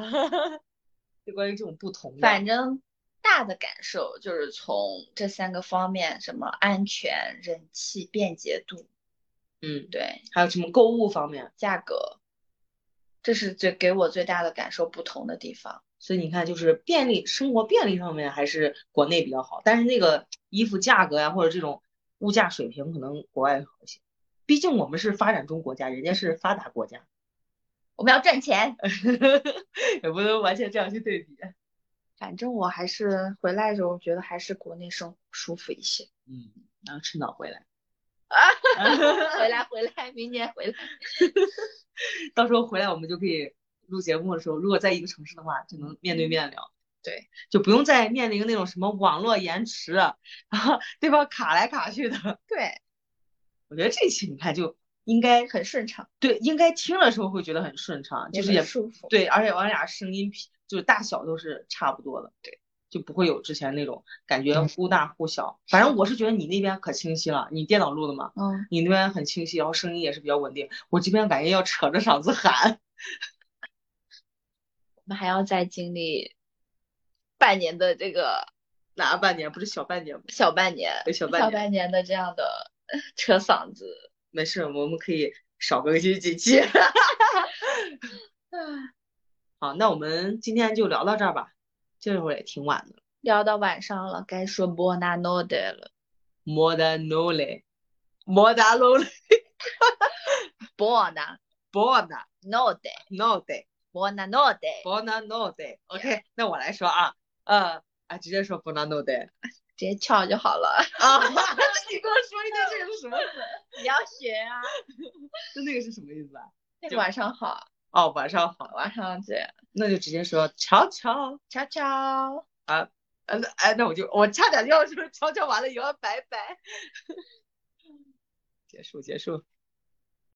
Speaker 1: 就关于这种不同的，
Speaker 2: 反正大的感受就是从这三个方面，什么安全、人气、便捷度，
Speaker 1: 嗯，
Speaker 2: 对，
Speaker 1: 还有什么购物方面。
Speaker 2: 价格，这是最给我最大的感受不同的地方。
Speaker 1: 所以你看，就是便利生活便利上面还是国内比较好，但是那个衣服价格呀、或者这种物价水平，可能国外好一些。毕竟我们是发展中国家，人家是发达国家，
Speaker 2: 我们要赚钱。
Speaker 1: 也不能完全这样去对比。
Speaker 2: 反正我还是回来的时候，觉得还是国内生活舒服一些。
Speaker 1: 嗯， 然后趁早回来，
Speaker 2: 回来，回来，明年回来。
Speaker 1: 到时候回来我们就可以录节目的时候，如果在一个城市的话，就能面对面聊。
Speaker 2: 对，
Speaker 1: 就不用再面临那种什么网络延迟，啊， 对方卡来卡去的。
Speaker 2: 对，
Speaker 1: 我觉得这期你看就应该
Speaker 2: 很顺畅，
Speaker 1: 对，应该听的时候会觉得很顺畅，就是
Speaker 2: 也
Speaker 1: 也
Speaker 2: 很舒服。
Speaker 1: 对，而且我俩声音匹就是大小都是差不多的，
Speaker 2: 对，
Speaker 1: 就不会有之前那种感觉
Speaker 2: 嗯
Speaker 1: 忽大忽小。反正我是觉得你那边可清晰了，你电脑录的嘛，
Speaker 2: 嗯，
Speaker 1: 你那边很清晰，然后声音也是比较稳定。我这边感觉要扯着嗓子喊，
Speaker 2: 我们还要再经历半年的这个
Speaker 1: 哪半年不是小半年吗？
Speaker 2: 小半年，
Speaker 1: 对小半
Speaker 2: 小
Speaker 1: 年
Speaker 2: 半年的这样的 呃扯嗓子。
Speaker 1: 没事，我们可以少更新几期。
Speaker 2: 唉
Speaker 1: 好，那我们今天就聊到这儿吧，这会儿也挺晚的了。
Speaker 2: 聊到晚上了，该说 Buona notte 了。
Speaker 1: More than no le, more than no le,
Speaker 2: Buona
Speaker 1: buona
Speaker 2: notte，Buona
Speaker 1: notte.
Speaker 2: notte，
Speaker 1: Buona notte。OK，那我来说啊，呃啊，直接说 Buona notte
Speaker 2: 直接翘就好了。
Speaker 1: 啊。你跟我说一下这个是什么？
Speaker 2: 你要学啊，
Speaker 1: 就那个是什么意思啊？
Speaker 2: 那
Speaker 1: 就
Speaker 2: 个晚上好，
Speaker 1: 哦，晚上好，
Speaker 2: 晚上见，
Speaker 1: 那就直接说瞧瞧。
Speaker 2: 悄悄。
Speaker 1: 呃，那哎，那我就我 差点就要说瞧瞧完了以后拜拜。结束，结束。